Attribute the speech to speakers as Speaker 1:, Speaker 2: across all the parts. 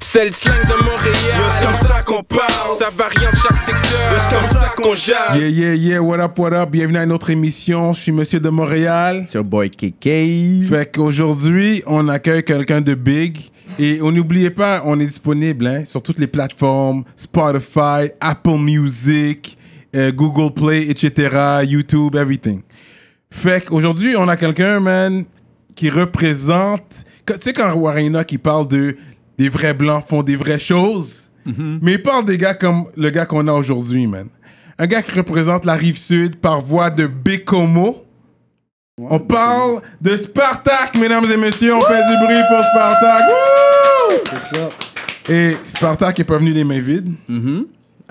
Speaker 1: C'est le slang de Montréal.
Speaker 2: C'est comme ça qu'on parle.
Speaker 1: Ça varie en chaque secteur.
Speaker 2: C'est comme ça qu'on jase.
Speaker 3: Yeah, yeah, yeah, what up, what up, bienvenue à une autre émission, je suis Monsieur de Montréal.
Speaker 4: Sur Boy KK.
Speaker 3: Fait qu'aujourd'hui, on accueille quelqu'un de big. Et on n'oubliez pas, on est disponible hein, sur toutes les plateformes, Spotify, Apple Music, euh, Google Play, etc., YouTube, everything. Fait qu'aujourd'hui, on a quelqu'un, man, qui représente... que- Tu sais quand Warena qui parle de « des vrais blancs font des vraies choses mais il parle des gars comme le gars qu'on a aujourd'hui, man. Un gars qui représente la Rive-Sud par voie de Bécomo. On parle de Spartak, mesdames et messieurs. On fait du bruit pour Spartak. C'est ça. Et Spartak est pas venu les mains vides.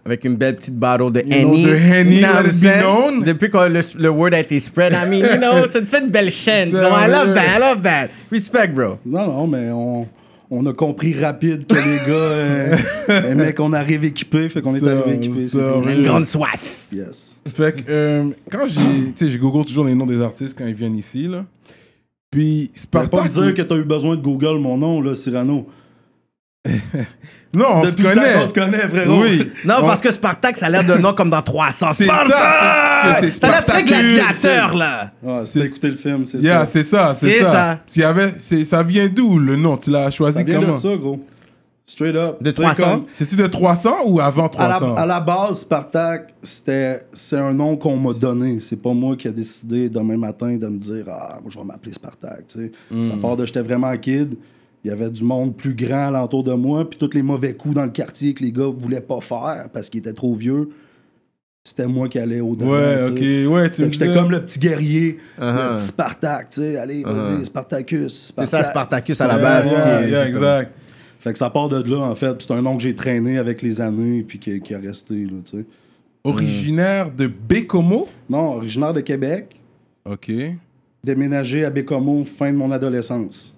Speaker 4: Avec une belle petite bottle de
Speaker 3: know,
Speaker 4: Henny.
Speaker 3: de Henny,
Speaker 4: You know
Speaker 3: let
Speaker 4: what I'm
Speaker 3: it be
Speaker 4: saying?
Speaker 3: known.
Speaker 4: Depuis que le, le word a été spread, I mean, you know, ça te fait une belle chaîne.
Speaker 3: Ça,
Speaker 4: So I love
Speaker 3: ouais.
Speaker 4: that, I love that. Respect, bro.
Speaker 5: Non, non, mais on, on a compris rapide que les gars euh, aimaient qu'on arrive équipé, fait qu'on est
Speaker 3: Ça,
Speaker 5: arrivé équipé.
Speaker 3: ça,
Speaker 5: c'est tout.
Speaker 3: ouais.
Speaker 4: Une grande soif.
Speaker 5: Yes.
Speaker 3: Fait que, euh, quand j'ai. Tu sais, je google toujours les noms des artistes quand ils viennent ici, là. Puis
Speaker 5: Faut pas me
Speaker 3: Spartak.
Speaker 5: dire que t'as eu besoin de Google mon nom, là, Cyrano.
Speaker 3: Non, on se
Speaker 5: Depuis le temps
Speaker 3: connaît.
Speaker 5: qu'on se connaît, frérot.
Speaker 3: Oui.
Speaker 4: Non,
Speaker 3: On-
Speaker 4: parce que Spartak, ça a l'air d'un nom comme dans 300.
Speaker 3: C'est ça,
Speaker 4: Spartak!
Speaker 3: c'est- c'est
Speaker 4: Ça a l'air très
Speaker 3: Spartacus,
Speaker 4: gladiateur,
Speaker 3: c'est-
Speaker 4: là.
Speaker 5: Ouais,
Speaker 3: C'est-
Speaker 5: c'est écouter le film, c'est
Speaker 3: Yeah,
Speaker 5: ça.
Speaker 3: c'est ça, c'est
Speaker 4: C'est
Speaker 3: ça.
Speaker 4: ça.
Speaker 3: Tu y avais, c'est, ça vient d'où le nom Tu l'as choisi
Speaker 5: Ça vient
Speaker 3: comment
Speaker 5: de ça, gros. Straight up.
Speaker 4: De
Speaker 5: C'est
Speaker 4: 300.
Speaker 5: comme-
Speaker 3: C'était de 300 ou avant
Speaker 5: À la,
Speaker 3: 300
Speaker 5: à la base, Spartak, c'était, c'est un nom qu'on m'a donné. C'est pas moi qui a décidé demain matin de me dire Ah, moi, je vais m'appeler Spartak. tu sais.
Speaker 3: Hmm.
Speaker 5: Ça part de j'étais vraiment kid. Il y avait du monde plus grand alentour de moi. Puis tous les mauvais coups dans le quartier que les gars voulaient pas faire parce qu'ils étaient trop vieux, c'était moi qui allais au-devant.
Speaker 3: Ouais,
Speaker 5: tu sais.
Speaker 3: ok, ouais, tu
Speaker 5: Fait
Speaker 3: me
Speaker 5: que j'étais
Speaker 3: disais.
Speaker 5: comme le petit guerrier,
Speaker 4: Uh-huh.
Speaker 5: le petit Spartak. tu sais. Allez, vas-y, Spartacus.
Speaker 4: C'est
Speaker 5: Spartak.
Speaker 4: ça, Spartacus à la
Speaker 3: Yeah,
Speaker 4: base.
Speaker 3: yeah,
Speaker 4: qui est
Speaker 3: yeah,
Speaker 4: justement-
Speaker 3: exact.
Speaker 5: Fait que ça part de là, en fait. Puis C'est un nom que j'ai traîné avec les années puis qui, qui a resté. Là, tu sais.
Speaker 3: Originaire de Bécomo
Speaker 5: Non, originaire de Québec,
Speaker 3: Ok.
Speaker 5: déménagé à Bécomo fin de mon adolescence.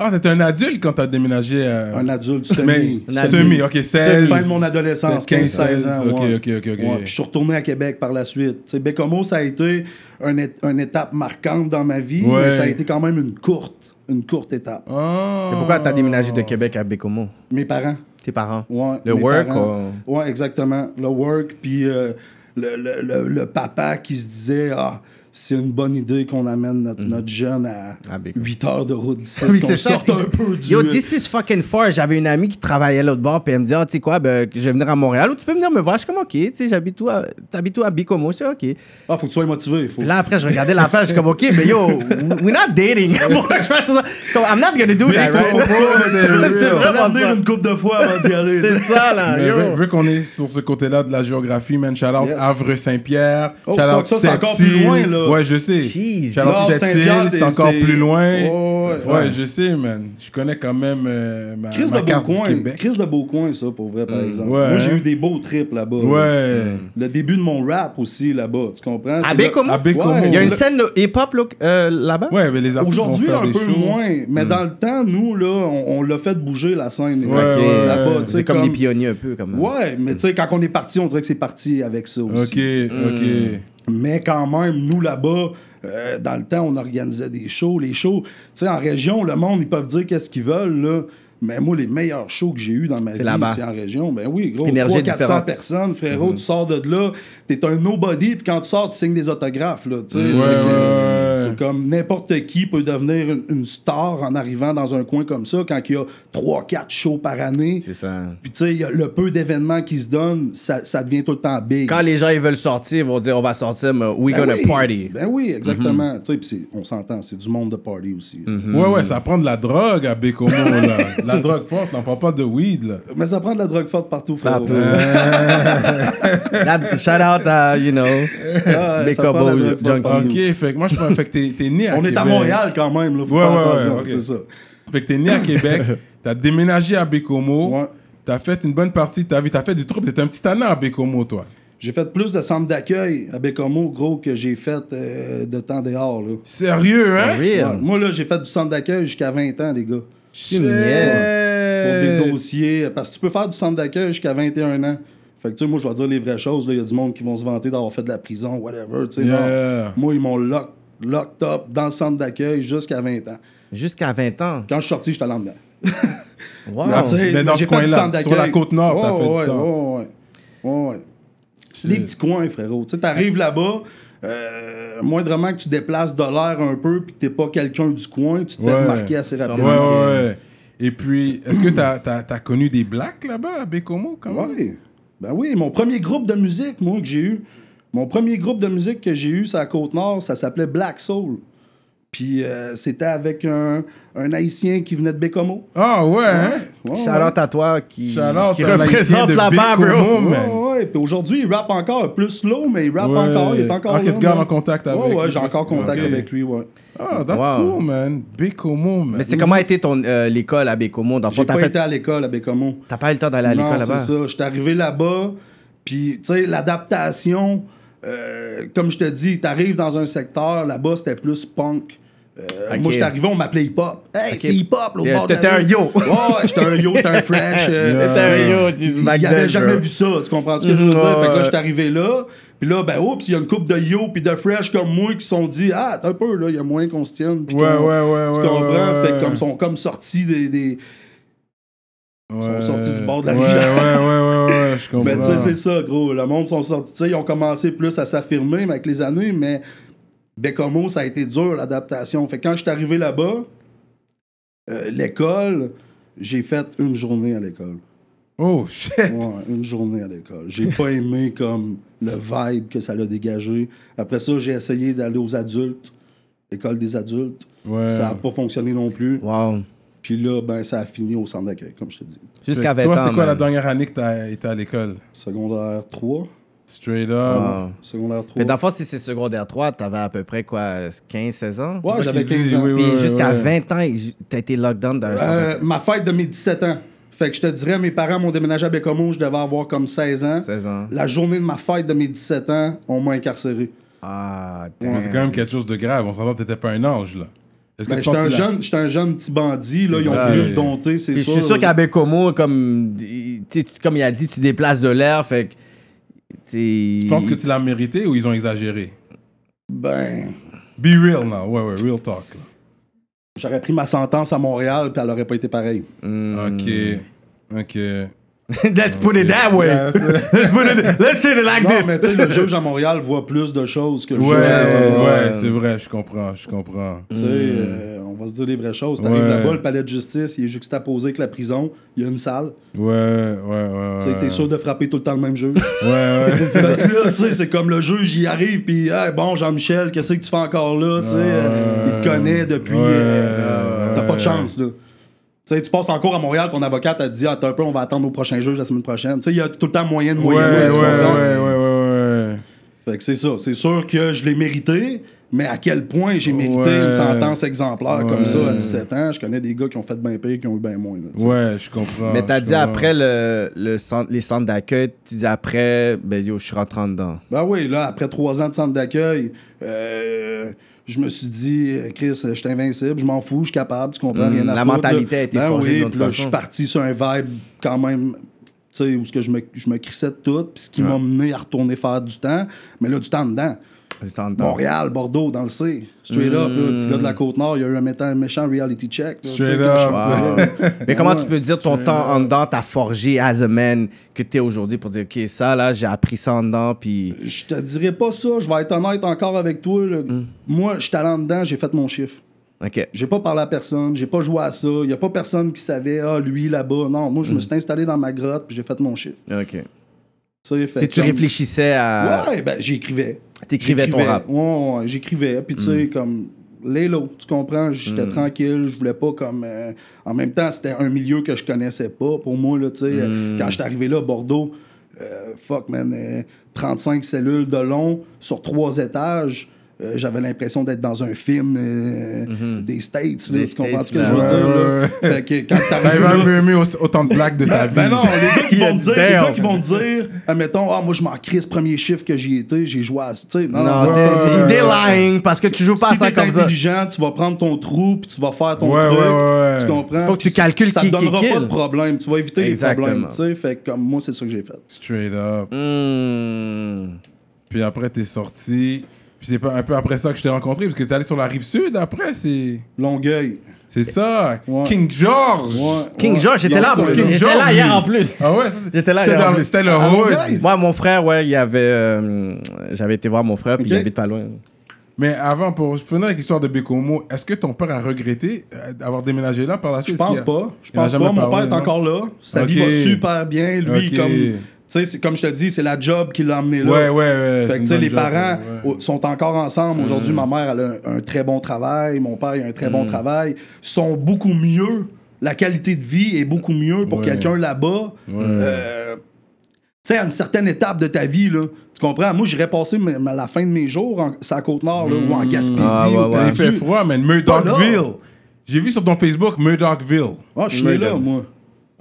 Speaker 3: Ah, t'étais un adulte quand t'as déménagé à.
Speaker 5: Un adulte
Speaker 3: Mais,
Speaker 5: semi.
Speaker 4: Un adulte.
Speaker 3: semi, ok, 16.
Speaker 5: Fin de mon adolescence, 15-16 ans.
Speaker 3: Ok,
Speaker 5: ouais.
Speaker 3: ok, ok, ok.
Speaker 5: Ouais, puis Je suis retourné à Québec par la suite. Tu sais, Bécomo, ça a été un é- une étape marquante dans ma vie,
Speaker 3: Ouais.
Speaker 5: mais ça a été quand même une courte, une courte étape.
Speaker 3: Ah.
Speaker 4: Mais pourquoi t'as déménagé de Québec à Bécomo?
Speaker 5: Mes parents.
Speaker 4: Tes parents?
Speaker 5: Ouais,
Speaker 4: Le
Speaker 5: mes
Speaker 4: work
Speaker 5: parents. Ouais, exactement. Le work, puis euh, le, le- le- le papa qui se disait Ah, c'est une bonne idée qu'on amène notre, notre jeune à
Speaker 4: Mhm. Ah, big.
Speaker 5: 8 heures de route d'ici.
Speaker 4: Oui,
Speaker 5: qu'on
Speaker 4: c'est ça,
Speaker 5: sorte
Speaker 4: c'est-
Speaker 5: un peu du.
Speaker 4: Yo, this is fucking far. J'avais une amie qui travaillait à l'autre bord, puis elle me dit, ah, tu sais quoi, ben, je vais venir à Montréal, ou tu peux venir me voir. Je suis comme, ok, tu sais, j'habite où à- t'habites où à Bicomo? Je dis, ok.
Speaker 5: Ah, faut que tu sois motivé. Faut...
Speaker 4: Puis là, après, je regardais l'affaire, je suis comme, ok, mais yo, we're not dating. Pourquoi je fais ça? Comme, I'm not gonna do that,
Speaker 3: Bécomo,
Speaker 4: right?
Speaker 3: c'est
Speaker 4: C'est
Speaker 3: real.
Speaker 5: Faut
Speaker 4: vraiment
Speaker 5: demander
Speaker 4: ça.
Speaker 5: une coupe de fois avant d'y aller.
Speaker 4: C'est ça, là,
Speaker 3: Mais vu,
Speaker 4: yo.
Speaker 3: vu qu'on est sur ce côté-là de la géographie, man, shout out
Speaker 5: Yes.
Speaker 3: Havre-Saint-Pierre,
Speaker 5: Oh,
Speaker 3: shout out
Speaker 5: fuck, ça, c'est encore plus
Speaker 3: Sept-Îles.
Speaker 5: loin, là.
Speaker 3: Ouais, je sais.
Speaker 4: Jeez,
Speaker 3: Shout
Speaker 5: Nord,
Speaker 3: out
Speaker 5: Saint-Pierre,
Speaker 3: Sept-Îles, c'est
Speaker 5: c'est-
Speaker 3: encore
Speaker 5: c'est-
Speaker 3: plus loin.
Speaker 5: Oh,
Speaker 3: ouais,
Speaker 5: ouais, ouais.
Speaker 3: je sais, man. Je connais quand même euh, ma,
Speaker 5: Chris
Speaker 3: ma
Speaker 5: de
Speaker 3: carte du
Speaker 5: Beaucoin.
Speaker 3: Québec.
Speaker 5: Chris de Beaucoin, ça, pour vrai,
Speaker 4: Mm,
Speaker 5: par exemple.
Speaker 3: Ouais,
Speaker 5: Moi, j'ai
Speaker 3: hein.
Speaker 5: eu des beaux trips là-bas.
Speaker 3: Ouais.
Speaker 5: Le début de mon rap aussi là-bas. Tu comprends?
Speaker 4: À
Speaker 5: C'est
Speaker 4: Bécomo?
Speaker 3: à Bécomo.
Speaker 4: Il y a une
Speaker 3: Ouais.
Speaker 4: scène de hip-hop là, euh, là-bas?
Speaker 3: Ouais, mais les
Speaker 5: le-
Speaker 3: artistes Ah, vont
Speaker 5: Aujourd'hui,
Speaker 3: faire
Speaker 5: un
Speaker 3: des
Speaker 5: peu
Speaker 3: shows. Hmm.
Speaker 5: moins. Mais dans le temps, nous, là, on, on l'a fait bouger la scène.
Speaker 3: Ouais,
Speaker 4: Ok.
Speaker 3: ouais,
Speaker 5: Là-bas, tu
Speaker 4: C'est
Speaker 5: sais,
Speaker 4: comme des
Speaker 5: comme-
Speaker 4: pionniers un peu, comme. euh,
Speaker 5: Ouais, mais tu sais, quand on est parti, on dirait que c'est parti avec ça aussi.
Speaker 3: Ok, ok.
Speaker 5: Hmm. Mais quand même, nous là-bas, euh, dans le temps, on organisait des shows. Les shows, tu sais, en région, le monde, ils peuvent dire qu'est-ce qu'ils veulent, là. Mais moi, les meilleurs shows que j'ai eu dans ma vie,
Speaker 4: là-bas.
Speaker 5: c'est en région. Ben oui, gros.
Speaker 4: Énergie
Speaker 5: 300, 400
Speaker 4: différente. Mm-hmm.
Speaker 5: personnes, frérot, tu sors de là, t'es un nobody, puis quand tu sors, tu signes des autographes, là. tu sais.
Speaker 3: Mm-hmm. Ouais,
Speaker 5: Fait que,
Speaker 3: ouais,
Speaker 5: euh,
Speaker 3: ouais.
Speaker 5: C'est comme n'importe qui peut devenir une, une star en arrivant dans un coin comme ça quand il y a 3-4 shows par année.
Speaker 4: C'est ça.
Speaker 5: Puis tu sais, il y a le peu d'événements qui se donnent, ça, ça devient tout le temps big.
Speaker 4: Quand les gens, ils veulent sortir, ils vont dire, on va sortir, mais we
Speaker 5: Ben
Speaker 4: gonna
Speaker 5: oui,
Speaker 4: party.
Speaker 5: Ben oui,
Speaker 3: Mm-hmm.
Speaker 5: exactement. Tu sais, puis c'est- on s'entend, c'est du monde de party aussi. là.
Speaker 3: Ouais, ouais, ça prend de la drogue à Bécomo, là. La drogue forte, on parle pas de weed, là.
Speaker 5: Mais ça prend de la drogue forte partout, frère.
Speaker 4: Partout. That- shout out à, you know, Ah, Bécomo Junkie.
Speaker 3: Ok, fait que moi, je pense fait que t'es, t'es né à
Speaker 5: On
Speaker 3: Ah, Québec.
Speaker 5: est à Montréal quand même, là. Faut
Speaker 3: Ouais,
Speaker 5: faire
Speaker 3: ouais,
Speaker 5: attention,
Speaker 3: ouais, ok.
Speaker 5: c'est ça.
Speaker 3: Fait que t'es né à Québec, t'as déménagé à Bécomo,
Speaker 5: Ouais.
Speaker 3: t'as fait une bonne partie de ta vie, t'as fait du trouble, t'étais un petit tannant à Bécomo, toi.
Speaker 5: J'ai fait plus de centres d'accueil à Bécomo, gros, que j'ai fait euh, de temps dehors, là.
Speaker 3: Sérieux,
Speaker 5: Ah
Speaker 3: hein?
Speaker 4: Real.
Speaker 5: Ouais. Moi, là, j'ai fait du centre d'accueil jusqu'à 20 ans, les gars.
Speaker 3: Shit.
Speaker 5: Pour des dossiers. Parce que tu peux faire du centre d'accueil jusqu'à 21 ans. Fait que, tu sais, moi, je vais dire les vraies choses. là. Il y a du monde qui vont se vanter d'avoir fait de la prison, whatever. Tu sais,
Speaker 3: Yeah.
Speaker 5: non. Moi, ils m'ont lock, locked up dans le centre d'accueil jusqu'à 20 ans.
Speaker 4: Jusqu'à 20 ans.
Speaker 5: Quand je suis sorti, j'étais allé en dedans.
Speaker 4: Wow.
Speaker 5: tu sais,
Speaker 3: mais dans
Speaker 5: Ah, j'ai
Speaker 3: ce
Speaker 5: fait du
Speaker 3: coin-là,
Speaker 5: centre d'accueil.
Speaker 3: sur la Côte-Nord, t'as
Speaker 5: Ouais,
Speaker 3: fait du
Speaker 5: ouais,
Speaker 3: temps.
Speaker 5: ouais, ouais, ouais. C'est des petits coins, frérot. Tu sais, t'arrives là-bas, euh, moindrement que tu déplaces de l'air un peu puis que t'es pas quelqu'un du coin, tu te fais
Speaker 3: Ouais.
Speaker 5: remarquer assez
Speaker 3: Ouais,
Speaker 5: rapidement.
Speaker 3: ouais, ouais. Et puis, est-ce que t'as as, connu des blacks là-bas à Bécomo quand même?
Speaker 5: Ouais. Ben oui, mon premier groupe de musique, moi, que j'ai eu. Mon premier groupe de musique que j'ai eu, c'est à Côte-Nord, ça s'appelait Black Soul. Puis euh, c'était avec un, un Haïtien qui venait de Bécomo.
Speaker 3: Ah ouais, hein?
Speaker 5: Ouais, ouais.
Speaker 4: Shout-out à toi qui,
Speaker 3: Shout-out
Speaker 4: qui
Speaker 3: à l'Haïtien
Speaker 4: représente
Speaker 3: de
Speaker 4: là-bas,
Speaker 3: Bécomo,
Speaker 4: bro.
Speaker 3: man.
Speaker 5: Ouais, ouais, Puis aujourd'hui, il rappe encore. Plus slow, mais il rappe
Speaker 3: Ouais.
Speaker 5: encore. Il est encore
Speaker 3: Ah,
Speaker 5: là.
Speaker 3: que tu gardes
Speaker 5: man.
Speaker 3: en contact avec
Speaker 5: Ouais, ouais,
Speaker 3: lui,
Speaker 5: j'ai encore
Speaker 3: parce que-
Speaker 5: contact
Speaker 3: ok.
Speaker 5: avec lui, ouais.
Speaker 3: Ah, that's
Speaker 4: Wow.
Speaker 3: cool, man. Bécomo, man.
Speaker 4: Mais c'est comment a été ton, euh, l'école à Bécomo? Dans le fond,
Speaker 5: J'ai
Speaker 4: t'as
Speaker 5: pas
Speaker 4: fait-
Speaker 5: été à l'école à Bécomo.
Speaker 4: t'as pas eu le temps d'aller à
Speaker 5: Non,
Speaker 4: l'école là-bas?
Speaker 5: c'est ça. J'étais arrivé là-bas, puis, tu sais, l'adaptation, euh, comme je te dis, t'arrives dans un secteur, là-bas, c'était plus punk. Euh,
Speaker 4: Ok.
Speaker 5: Moi, j'étais arrivé, on m'appelait hip-hop. Hey,
Speaker 4: Ok.
Speaker 5: c'est hip-hop, l'autre
Speaker 4: Yeah,
Speaker 5: bord de la
Speaker 4: t'étais un
Speaker 5: rue.
Speaker 4: yo.
Speaker 5: Ouais, ouais, j'étais un yo, j'étais un fresh. euh,
Speaker 4: T'étais un
Speaker 5: euh,
Speaker 4: yo, Jesus, back
Speaker 5: Il avait
Speaker 4: then,
Speaker 5: jamais
Speaker 4: bro.
Speaker 5: vu ça, tu comprends ce que je veux
Speaker 4: Mm,
Speaker 5: dire?
Speaker 4: ouais,
Speaker 5: Fait que là,
Speaker 4: ouais.
Speaker 5: j'étais arrivé là, puis là, ben, oups, il y a une couple de yo puis de fresh comme moi qui se sont dit, ah, t'as un peu, là, il y a moyen qu'on se tienne. puis
Speaker 3: Ouais,
Speaker 5: qu'on-
Speaker 3: ouais, ouais,
Speaker 5: Tu
Speaker 3: ouais,
Speaker 5: comprends?
Speaker 3: ouais,
Speaker 5: Fait
Speaker 3: ouais.
Speaker 5: que comme sont comme sortis des- des
Speaker 3: Ils
Speaker 5: sont sortis du bord de la
Speaker 3: ouais,
Speaker 5: rivière.
Speaker 3: Ouais, ouais, ouais, ouais, je comprends.
Speaker 5: Ben, tu sais, c'est ça, gros. Le monde sont sortis. tu sais, Ils ont commencé plus à s'affirmer mais avec les années, mais Bécomo, ça a été dur, l'adaptation. Fait que quand je suis arrivé là-bas, euh, l'école, j'ai fait une journée à l'école.
Speaker 3: Oh, shit.
Speaker 5: Ouais, une journée à l'école. J'ai pas aimé comme le vibe que ça l'a dégagé. Après ça, j'ai essayé d'aller aux adultes, école des adultes.
Speaker 3: Ouais.
Speaker 5: Ça a pas fonctionné non plus.
Speaker 4: Wow.
Speaker 5: Puis là, ben, ça a fini au centre d'accueil, comme je te dis.
Speaker 4: Jusqu'à 20 ans.
Speaker 3: Toi, c'est quoi la
Speaker 4: man.
Speaker 3: dernière année que t'as été à l'école?
Speaker 5: Secondaire 3.
Speaker 3: Straight up.
Speaker 4: Wow.
Speaker 5: Secondaire 3.
Speaker 4: Mais dans le fond, si c'est secondaire 3, t'avais à peu près quoi, 15, 16 ans?
Speaker 5: Ouais,
Speaker 3: C'est ça
Speaker 5: Ah, j'avais
Speaker 3: qu'il dit,
Speaker 5: 15 ans.
Speaker 3: oui, oui,
Speaker 4: Puis
Speaker 3: ouais,
Speaker 4: jusqu'à
Speaker 3: ouais.
Speaker 4: 20 ans, il- t'as été lockdown dans un centre
Speaker 5: Euh,
Speaker 4: d'accueil.
Speaker 5: ma fête de mes 17 ans. Fait que je te dirais, mes parents m'ont déménagé à Bécomo, je devais avoir comme 16 ans.
Speaker 4: 16 ans.
Speaker 5: La journée de ma fête de mes 17 ans, on m'a incarcéré.
Speaker 4: Ah,
Speaker 3: Mais
Speaker 4: damn.
Speaker 3: c'est quand même quelque chose de grave. On s'entend que t'étais pas un ange, là. Est-ce que
Speaker 5: Ben,
Speaker 3: tu
Speaker 5: J'étais
Speaker 3: penses
Speaker 5: un,
Speaker 3: que la-
Speaker 5: jeune- j'étais un jeune petit bandit, là,
Speaker 3: C'est
Speaker 5: ils ont
Speaker 3: ça.
Speaker 5: voulu
Speaker 3: Ouais.
Speaker 5: me dompter, c'est
Speaker 4: Puis je
Speaker 5: sûr.
Speaker 4: suis sûr qu'à Bécomo, comme, il- tu sais, comme il a dit, tu déplaces de l'air, fait que.
Speaker 3: Tu
Speaker 4: Tu
Speaker 3: penses que tu l'as mérité ou ils ont exagéré?
Speaker 5: Ben,
Speaker 3: Be real now. Ouais, ouais, real talk. là.
Speaker 5: j'aurais pris ma sentence à Montréal, puis elle aurait pas été pareille.
Speaker 4: Hmm.
Speaker 3: Ok. Ok.
Speaker 4: Let's put it that way.
Speaker 3: Yeah, c'est-
Speaker 4: Let's put it. Let's say it like
Speaker 5: Non,
Speaker 4: this.
Speaker 5: mais tu sais, le juge à Montréal voit plus de choses que le
Speaker 3: ouais,
Speaker 5: juge à
Speaker 3: ouais,
Speaker 5: Bécomo.
Speaker 3: c'est vrai, je comprends, je comprends.
Speaker 5: Tu sais, euh, on va se dire les vraies choses. T'arrives
Speaker 3: Ouais.
Speaker 5: là-bas, le palais de justice, il est juxtaposé avec la prison, il y a une salle.
Speaker 3: Ouais, ouais, ouais.
Speaker 5: Tu sais,
Speaker 3: ouais.
Speaker 5: t'es sûr de frapper tout le temps le même juge.
Speaker 3: Ouais, ouais.
Speaker 5: Fait que là, tu sais, c'est comme le juge, il arrive, puis Hey, bon, Jean-Michel, qu'est-ce que tu fais encore là? Tu sais, euh, il te connaît depuis.
Speaker 3: Ouais,
Speaker 5: euh, T'as pas
Speaker 3: ouais.
Speaker 5: de chance, là. Tu sais, tu passes encore à Montréal, ton avocat t'a dit, attends un peu, on va attendre au prochain juge la semaine prochaine. Tu sais, il y a tout le temps moyen de
Speaker 3: Ouais,
Speaker 5: moyen.
Speaker 3: ouais, ouais,
Speaker 5: tu comprends?
Speaker 3: ouais, ouais, ouais.
Speaker 5: Fait que c'est ça. C'est sûr que je l'ai mérité, mais à quel point j'ai mérité
Speaker 3: Ouais.
Speaker 5: une sentence exemplaire
Speaker 3: Ouais.
Speaker 5: comme ça à 17 ans? Je connais des gars qui ont fait bien pire, qui ont eu bien moins. là, tu sais.
Speaker 3: Ouais, je
Speaker 5: Ah,
Speaker 3: comprends.
Speaker 4: Mais t'as
Speaker 3: je
Speaker 4: dit
Speaker 3: comprends.
Speaker 4: après le, le centre, les centres d'accueil, tu dis après, ben yo, je suis rentré en dedans.
Speaker 5: Ben oui, là, après trois ans de centre d'accueil, euh, je me suis dit, euh, Chris, je suis invincible, je m'en fous, je suis capable, tu comprends
Speaker 4: Mm,
Speaker 5: rien à
Speaker 4: la
Speaker 5: foutre,
Speaker 4: mentalité
Speaker 5: là.
Speaker 4: a été
Speaker 5: ben
Speaker 4: forgée
Speaker 5: oui,
Speaker 4: d'une autre
Speaker 5: puis là, je
Speaker 4: façon.
Speaker 5: suis parti sur un vibe quand même, tu sais, où ce que je me, je me crissais de tout, puis ce qui m'a mené à retourner faire du temps, mais là, du temps dedans.
Speaker 4: J'étais en dedans.
Speaker 5: Montréal, Bordeaux, dans le C. Straight up, là, le petit gars de la Côte-Nord, il y a eu un méta- un méchant reality check. là, tu sais,
Speaker 3: Straight
Speaker 5: quand je suis
Speaker 3: up.
Speaker 5: rentré là.
Speaker 4: Ah. Mais comment
Speaker 5: Ouais.
Speaker 4: tu peux dire ton temps en dedans t'a forgé as a man que t'es aujourd'hui pour dire, OK, ça là, j'ai appris ça en dedans, puis.
Speaker 5: Je te dirais pas ça, je vais être honnête encore avec toi. là. Moi, je suis allé en dedans, j'ai fait mon chiffre.
Speaker 4: OK.
Speaker 5: J'ai pas parlé à personne, j'ai pas joué à ça, il y a pas personne qui savait ah lui là-bas. Non, moi je me suis installé dans ma grotte, puis j'ai fait mon chiffre.
Speaker 4: OK.
Speaker 5: Ça, j'ai fait
Speaker 4: Puis tu
Speaker 5: comme-
Speaker 4: réfléchissais à.
Speaker 5: Ouais, ben j'écrivais.
Speaker 4: T'écrivais ton
Speaker 5: J'écrivais.
Speaker 4: rap. Mm.
Speaker 5: Ouais, ouais, j'écrivais, puis tu sais comme Lélo, tu comprends, j'étais tranquille, je voulais pas comme euh, en même temps, c'était un milieu que je connaissais pas pour moi là, tu sais euh,
Speaker 4: Mm.
Speaker 5: quand j'étais arrivé là à Bordeaux euh, fuck man, euh, 35 cellules de long sur trois étages. euh, j'avais l'impression d'être dans un film euh, des States, là,
Speaker 4: Mm-hmm. Des
Speaker 5: tu comprends ce que
Speaker 4: States,
Speaker 5: je veux
Speaker 4: là,
Speaker 5: dire?
Speaker 3: ouais,
Speaker 5: là?
Speaker 3: ouais,
Speaker 5: Fait que quand
Speaker 3: T'as
Speaker 5: t'arrives
Speaker 4: Ben,
Speaker 5: là-
Speaker 3: jamais aimé au- autant de blagues de ta vie.
Speaker 5: ben non, les gars qui vont
Speaker 4: Yeah,
Speaker 5: me dire, les gars
Speaker 4: damn.
Speaker 5: qui vont me dire, admettons, ah, moi, je m'en crisse, premier chiffre que j'y étais, j'ai joué à. Tu sais, non,
Speaker 4: Non,
Speaker 5: non,
Speaker 4: c'est
Speaker 5: non.
Speaker 4: c'est idée lying parce que tu joues pas à
Speaker 5: Si
Speaker 4: ça
Speaker 5: t'es
Speaker 4: comme ça.
Speaker 5: intelligent, tu vas prendre ton trou puis tu vas faire ton
Speaker 3: Ouais,
Speaker 5: truc.
Speaker 3: ouais, ouais, ouais.
Speaker 5: Tu comprends?
Speaker 4: Faut que tu
Speaker 5: Puis ça-
Speaker 4: calcules
Speaker 5: ça
Speaker 4: qui-
Speaker 5: te
Speaker 4: qui
Speaker 5: donnera pas
Speaker 4: kill.
Speaker 5: de problème. Tu vas éviter
Speaker 4: Exactement.
Speaker 5: les problèmes. Tu sais, fait que comme moi, c'est ça que j'ai fait.
Speaker 3: Straight up.
Speaker 4: Hmm.
Speaker 3: Puis après, t'es sorti. Puis c'est pas un peu après ça que je t'ai rencontré, parce que t'es allé sur la rive sud après, c'est.
Speaker 5: Longueuil.
Speaker 3: C'est ça.
Speaker 5: Ouais.
Speaker 3: King George.
Speaker 5: Ouais,
Speaker 4: King
Speaker 5: ouais.
Speaker 4: George, j'étais là, bro.
Speaker 5: Longueuil.
Speaker 3: King
Speaker 4: J'étais
Speaker 3: George,
Speaker 4: là
Speaker 3: lui.
Speaker 4: hier en plus.
Speaker 3: Ah ouais, ça,
Speaker 4: J'étais là
Speaker 3: C'était
Speaker 4: hier, en
Speaker 3: dans le-
Speaker 4: plus.
Speaker 3: C'était le
Speaker 5: Ah,
Speaker 3: hood.
Speaker 5: ouais.
Speaker 4: Moi, mon frère, ouais, il y avait. euh, J'avais été voir mon frère, puis
Speaker 5: Ok.
Speaker 4: il habite pas loin.
Speaker 3: Mais avant, pour je finir avec l'histoire de Bécomo, est-ce que ton père a regretté euh, d'avoir déménagé là par la suite
Speaker 5: Je pense
Speaker 3: Est-ce qu'il a-
Speaker 5: pas. Je
Speaker 3: il en a
Speaker 5: pense pas.
Speaker 3: jamais
Speaker 5: Mon
Speaker 3: parlé,
Speaker 5: père est
Speaker 3: non?
Speaker 5: encore là. Sa vie
Speaker 3: Ok.
Speaker 5: va super bien. Lui,
Speaker 3: Ok.
Speaker 5: comme. Tu sais, c'est- comme je te dis, c'est la job qui l'a amené là.
Speaker 3: Ouais, ouais, ouais. c'est
Speaker 5: Fait que,
Speaker 3: une
Speaker 5: tu sais,
Speaker 3: bonne
Speaker 5: les
Speaker 3: job,
Speaker 5: parents
Speaker 3: ouais. Mm.
Speaker 5: au- sont encore ensemble. Aujourd'hui, ma mère, elle a un, un très bon travail. Mon père, il a un très bon travail. sont beaucoup mieux. La qualité de vie est beaucoup mieux pour
Speaker 3: Ouais.
Speaker 5: quelqu'un là-bas. Euh, tu sais, à une certaine étape de ta vie, là, tu comprends? Moi, j'irais passer ma- ma- la fin de mes jours en, sur la Côte-Nord, là, ou en
Speaker 3: Mm.
Speaker 5: Gaspésie.
Speaker 4: Ah, ouais,
Speaker 5: ou
Speaker 4: ouais.
Speaker 3: Il
Speaker 5: perdu.
Speaker 3: fait froid, man.
Speaker 5: Pas
Speaker 3: Murdochville.
Speaker 5: là.
Speaker 3: J'ai vu sur ton Facebook Murdochville.
Speaker 5: Ah, je suis là,
Speaker 4: Murdoch.
Speaker 5: moi.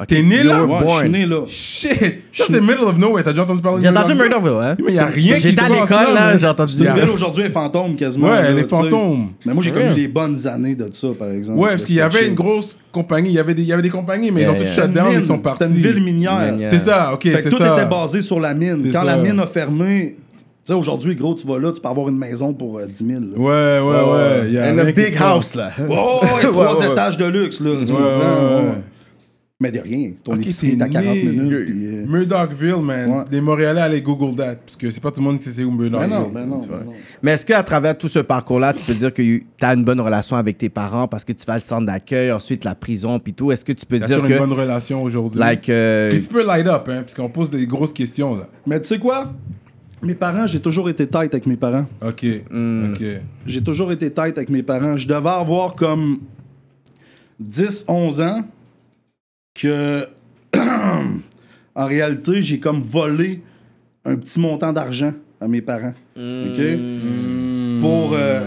Speaker 3: T'es né là
Speaker 5: Ouais, je suis né là.
Speaker 3: Shit Ça, c'est middle of nowhere. T'as déjà entendu parler de
Speaker 4: J'ai entendu
Speaker 3: Murdochville?
Speaker 4: Murderville, hein.
Speaker 3: Mais y a rien qui
Speaker 4: J'étais
Speaker 3: se
Speaker 4: à
Speaker 3: passe
Speaker 4: l'école,
Speaker 3: là,
Speaker 4: là,
Speaker 3: mais-
Speaker 4: j'ai entendu
Speaker 3: Il y a-
Speaker 5: La
Speaker 4: Murdochville.
Speaker 5: ville aujourd'hui est fantôme quasiment.
Speaker 3: Ouais,
Speaker 5: là,
Speaker 3: elle est
Speaker 5: tu sais.
Speaker 3: fantôme.
Speaker 5: Mais moi, j'ai
Speaker 4: Ouais.
Speaker 5: connu les bonnes années de ça, par exemple.
Speaker 3: Ouais, parce qu'il y
Speaker 5: C'était
Speaker 3: avait
Speaker 5: chill.
Speaker 3: une grosse compagnie. Il y avait des, il y avait des compagnies, mais ils
Speaker 4: Yeah,
Speaker 3: ont toutes
Speaker 4: yeah.
Speaker 3: shut down,
Speaker 5: Mine.
Speaker 3: ils sont partis.
Speaker 5: C'était une ville minière.
Speaker 4: Minière.
Speaker 3: C'est ça, ok,
Speaker 5: Fait que
Speaker 3: c'est
Speaker 5: tout
Speaker 3: ça.
Speaker 5: était basé sur la mine.
Speaker 3: C'est
Speaker 5: Quand
Speaker 3: ça.
Speaker 5: la mine a fermé, tu sais, aujourd'hui, gros, tu vas là, tu peux avoir une maison pour euh, 10 000. là.
Speaker 3: Ouais, ouais, ouais. Il y a
Speaker 4: And
Speaker 3: rien
Speaker 4: a
Speaker 3: qui
Speaker 4: big
Speaker 3: se passe.
Speaker 4: house, là.
Speaker 5: Oh, ouais,
Speaker 4: Ouais,
Speaker 5: trois
Speaker 4: ouais.
Speaker 5: étages de luxe, là. Tu
Speaker 3: Ouais,
Speaker 5: comprends?
Speaker 3: ouais, ouais.
Speaker 5: Ouais. Mais de rien. Ton
Speaker 3: Ok,
Speaker 5: épicerie
Speaker 3: c'est
Speaker 5: est à 40
Speaker 3: né.
Speaker 5: minutes. puis, euh,
Speaker 3: Murdochville, man.
Speaker 5: Ouais.
Speaker 3: Les Montréalais, allez Google that. Parce que c'est pas tout le monde qui sait où
Speaker 5: Ben
Speaker 3: Murdochville.
Speaker 5: non, ben non,
Speaker 4: Tu vois.
Speaker 5: ben non.
Speaker 4: Mais est-ce qu'à travers tout ce parcours-là, tu peux dire que tu as une bonne relation avec tes parents parce que tu vas au centre d'accueil, ensuite la prison, puis tout? Est-ce que tu peux
Speaker 3: T'as
Speaker 4: dire
Speaker 3: sûr
Speaker 4: que.
Speaker 3: une bonne relation aujourd'hui.
Speaker 4: Like. euh,
Speaker 3: Puis tu peux light up, hein, parce qu'on pose des grosses questions, là.
Speaker 5: Mais tu sais quoi? Mes parents, j'ai toujours été tight avec mes parents.
Speaker 3: Ok,
Speaker 4: Mm.
Speaker 3: ok.
Speaker 5: J'ai toujours été tête avec mes parents. Je devais avoir comme 10, 11 ans que, en réalité, j'ai comme volé un petit montant d'argent à mes parents. OK? Pour euh,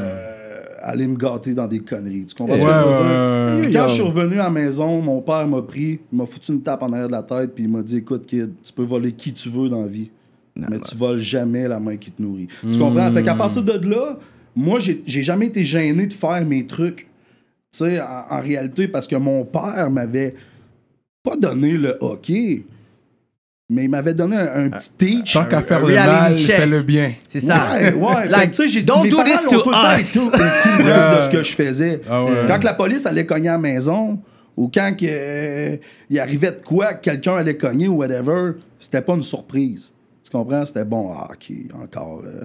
Speaker 5: aller me gâter dans des conneries. Tu comprends
Speaker 3: Ouais,
Speaker 5: ce que je veux dire?
Speaker 3: ouais, ouais.
Speaker 5: Quand je suis revenu à la maison, mon père m'a pris, il m'a foutu une tape en arrière de la tête, puis il m'a dit Écoute, kid, tu peux voler qui tu veux dans la vie, mais tu voles jamais la main qui te nourrit. Tu comprends Fait qu'à partir de là, moi, j'ai j'ai jamais été gêné de faire mes trucs, tu sais, en, en réalité, parce que mon père m'avait pas donné le hockey, mais il m'avait donné un, un petit teach.
Speaker 3: Euh, Tant qu'à faire le
Speaker 4: reality
Speaker 3: mal,
Speaker 4: check.
Speaker 3: fais le bien.
Speaker 4: C'est ça. euh,
Speaker 5: Ouais, ouais. Fait que, tu sais, j'ai-
Speaker 4: don't
Speaker 5: mes
Speaker 4: do
Speaker 5: parents
Speaker 4: this
Speaker 5: ont
Speaker 4: to
Speaker 5: tout le temps
Speaker 4: us.
Speaker 5: été au courant
Speaker 3: Yeah.
Speaker 5: de ce que je faisais.
Speaker 3: Ah ouais.
Speaker 5: Quand que la police allait cogner à la maison, ou quand que, euh, il arrivait de quoi, que quelqu'un allait cogner ou whatever, c'était pas une surprise. Tu comprends? C'était bon, ah, ok, encore. euh,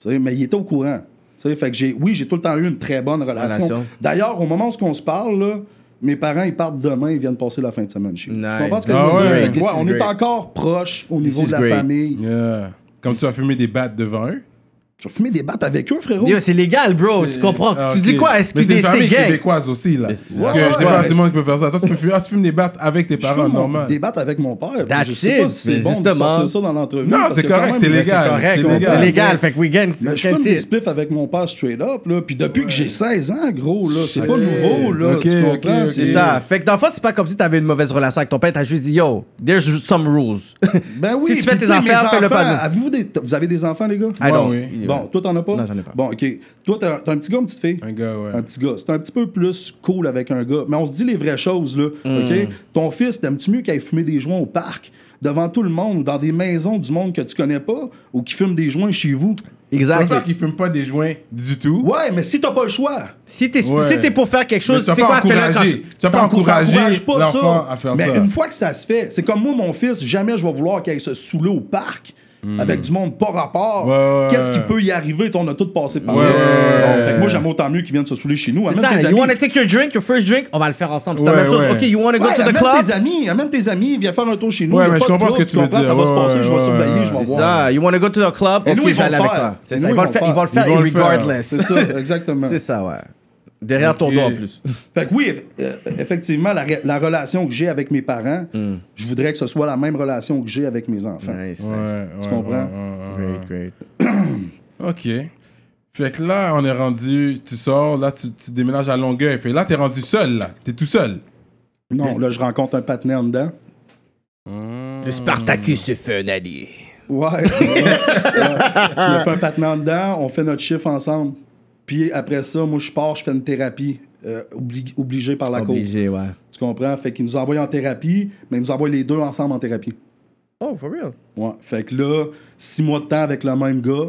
Speaker 5: tu sais, mais il était au courant. Tu sais, fait que j'ai, oui, j'ai tout le temps eu une très bonne relation.
Speaker 4: Relation.
Speaker 5: D'ailleurs, au moment où on se parle, là, mes parents, ils partent demain, ils viennent passer la fin de semaine chez nous.
Speaker 4: Nice. Ah
Speaker 5: Tu comprends ce que
Speaker 3: This
Speaker 5: je veux
Speaker 3: is
Speaker 5: dire?
Speaker 3: great.
Speaker 5: Ouais,
Speaker 4: This is
Speaker 5: on
Speaker 4: great.
Speaker 5: est encore proches au niveau
Speaker 4: is
Speaker 5: de la
Speaker 4: great.
Speaker 5: famille.
Speaker 3: Yeah. Comme tu as fumé des battes devant eux.
Speaker 5: Je vais fumer des battes avec eux, frérot.
Speaker 4: Yo, c'est légal, bro. Tu comprends?
Speaker 3: Ah,
Speaker 4: Tu
Speaker 3: ok.
Speaker 4: dis quoi? Est-ce
Speaker 3: Mais
Speaker 4: que c'est
Speaker 3: c'est une famille
Speaker 4: gay?
Speaker 3: québécoise aussi, là. Parce
Speaker 4: c'est-
Speaker 3: que
Speaker 5: Ouais,
Speaker 3: c'est
Speaker 5: ouais,
Speaker 3: pas
Speaker 5: ouais.
Speaker 3: tout le monde qui peut faire ça. Toi, tu peux fumer, ah, tu fumes des battes avec tes
Speaker 5: Je
Speaker 3: parents, normal.
Speaker 5: débattre avec mon père.
Speaker 4: That's
Speaker 5: puis je sais
Speaker 4: it,
Speaker 5: pas si c'est
Speaker 4: mais
Speaker 5: bon
Speaker 4: justement.
Speaker 5: de sortir ça dans l'entrevue.
Speaker 3: Non,
Speaker 5: parce
Speaker 3: c'est
Speaker 5: que quand
Speaker 3: correct,
Speaker 5: même,
Speaker 3: c'est
Speaker 5: mais
Speaker 3: légal.
Speaker 4: Correct,
Speaker 3: C'est
Speaker 4: on-
Speaker 3: légal.
Speaker 4: c'est légal. Fait que weekend,
Speaker 5: Mais je
Speaker 4: can
Speaker 5: fume
Speaker 4: see
Speaker 5: des
Speaker 4: it.
Speaker 5: spliffs avec mon père straight up, là. Puis depuis que j'ai 16 ans, gros, là, c'est pas nouveau, là.
Speaker 3: Ok,
Speaker 5: tu
Speaker 3: ok,
Speaker 5: comprends?
Speaker 3: ok.
Speaker 4: C'est ça. Fait que dans le fond, c'est pas comme si t'avais une mauvaise relation avec ton père. T'as juste dit, yo, there's some rules.
Speaker 5: Ben oui,
Speaker 4: Si tu fais
Speaker 5: puis,
Speaker 4: tes
Speaker 5: sais,
Speaker 4: affaires,
Speaker 5: mes
Speaker 4: fais-le pas
Speaker 5: enfants,
Speaker 4: nous.
Speaker 5: Avez-vous des... Vous avez des enfants, les gars?
Speaker 4: I don't.
Speaker 3: Ouais, oui.
Speaker 5: Bon, toi, t'en as pas?
Speaker 4: Non, j'en ai pas.
Speaker 5: Bon, OK. Toi, t'as t'as un petit gars, une petite fille?
Speaker 3: Un gars, ouais.
Speaker 5: Un petit gars. C'est un petit peu plus cool avec un gars. Mais on se dit les vraies choses, là.
Speaker 4: Hmm.
Speaker 5: OK? Ton fils, t'aimes-tu mieux qu'il aille fumer des joints au parc, devant tout le monde, ou dans des maisons du monde que tu connais pas, ou qu'il fume des joints chez vous?
Speaker 3: Je
Speaker 4: Exact.
Speaker 3: préfère qu'ils fument pas des joints du tout.
Speaker 5: Ouais, mais si t'as pas le choix,
Speaker 4: Si t'es
Speaker 3: Ouais.
Speaker 4: si t'es pour faire quelque
Speaker 3: Mais
Speaker 4: chose,
Speaker 3: tu vas
Speaker 4: c'est
Speaker 3: pas
Speaker 4: quoi, fais-le quand
Speaker 3: encourager. Tu vas pas
Speaker 5: t'encourages
Speaker 3: encourager
Speaker 5: pas
Speaker 3: l'enfant
Speaker 5: ça.
Speaker 3: à faire
Speaker 5: mais
Speaker 3: ça.
Speaker 5: une fois que ça se fait, c'est comme moi, mon fils, jamais je vais vouloir qu'il aille se saouler au parc avec du monde pas rapport.
Speaker 3: Hmm. Ouais, ouais,
Speaker 5: Qu'est-ce qui
Speaker 3: ouais.
Speaker 5: peut y arriver? On a tous passé par
Speaker 3: Ouais,
Speaker 5: là.
Speaker 3: ouais, ouais,
Speaker 5: Bon, fait que moi, j'aime autant mieux qu'ils viennent se saouler chez nous.
Speaker 4: C'est
Speaker 5: Amène
Speaker 4: ça,
Speaker 5: tes
Speaker 4: you
Speaker 5: amis.
Speaker 4: wanna take your drink, your first drink, on va le faire ensemble. C'est
Speaker 3: Ouais,
Speaker 4: la même chose.
Speaker 3: ouais.
Speaker 4: Ok, you wanna go
Speaker 5: Ouais,
Speaker 4: to the
Speaker 5: amène
Speaker 4: club?
Speaker 5: tes amis, amène tes amis, viens faire un tour chez nous.
Speaker 3: Ouais,
Speaker 5: Y a
Speaker 3: mais
Speaker 5: pas
Speaker 3: je
Speaker 5: de
Speaker 3: comprends ce
Speaker 5: trouble,
Speaker 3: que tu veux
Speaker 5: comprends,
Speaker 3: dire.
Speaker 5: Ça va se
Speaker 3: Ouais,
Speaker 5: passer, je vais
Speaker 3: ouais, ouais,
Speaker 5: surveiller, je vais
Speaker 3: c'est
Speaker 5: voir.
Speaker 4: Ça, you wanna go to the club?
Speaker 5: Et nous,
Speaker 4: ok,
Speaker 5: ils vont
Speaker 4: j'allais
Speaker 5: le
Speaker 4: avec
Speaker 5: faire.
Speaker 4: toi. C'est
Speaker 5: Et
Speaker 4: ça,
Speaker 5: nous,
Speaker 4: ils vont le faire, ils vont le faire
Speaker 3: Ils vont le faire.
Speaker 4: irregardless.
Speaker 5: C'est ça, exactement.
Speaker 4: C'est ça, ouais. Derrière ton
Speaker 3: Ok.
Speaker 4: dos en plus.
Speaker 5: Fait que oui, eff- euh, effectivement, la, re- la relation que j'ai avec mes parents, je voudrais que ce soit la même relation que j'ai avec mes enfants.
Speaker 4: Nice,
Speaker 3: Hmm. Ouais,
Speaker 4: nice.
Speaker 3: ouais,
Speaker 5: Tu comprends?
Speaker 3: ouais, ouais, ouais.
Speaker 4: Great, great.
Speaker 3: Ok. Fait que là, on est rendu, tu sors, là, tu, tu déménages à Longueuil. Fait que là, t'es rendu seul, là. T'es tout seul.
Speaker 5: Non, là, je rencontre un partenaire en dedans.
Speaker 4: Le Spartacus se fait un allié.
Speaker 5: Ouais. ouais. Je me fais un patenant dedans, on fait notre chiffre ensemble. Puis après ça, moi, je pars, je fais une thérapie euh, obli- obligée par la cause.
Speaker 4: Obligé, ouais.
Speaker 5: Tu comprends? Fait qu'ils nous envoient en thérapie, mais ils nous envoient les deux ensemble en thérapie.
Speaker 4: Oh, for real?
Speaker 5: Ouais. Fait que là, six mois de temps avec le même gars,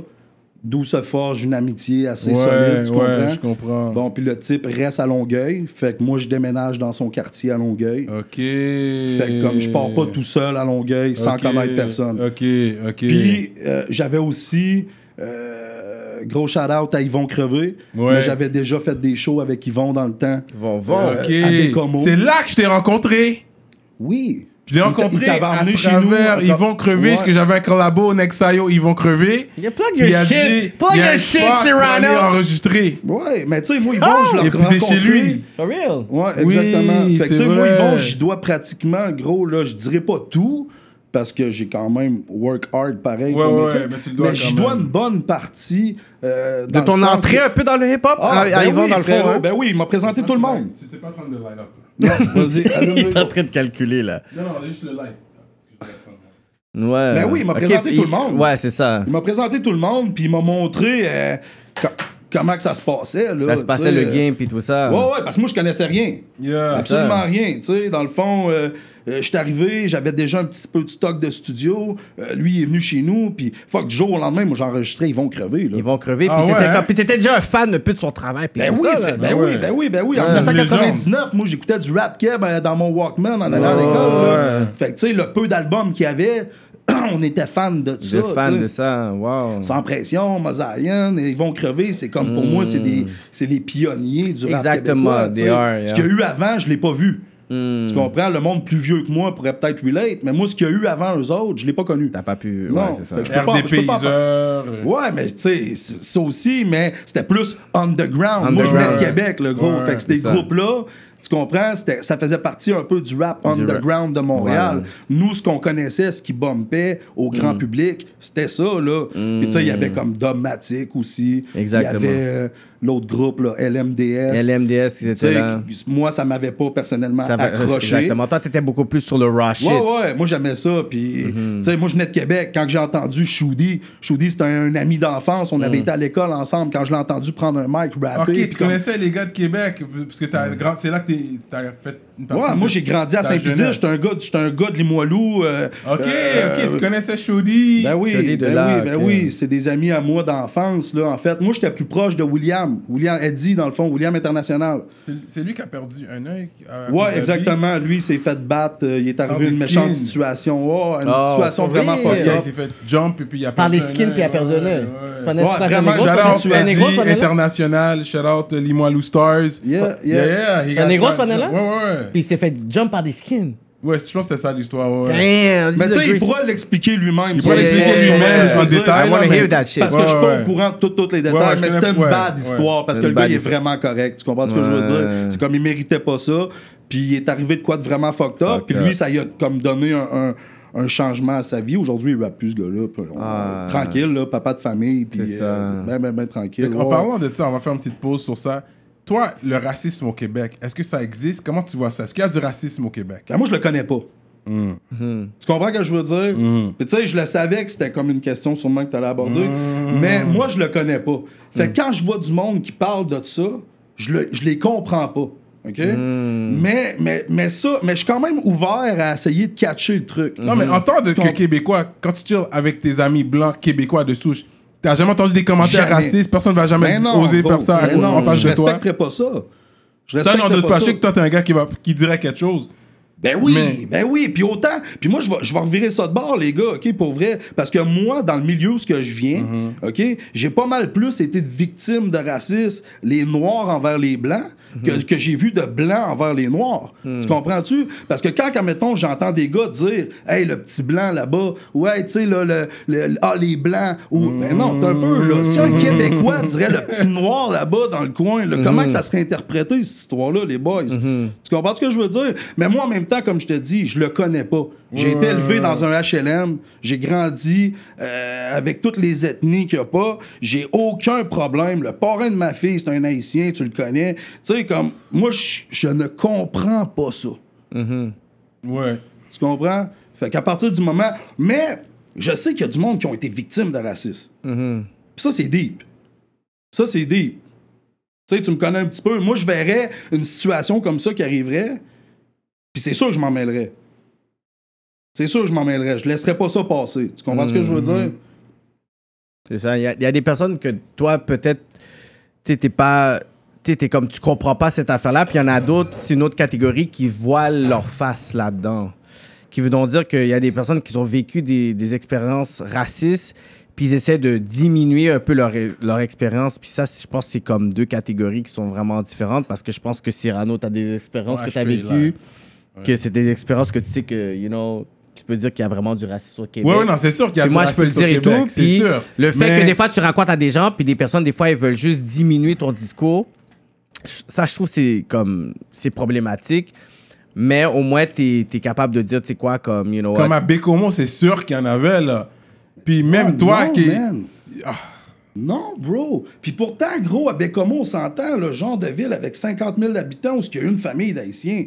Speaker 5: d'où se forge une amitié assez
Speaker 3: Ouais,
Speaker 5: solide, tu
Speaker 3: ouais,
Speaker 5: comprends?
Speaker 3: je comprends.
Speaker 5: Bon, puis le type reste à Longueuil, fait que moi, je déménage dans son quartier à Longueuil.
Speaker 3: OK.
Speaker 5: Fait que comme je pars pas tout seul à Longueuil sans
Speaker 3: Ok,
Speaker 5: connaître personne.
Speaker 3: OK, OK.
Speaker 5: Puis euh, j'avais aussi, euh, gros shout-out à Yvon Crevé,
Speaker 3: Ouais.
Speaker 5: mais j'avais déjà fait des shows avec Yvon dans le temps.
Speaker 4: Vont, Euh, vont.
Speaker 3: OK.
Speaker 5: à Bécomo.
Speaker 3: C'est là que je t'ai rencontré.
Speaker 5: Oui.
Speaker 3: Je l'ai
Speaker 5: Il t'a-
Speaker 3: rencontré
Speaker 5: il t'avait
Speaker 3: à
Speaker 5: emmené chez
Speaker 3: travers
Speaker 5: nous,
Speaker 3: Ils
Speaker 5: encore-
Speaker 3: vont crever, parce
Speaker 5: Ouais.
Speaker 3: que j'avais un collabo, Nexayo, Ils vont crever.
Speaker 4: Yeah, plug
Speaker 3: Puis
Speaker 4: your
Speaker 3: il a
Speaker 4: shit.
Speaker 3: dit,
Speaker 4: Plug
Speaker 3: il y a
Speaker 4: your
Speaker 3: un
Speaker 4: shit,
Speaker 3: spot pour aller
Speaker 4: Cyrano.
Speaker 3: enregistrer.
Speaker 5: Ouais, mais tu sais, moi, Yvon, je l'ai
Speaker 3: Ah! Et puis c'est chez lui.
Speaker 4: For real.
Speaker 5: Ouais,
Speaker 3: Oui,
Speaker 5: exactement. fait que, tu
Speaker 3: c'est
Speaker 5: sais, moi,
Speaker 3: vrai.
Speaker 5: Yvon, j'y dois pratiquement, gros, là, je dirais pas tout, parce que j'ai quand même work hard pareil.
Speaker 3: Ouais,
Speaker 5: comme
Speaker 3: ouais,
Speaker 5: équipe,
Speaker 3: mais tu le dois
Speaker 5: j'y
Speaker 3: quand
Speaker 5: dois
Speaker 3: même.
Speaker 5: une bonne partie. euh,
Speaker 4: De
Speaker 5: dans
Speaker 4: ton
Speaker 5: le sens
Speaker 4: entrée
Speaker 5: que-
Speaker 4: un peu dans le hip-hop à,
Speaker 5: Ah,
Speaker 4: à
Speaker 5: ben
Speaker 4: Yvon
Speaker 5: oui,
Speaker 4: dans le fond.
Speaker 5: frérot,
Speaker 4: hein?
Speaker 5: Ben oui, il m'a présenté tout le monde.
Speaker 3: C'était pas en train de line up.
Speaker 5: Non, vas-y, allume-le,
Speaker 4: Il est en
Speaker 5: gros.
Speaker 4: train de calculer, là.
Speaker 3: Non, non, juste le line.
Speaker 4: Ouais.
Speaker 5: Ben oui, il m'a
Speaker 4: Ok,
Speaker 5: présenté
Speaker 4: il-
Speaker 5: tout le monde.
Speaker 4: Ouais, c'est ça.
Speaker 5: Il m'a présenté tout le monde, puis il m'a montré euh, co- comment que ça se passait. Là,
Speaker 4: Ça se passait
Speaker 5: tu sais, euh,
Speaker 4: le game puis tout ça.
Speaker 5: Ouais, ouais, parce que moi, je connaissais rien.
Speaker 4: Ah,
Speaker 3: Yeah.
Speaker 4: ça.
Speaker 5: Absolument rien. Tu sais, dans le fond, euh, euh, je suis arrivé, j'avais déjà un petit peu de stock de studio. Euh, lui, il est venu chez nous, puis fuck, du jour au lendemain, moi, j'enregistrais, ils vont crever. Là.
Speaker 4: Ils vont crever.
Speaker 3: Ah
Speaker 4: puis
Speaker 3: ouais,
Speaker 4: t'étais
Speaker 3: hein?
Speaker 4: comme- puis t'étais déjà un fan un peu de son travail. Puis
Speaker 5: Ben
Speaker 4: tout
Speaker 5: oui,
Speaker 4: ça, là.
Speaker 5: frère, ben,
Speaker 3: ben ouais.
Speaker 5: oui, ben oui, ben oui. En
Speaker 4: Ouais.
Speaker 5: 1999, moi, j'écoutais du rap keb euh, dans mon Walkman en allant à
Speaker 4: Ouais,
Speaker 5: l'école. là.
Speaker 4: ouais.
Speaker 5: Fait que, tu sais, le peu d'albums qu'il y avait, on était fans de ça.
Speaker 4: De fan
Speaker 5: tu sais.
Speaker 4: de ça. Wow.
Speaker 5: Sans pression, Mazayan, ils vont crever. C'est comme pour moi, c'est des, c'est les pionniers du rap
Speaker 4: Hmm. Exactement,
Speaker 5: québécois,
Speaker 4: they
Speaker 5: tu sais.
Speaker 4: are, yeah.
Speaker 5: Ce qu'il y a eu avant, je l'ai pas vu.
Speaker 4: Hmm.
Speaker 5: Tu comprends? Le monde plus vieux que moi pourrait peut-être relate, mais moi, ce qu'il y a eu avant eux autres, je l'ai pas connu.
Speaker 4: T'as pas pu. Ouais,
Speaker 5: Non,
Speaker 4: c'est ça.
Speaker 5: fait que je peux pas-
Speaker 3: RD
Speaker 5: je peux pas-
Speaker 3: Payseur.
Speaker 4: Mm.
Speaker 3: euh,
Speaker 5: Ouais, mais tu sais, c- ça aussi, mais c'était plus underground. Moi, je
Speaker 4: Underground.
Speaker 5: venais de Québec, le gros.
Speaker 3: Ouais,
Speaker 5: fait que ces
Speaker 4: c'est ça.
Speaker 5: groupes-là, tu comprends, c'était- ça faisait partie un peu du rap underground de Montréal.
Speaker 4: Ouais. Mm.
Speaker 5: Nous, ce qu'on connaissait, ce qui bumpait au grand public, c'était ça, là. Puis tu sais, il y avait comme Domatic aussi.
Speaker 4: Exactement.
Speaker 5: Il y avait euh, l'autre groupe, là, LMDS.
Speaker 4: LMDS qui
Speaker 5: Tu sais,
Speaker 4: était là.
Speaker 5: moi, ça m'avait pas personnellement
Speaker 4: Ça euh, va-
Speaker 5: accroché.
Speaker 4: Exactement. Toi, t'étais beaucoup plus sur le raw shit. Mhm.
Speaker 5: Ouais, ouais, moi j'aimais ça. Puis, tu sais, moi je venais de Québec. Quand j'ai entendu Shoudi, Shoudi c'était un, un ami d'enfance. On
Speaker 4: Mhm.
Speaker 5: avait été à l'école ensemble. Quand je l'ai entendu prendre un mic, rapper.
Speaker 3: Ok,
Speaker 5: puis
Speaker 3: tu
Speaker 5: comme-
Speaker 3: connaissais les gars de Québec, parce que t'as grand- c'est là que t'es- t'as fait une partie.
Speaker 5: Ouais,
Speaker 3: de
Speaker 5: moi j'ai grandi à
Speaker 3: ta
Speaker 5: Saint-Pédir.
Speaker 3: jeunesse. Ah,
Speaker 5: J'étais un, gars de- j'étais un gars de Limoilou. euh,
Speaker 3: Ok,
Speaker 5: euh,
Speaker 3: ok, tu connaissais Chaudy.
Speaker 5: Ben
Speaker 4: Johnny euh.
Speaker 5: oui,
Speaker 4: de
Speaker 5: ben
Speaker 4: là,
Speaker 5: oui, ben
Speaker 4: ok.
Speaker 5: oui, c'est des amis à moi d'enfance, là, en fait. Moi, j'étais plus proche de William. William Eddy, dans le fond, William International.
Speaker 3: C'est- C'est lui qui a perdu un œil. à- à cause de
Speaker 5: Ouais,
Speaker 3: la
Speaker 5: exactement. Lui, il s'est fait battre. euh, il est
Speaker 3: Par Ah, des
Speaker 5: arrivé une méchante
Speaker 3: skins.
Speaker 5: situation. Oh, une
Speaker 4: Oh,
Speaker 5: situation
Speaker 4: for
Speaker 5: vraiment
Speaker 4: real?
Speaker 5: pas
Speaker 3: biche. Il s'est fait jump et puis il a
Speaker 6: Par
Speaker 3: perdu
Speaker 6: les
Speaker 3: un
Speaker 6: skins,
Speaker 3: œil,
Speaker 6: puis à
Speaker 3: ouais,
Speaker 6: personne
Speaker 3: ouais,
Speaker 6: là.
Speaker 3: ouais.
Speaker 6: C'est pas nécessaire,
Speaker 5: Ouais,
Speaker 6: c'est pas
Speaker 5: vraiment,
Speaker 6: un négro,
Speaker 5: j'adore
Speaker 6: c'est-
Speaker 3: Shout out
Speaker 6: c'est un négro, ce
Speaker 3: Eddie
Speaker 6: panel-là.
Speaker 3: International, shout out Limoilou Stars.
Speaker 5: Yeah,
Speaker 3: Yeah,
Speaker 5: yeah.
Speaker 3: yeah. he
Speaker 6: C'est un
Speaker 3: got-
Speaker 6: négro, ce panel-là?
Speaker 3: Ouais, ouais, ouais.
Speaker 6: Puis il s'est fait jump par des skins.
Speaker 3: Ouais, je pense que c'était ça l'histoire. ouais, ouais.
Speaker 4: Damn.
Speaker 5: Mais
Speaker 4: this is
Speaker 5: tu sais,
Speaker 4: a
Speaker 5: il
Speaker 4: great-
Speaker 5: pourra l'expliquer lui-même.
Speaker 3: pourra
Speaker 5: ça,
Speaker 3: l'expliquer
Speaker 5: c'est pas
Speaker 3: lui-même,
Speaker 5: vrai,
Speaker 3: en
Speaker 5: je veux dire.
Speaker 3: détail,
Speaker 4: I wanna
Speaker 3: là, mais-
Speaker 4: hear that shit.
Speaker 5: Parce que je suis
Speaker 3: Ouais,
Speaker 5: pas
Speaker 3: ouais.
Speaker 5: au courant de tous- tous les détails,
Speaker 3: Ouais, ouais, je
Speaker 5: mais
Speaker 3: connais-
Speaker 5: c'était une
Speaker 3: ouais,
Speaker 5: bad
Speaker 3: ouais.
Speaker 5: histoire parce que
Speaker 4: Une
Speaker 5: le gars,
Speaker 4: bad
Speaker 5: il est
Speaker 4: histoire.
Speaker 5: vraiment correct. Tu comprends ce que je veux dire?
Speaker 4: Ouais.
Speaker 5: C'est comme il méritait pas ça, puis il est arrivé de quoi de vraiment fucked up,
Speaker 4: Fucked
Speaker 5: puis
Speaker 4: up.
Speaker 5: lui, ça lui a comme donné un. un- un changement à sa vie. Aujourd'hui, il rappe plus ce gars-là. puis on-
Speaker 4: Ah.
Speaker 5: Tranquille, là, papa de famille. Puis,
Speaker 4: C'est ça.
Speaker 5: euh, ben, ben, ben, tranquille.
Speaker 3: En
Speaker 5: ouais.
Speaker 3: parlant de ça, on va faire une petite pause sur ça. Toi, le racisme au Québec, est-ce que ça existe Comment tu vois ça Est-ce qu'il y a du racisme au Québec
Speaker 5: Ben, moi, je le connais pas.
Speaker 3: Hmm.
Speaker 5: Tu comprends ce que je veux dire? Puis, tu sais, je le savais que c'était comme une question sûrement que tu allais aborder,
Speaker 3: Hmm.
Speaker 5: mais moi, je le connais pas. Fait que quand je vois du monde qui parle de ça, je, le, je les comprends pas. OK?
Speaker 3: Hmm.
Speaker 5: Mais, mais, mais ça, mais je suis quand même ouvert à essayer de catcher le truc. Hmm.
Speaker 3: Non,
Speaker 4: Mm-hmm.
Speaker 3: mais en tant que
Speaker 5: Tu comprends-
Speaker 3: Québécois, quand tu chilles avec tes amis blancs québécois de souche, t'as jamais entendu des commentaires
Speaker 5: Jamais.
Speaker 3: racistes, personne ne va jamais
Speaker 5: Ben non,
Speaker 3: oser
Speaker 5: gros,
Speaker 3: faire ça à-
Speaker 5: ben non,
Speaker 3: en face
Speaker 5: je
Speaker 3: de toi.
Speaker 5: respecterais pas ça. Je
Speaker 3: Ça, j'en
Speaker 5: respecterais
Speaker 3: doute pas. Je sais que toi,
Speaker 5: ça.
Speaker 3: t'es un gars qui, va, qui dirait quelque chose.
Speaker 5: Ben oui,
Speaker 3: Mais-
Speaker 5: ben oui, puis autant, puis moi je vais je vais revirer ça de bord les gars, OK, pour vrai parce que moi dans le milieu où ce que je viens, OK, j'ai pas mal plus été de victime de racisme les noirs envers les blancs que, que j'ai vu de blancs envers les noirs. Tu comprends-tu Parce que quand admettons j'entends des gars dire "Hey le petit blanc là-bas, ouais, tu sais là le, le- le- ah les blancs ou ben non, t'as un peu là, si un québécois dirait le petit noir là-bas dans le coin, là, comment que ça serait interprété cette histoire-là les boys Tu comprends ce que je veux dire? Mais moi, en même temps, comme je te dis, je le connais pas. J'ai été élevé dans un HLM. J'ai grandi euh, avec toutes les ethnies qu'il y a pas. J'ai aucun problème. Le parrain de ma fille, c'est un Haïtien, tu le connais. Tu sais, comme, moi, je je ne comprends pas ça.
Speaker 3: Ouais.
Speaker 5: Tu comprends? Fait qu'à partir du moment. Mais je sais qu'il y a du monde qui ont été victimes de racisme. Puis ça, c'est deep. Ça, c'est deep. Tu sais, tu me connais un petit peu. Moi, je verrais une situation comme ça qui arriverait. Puis c'est sûr que je m'en mêlerais. C'est sûr que je m'en mêlerais. Je laisserais pas ça passer. Tu comprends ce que je veux dire?
Speaker 4: C'est ça. Il y, a- il y a des personnes que toi, peut-être, tu sais, t'es pas. Tu sais, t'es comme, tu comprends pas cette affaire-là. Puis il y en a d'autres, c'est une autre catégorie qui voient leur face là-dedans. Qui veut donc dire qu'il y a des personnes qui ont vécu des, des expériences racistes, puis ils essaient de diminuer un peu leur, leur expérience. Puis ça, c'est- je pense que c'est comme deux catégories qui sont vraiment différentes parce que je pense que Cyrano, t'as des expériences
Speaker 3: Ouais,
Speaker 4: que
Speaker 3: je
Speaker 4: t'as
Speaker 3: suis
Speaker 4: vécues,
Speaker 3: là.
Speaker 4: que c'est des expériences que tu sais que, you know, tu peux dire qu'il y a vraiment du racisme au Québec.
Speaker 3: Ouais, ouais, non, c'est sûr qu'il y a
Speaker 4: Eh ben, Puis
Speaker 3: du
Speaker 4: moi, je peux le
Speaker 3: racisme
Speaker 4: dire
Speaker 3: au
Speaker 4: et
Speaker 3: Québec,
Speaker 4: tout.
Speaker 3: c'est
Speaker 4: Puis
Speaker 3: sûr.
Speaker 4: le fait
Speaker 3: Mais-
Speaker 4: que des fois, tu racontes à des gens, puis des personnes, des fois, elles veulent juste diminuer ton discours. Ch- Ça, je trouve, c'est comme, c'est problématique. Mais au moins, t'es es capable de dire, tu sais quoi, comme, you know what.
Speaker 3: Comme à Bécomo, c'est sûr qu'il y en avait, là. Puis
Speaker 4: Ah,
Speaker 3: même toi
Speaker 5: Ah, non,
Speaker 3: qui. Ah.
Speaker 5: man. Non, bro. Puis pourtant, gros, à Bécomo, on s'entend, le genre de ville avec 50 000 habitants où il y a une famille d'Haïtiens.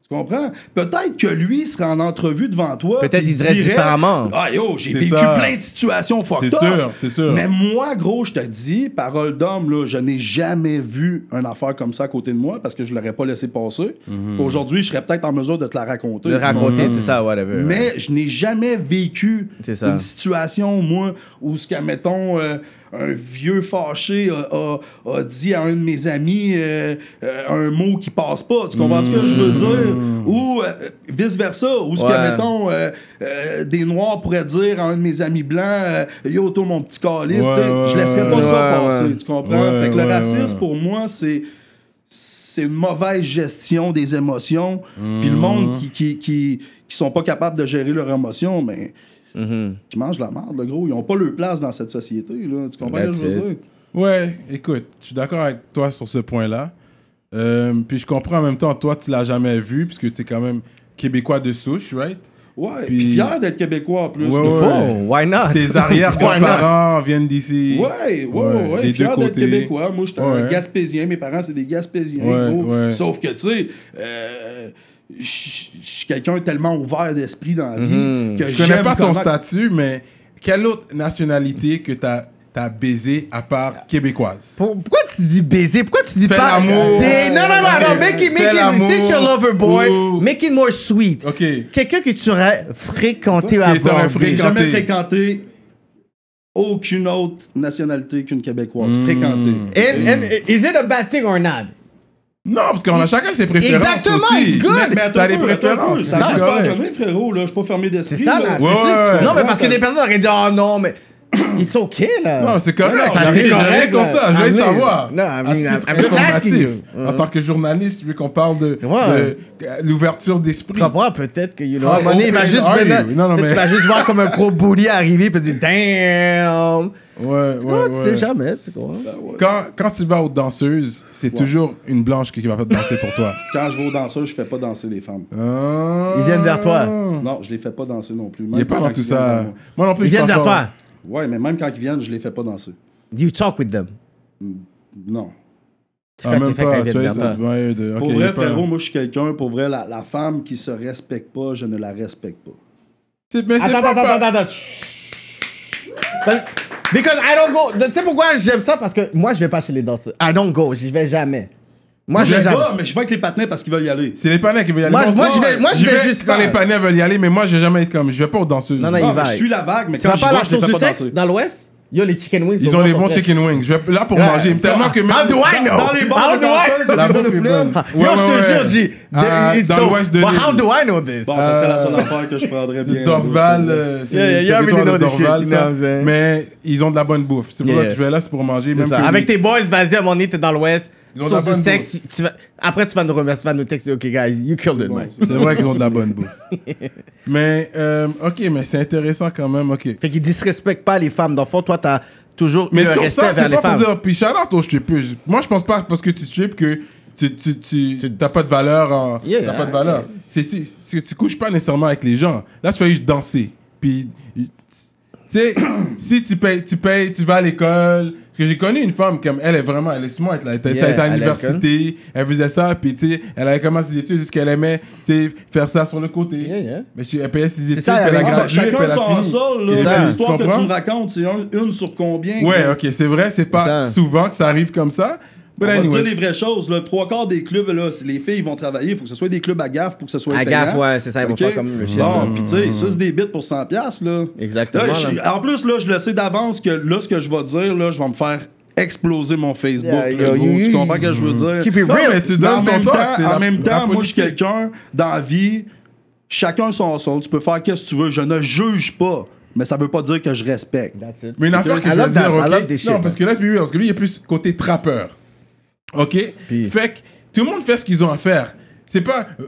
Speaker 5: Tu comprends? Peut-être que lui sera en entrevue devant toi.
Speaker 4: Peut-être
Speaker 5: puis
Speaker 4: il dirait différemment.
Speaker 5: Ah yo, j'ai
Speaker 3: C'est
Speaker 5: vécu
Speaker 3: ça.
Speaker 5: plein de situations fucked
Speaker 3: C'est
Speaker 5: up.
Speaker 3: sûr, c'est sûr.
Speaker 5: Mais moi, gros, je te dis, parole d'homme, là, je n'ai jamais vu une affaire comme ça à côté de moi parce que je l'aurais pas laissé passer.
Speaker 3: Mhm.
Speaker 5: Aujourd'hui, je serais peut-être en mesure de te la raconter.
Speaker 4: de
Speaker 5: Tu comprends?
Speaker 4: raconter, c'est ça, whatever. ouais.
Speaker 5: Mais je n'ai jamais vécu
Speaker 4: C'est ça.
Speaker 5: une situation, moi, où ce qu'à, mettons, euh, un vieux fâché a, a- a dit à un de mes amis euh, euh, un mot qui passe pas. Tu comprends ce que je veux dire? Ou euh, vice-versa. Ou ce
Speaker 4: Mm. Ouais.
Speaker 5: qu'à, mettons, euh, euh, des Noirs pourraient dire à un de mes amis blancs euh, Yo, toi, mon petit calice.
Speaker 3: Ouais,
Speaker 5: tu sais, je laisserais pas
Speaker 4: ouais,
Speaker 5: ça
Speaker 4: ouais.
Speaker 5: passer. Tu comprends?
Speaker 3: Ouais,
Speaker 5: fait que
Speaker 3: ouais,
Speaker 5: le racisme,
Speaker 3: ouais.
Speaker 5: pour moi, c'est c'est une mauvaise gestion des émotions. Puis
Speaker 3: Mhm.
Speaker 5: le monde qui, qui, qui, qui sont pas capables de gérer leurs émotions, mais
Speaker 4: Mhm.
Speaker 5: qui mangent la merde, le gros. Ils ont pas leur place dans cette société, là. Tu comprends
Speaker 4: That's
Speaker 5: ce que je veux
Speaker 4: it.
Speaker 5: dire?
Speaker 3: Ouais, écoute, je suis d'accord avec toi sur ce point-là. Euh, puis je comprends en même temps, toi, tu l'as jamais vu, puisque tu es quand même québécois de souche, right?
Speaker 5: Ouais,
Speaker 3: Puis-
Speaker 5: puis, fier d'être québécois, en plus.
Speaker 3: Ouais,
Speaker 5: le
Speaker 3: ouais.
Speaker 5: fond.
Speaker 4: Oh, why not?
Speaker 3: Tes arrière-grands-parents viennent d'ici.
Speaker 5: Ouais, ouais, ouais,
Speaker 3: des deux
Speaker 5: fier d'être
Speaker 3: côtés.
Speaker 5: québécois. Moi, j'étais un
Speaker 3: Ouais.
Speaker 5: Gaspésien. Mes parents, c'est des Gaspésiens.
Speaker 3: Ouais,
Speaker 5: gros.
Speaker 3: ouais.
Speaker 5: Sauf que, tu sais, euh, je je suis quelqu'un tellement ouvert d'esprit dans la vie que
Speaker 3: Mhm. Je connais
Speaker 5: j'aime
Speaker 3: pas ton
Speaker 5: comment-
Speaker 3: statut, mais quelle autre nationalité que tu as, baisé à part québécoise?
Speaker 4: Pour- Pourquoi tu dis baiser? Pourquoi tu dis
Speaker 3: Fais
Speaker 4: pas
Speaker 3: l'amour.
Speaker 4: T'es- Non, non, non, non, make it, make
Speaker 3: Fais
Speaker 4: it,
Speaker 3: l'amour.
Speaker 4: since you're lover boy,
Speaker 3: Ouh.
Speaker 4: make it more sweet.
Speaker 3: Ok.
Speaker 4: Quelqu'un que tu aurais fréquenté à
Speaker 3: Que t'aurais
Speaker 4: bord.
Speaker 5: J'ai
Speaker 3: fréquenté.
Speaker 5: jamais fréquenté aucune autre nationalité qu'une québécoise.
Speaker 3: Hmm.
Speaker 5: Fréquenté.
Speaker 3: Eh,
Speaker 4: And, and is it a bad thing or not?
Speaker 3: Non, parce qu'on a chacun ses préférences.
Speaker 4: Exactement,
Speaker 3: aussi.
Speaker 4: it's good.
Speaker 5: Mais- mais attends
Speaker 3: T'as
Speaker 5: un
Speaker 3: des
Speaker 5: peu, attends un peu,
Speaker 3: préférences.
Speaker 5: Ça
Speaker 4: c'est
Speaker 5: me
Speaker 4: correct.
Speaker 5: pas donné, frérot. Là, je suis pas fermé d'esprit.
Speaker 4: C'est ça, là.
Speaker 5: là.
Speaker 4: c'est
Speaker 3: Ouais,
Speaker 4: ça que tu-
Speaker 3: ouais.
Speaker 4: Non, mais parce que
Speaker 5: Ouais,
Speaker 4: des personnes auraient dit, oh non, mais. Ils sont OK, là.
Speaker 3: Non, c'est correct.
Speaker 4: Non, non,
Speaker 3: J'ai- j'ai rien
Speaker 4: là.
Speaker 3: contre ça. Je
Speaker 4: I
Speaker 3: voulais
Speaker 4: mean,
Speaker 3: savoir. Ah,
Speaker 4: Non, I mean,
Speaker 3: à
Speaker 4: I'm-
Speaker 3: titre
Speaker 4: I'm just asking
Speaker 3: informatif.
Speaker 4: you.
Speaker 3: En tant que journaliste, vu qu'on parle de,
Speaker 4: Ouais.
Speaker 3: de, euh, l'ouverture d'esprit.
Speaker 4: Tu comprends, peut-être que, you know,
Speaker 3: How
Speaker 4: à un moment donné, il va
Speaker 3: open
Speaker 4: juste
Speaker 3: Ah, are
Speaker 4: mettre là-
Speaker 3: you? Non, non,
Speaker 4: peut-être
Speaker 3: mais-
Speaker 4: qu'il va juste voir comme un gros bully arriver et dire, damn.
Speaker 3: Ouais, ouais,
Speaker 4: Oh, Tu sais
Speaker 3: ouais.
Speaker 4: jamais, tu comprends?
Speaker 3: Quand, quand tu vas aux danseuses, c'est toujours une blanche qui qui va faire danser pour toi.
Speaker 5: Quand je vais aux danseurs, je fais pas danser les femmes.
Speaker 3: Ah.
Speaker 4: Ils viennent vers toi.
Speaker 5: Non, je les fais pas danser non plus.
Speaker 3: Il est pas dans tout ça. Moi non plus,
Speaker 4: Ils
Speaker 3: je suis
Speaker 4: viennent
Speaker 3: pas
Speaker 4: vers
Speaker 3: fort.
Speaker 4: toi.
Speaker 5: Ouais, mais même quand ils viennent, je les fais pas danser.
Speaker 4: You talk with them.
Speaker 5: Non.
Speaker 4: Tu
Speaker 3: Ah,
Speaker 4: fais-
Speaker 3: même
Speaker 4: tu fais quand
Speaker 3: pas.
Speaker 4: ils
Speaker 3: Tu
Speaker 4: viennent vers
Speaker 3: vois,
Speaker 4: toi.
Speaker 3: admired. Ok,
Speaker 5: Pour
Speaker 3: il est
Speaker 5: vrai,
Speaker 3: pas-
Speaker 5: frérot, moi, je suis quelqu'un. Pour vrai, la, la femme qui se respecte pas, je ne la respecte pas.
Speaker 3: C'est- mais c'est
Speaker 4: Attends,
Speaker 3: pas-
Speaker 4: attends,
Speaker 3: pas-
Speaker 4: attends, attends. Parce- Because I don't go. Tu sais pourquoi j'aime ça? Parce que moi, je vais pas chez les danseurs. I don't go. J'y vais jamais. Moi, je
Speaker 5: Je
Speaker 4: vais
Speaker 5: vais
Speaker 4: jamais.
Speaker 5: pas, mais je vais avec les patinets parce qu'ils veulent y aller.
Speaker 3: C'est les panais qui veulent y aller.
Speaker 4: Moi, je-
Speaker 3: Bon,
Speaker 4: moi,
Speaker 3: bon,
Speaker 4: je vais- moi, je
Speaker 3: j'y
Speaker 4: vais juste
Speaker 3: quand
Speaker 4: pas.
Speaker 3: les panais veulent y aller, mais moi, je vais jamais être comme. Je vais pas aux danseuses.
Speaker 4: Non, non,
Speaker 5: Non,
Speaker 4: il va.
Speaker 5: mais je suis la vague, mais
Speaker 4: Tu
Speaker 5: quand
Speaker 4: vas
Speaker 5: je
Speaker 4: pas à
Speaker 5: vais,
Speaker 4: la
Speaker 5: je les
Speaker 4: chose
Speaker 5: fais
Speaker 4: du
Speaker 5: pas
Speaker 4: sexe
Speaker 5: danser.
Speaker 4: dans l'Ouest? Yo, les chicken wings.
Speaker 3: Ils ont les bons
Speaker 4: chicken
Speaker 3: chicken wings. Je vais là pour
Speaker 4: Ouais. Ah,
Speaker 3: manger. Tellement que
Speaker 4: How do I know?
Speaker 5: Dans les bars
Speaker 4: How
Speaker 5: de
Speaker 4: do I know?
Speaker 5: danseuses, il y a
Speaker 3: La
Speaker 5: des
Speaker 3: bouffe
Speaker 5: zones
Speaker 3: est
Speaker 5: pleines.
Speaker 3: bonne.
Speaker 4: Yo,
Speaker 3: Ouais, ouais,
Speaker 4: je te
Speaker 3: ouais.
Speaker 4: jure, j'ai.
Speaker 3: Ah,
Speaker 4: it's
Speaker 3: dans
Speaker 4: dope.
Speaker 3: l'ouest de
Speaker 4: But
Speaker 3: l'île.
Speaker 4: how do I know this?
Speaker 5: Bon, ça serait la seule affaire que je prendrais bien.
Speaker 3: Euh, Dorval, euh, c'est
Speaker 4: Yeah, yeah,
Speaker 3: le
Speaker 4: you already
Speaker 3: territoire de
Speaker 4: know the shit,
Speaker 3: Dorval,
Speaker 4: you know
Speaker 3: ça.
Speaker 4: what I'm saying?
Speaker 3: mais ils ont de la bonne bouffe. C'est pour
Speaker 4: Yeah.
Speaker 3: ça que je vais là, c'est pour manger.
Speaker 4: C'est
Speaker 3: Ah, Même
Speaker 4: ça.
Speaker 3: que-
Speaker 4: Avec tes boys, vas-y, à un moment donné, t'es dans l'Ouest.
Speaker 3: ont de
Speaker 4: Sur
Speaker 3: la
Speaker 4: du
Speaker 3: bonne
Speaker 4: sexe. tu vas- Après, tu vas nous remercier, tu vas nous texter. OK, guys, you killed it, man.
Speaker 3: C'est vrai qu'ils ont de la bonne bouffe. mais, euh, ok, mais c'est intéressant quand même, ok.
Speaker 4: Fait qu'ils disrespectent pas les femmes. Dans le fond, toi, t'as toujours eu
Speaker 3: Mais
Speaker 4: un
Speaker 3: sur
Speaker 4: respect
Speaker 3: ça,
Speaker 4: vers
Speaker 3: c'est
Speaker 4: les
Speaker 3: pas pour
Speaker 4: femmes.
Speaker 3: dire, puis shout out aux strippers. Moi, je pense pas parce que tu strippes que tu, tu, tu, t'as pas de valeur. en-
Speaker 4: Yeah,
Speaker 3: t'as pas de
Speaker 4: yeah.
Speaker 3: valeur. C'est, c'est, c'est que tu couches pas nécessairement avec les gens. Là, tu fais juste danser. Puis, tu sais, si tu payes, tu payes, tu vas à l'école. Parce que j'ai connu une femme comme elle est vraiment, elle est smart. Là. Elle était-
Speaker 4: Yeah,
Speaker 3: elle était à
Speaker 4: à
Speaker 3: l'université, elle faisait ça, puis tu sais, elle avait commencé ses études jusqu'à qu'elle aimait, tu sais, faire ça sur le côté.
Speaker 4: Yeah, yeah.
Speaker 3: Mais tu- elle payait ses études,
Speaker 4: ça,
Speaker 3: puis elle a
Speaker 4: avec-
Speaker 5: Ah,
Speaker 3: gradué, puis
Speaker 5: Chacun
Speaker 3: elle a
Speaker 5: son
Speaker 3: fini.
Speaker 5: sol,
Speaker 3: C'est
Speaker 5: là.
Speaker 3: ça,
Speaker 5: L'histoire que tu
Speaker 3: comprends?
Speaker 5: me racontes, c'est un- une sur combien?
Speaker 3: Ouais,
Speaker 5: que-
Speaker 3: ok, c'est vrai, c'est pas
Speaker 4: Ça.
Speaker 3: souvent que ça arrive comme ça, But
Speaker 5: on va
Speaker 3: anyway.
Speaker 5: dire les vraies choses. Là, trois quarts des clubs, là, c'est- les filles ils vont travailler. Il faut que ce soit des clubs à gaffe pour que ce soit
Speaker 4: À
Speaker 5: payant.
Speaker 4: gaffe, ouais, c'est ça, ils vont
Speaker 5: Ok?
Speaker 4: faire comme le chien.
Speaker 5: Bon, puis tu
Speaker 4: Mm.
Speaker 5: sais, ça, c'est des bits pour 100$. piastres, Là.
Speaker 4: Exactement,
Speaker 5: Là, je-
Speaker 4: là.
Speaker 5: En plus, là, je le sais d'avance que là, ce que je vais dire, là, je vais me faire exploser mon Facebook.
Speaker 4: Yeah,
Speaker 5: là,
Speaker 4: yeah,
Speaker 5: gros.
Speaker 4: yeah,
Speaker 5: tu
Speaker 4: yeah.
Speaker 5: comprends ce que je veux dire?
Speaker 4: Mm. Keep it
Speaker 5: Non,
Speaker 4: real.
Speaker 5: mais
Speaker 3: Mais en
Speaker 5: en
Speaker 3: même
Speaker 5: même
Speaker 3: temps,
Speaker 5: temps,
Speaker 3: c'est la-
Speaker 5: En
Speaker 3: la
Speaker 5: même temps, moi, je suis
Speaker 3: politique.
Speaker 5: quelqu'un dans la vie, chacun son sol. Tu peux faire qu'est-ce que tu veux. Je ne juge pas, mais ça veut pas dire que je respecte.
Speaker 4: That's it.
Speaker 3: Mais une affaire que
Speaker 4: I
Speaker 3: je veux
Speaker 4: love
Speaker 3: dire,
Speaker 4: that. I love
Speaker 3: ok?
Speaker 4: this
Speaker 3: Non,
Speaker 4: shit.
Speaker 3: parce que là, c'est mieux, parce que lui, il est plus côté trappeur. Ok?
Speaker 4: Puis-
Speaker 3: Fait que tout le monde fait ce qu'ils ont à faire. C'est pas. euh,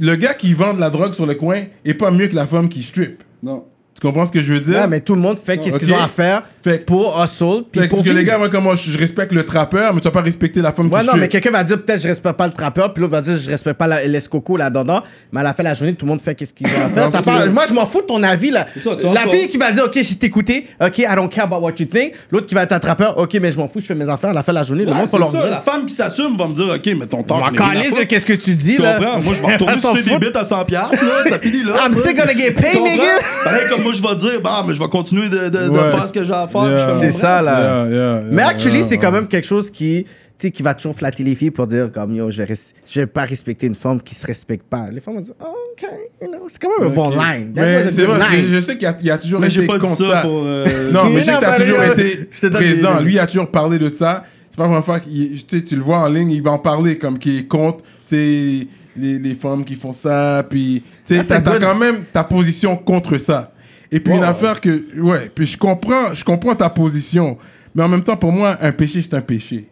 Speaker 3: Le gars qui vend de la drogue sur le coin est pas mieux que la femme qui strip.
Speaker 5: Non.
Speaker 3: Tu comprends ce que je veux dire?
Speaker 4: Ouais, mais tout le monde fait qu'est-ce qu'ils
Speaker 3: Ok.
Speaker 4: ont à faire
Speaker 3: Fait que-
Speaker 4: pour hustle, puis
Speaker 3: Fait que-
Speaker 4: pour
Speaker 3: parce que les
Speaker 4: vivre.
Speaker 3: gars, moi, comment je, je respecte le trappeur, mais tu vas pas respecter la femme
Speaker 4: Ouais,
Speaker 3: qui
Speaker 4: non,
Speaker 3: strip.
Speaker 4: mais quelqu'un va dire peut-être je respecte pas le trappeur, puis l'autre va dire je respecte pas la- l'escoco là-dedans. Mais à la fin de la journée, tout le monde fait qu'est-ce qu'il va faire. Ça
Speaker 5: c'est
Speaker 4: parle-
Speaker 5: ça.
Speaker 4: moi, je m'en fous de ton avis là.
Speaker 5: C'est ça, tu en
Speaker 4: la
Speaker 5: sors.
Speaker 4: fille qui va dire ok, je t'ai écouté, ok, I don't care about what you think. L'autre qui va être un trappeur, ok, mais je m'en fous, je fais mes affaires. À la fin de la journée, le
Speaker 5: Ouais,
Speaker 4: monde
Speaker 5: Ah, c'est
Speaker 4: faut leur
Speaker 5: ça,
Speaker 4: dire.
Speaker 5: la femme qui s'assume va me dire OK, mais ton temps.
Speaker 4: M'en calisse de qu'est-ce que tu dis
Speaker 5: Tu
Speaker 4: là.
Speaker 5: comprends? Moi, je vais retourner
Speaker 4: S'en
Speaker 5: sur des
Speaker 4: fout.
Speaker 5: bits à 100$, là, ça finit là.
Speaker 4: I'm
Speaker 5: tu sais.
Speaker 4: still gonna get paid,
Speaker 5: Tu comprends?
Speaker 4: nigga.
Speaker 5: Pareil comme moi, je vais dire, bah, mais je vais continuer de, de- de
Speaker 3: Ouais.
Speaker 5: faire ce que j'ai à faire.
Speaker 3: Yeah.
Speaker 5: je fais mon
Speaker 4: C'est
Speaker 5: rêve.
Speaker 4: ça là.
Speaker 3: Yeah, yeah, yeah,
Speaker 4: Mais actually,
Speaker 3: yeah,
Speaker 4: c'est
Speaker 3: yeah.
Speaker 4: quand même quelque chose qui, tu sais, qui va toujours flatter les filles pour dire comme yo, je, res- je vais pas respecter une femme qui se respecte pas. Les femmes vont dire oh, ok, you know, c'est quand même un bon
Speaker 3: Ok.
Speaker 4: line. That's
Speaker 3: Mais
Speaker 4: what a
Speaker 3: c'est
Speaker 4: good
Speaker 3: vrai,
Speaker 4: line.
Speaker 3: je, je sais qu'il y a- il y, a toujours
Speaker 5: Mais
Speaker 3: été
Speaker 5: j'ai pas dit
Speaker 3: contre
Speaker 5: ça pour. euh,
Speaker 3: Non, mais je sais
Speaker 4: Non,
Speaker 3: que t'as
Speaker 4: mais
Speaker 3: toujours
Speaker 4: là,
Speaker 3: été
Speaker 4: je te donne
Speaker 3: présent.
Speaker 4: des-
Speaker 3: Lui, il a toujours parlé de ça. C'est pas la première fois que tu, sais, tu le vois en ligne, il va en parler comme qui est contre tu sais, les, les femmes qui font ça. Puis, tu sais,
Speaker 4: Ah,
Speaker 3: t'as
Speaker 4: c'est
Speaker 3: t'as
Speaker 4: good.
Speaker 3: quand même ta position contre ça. Et puis, une affaire que. Ouais, puis je comprends, je comprends ta position. Mais en même temps, pour moi, un péché, c'est un péché.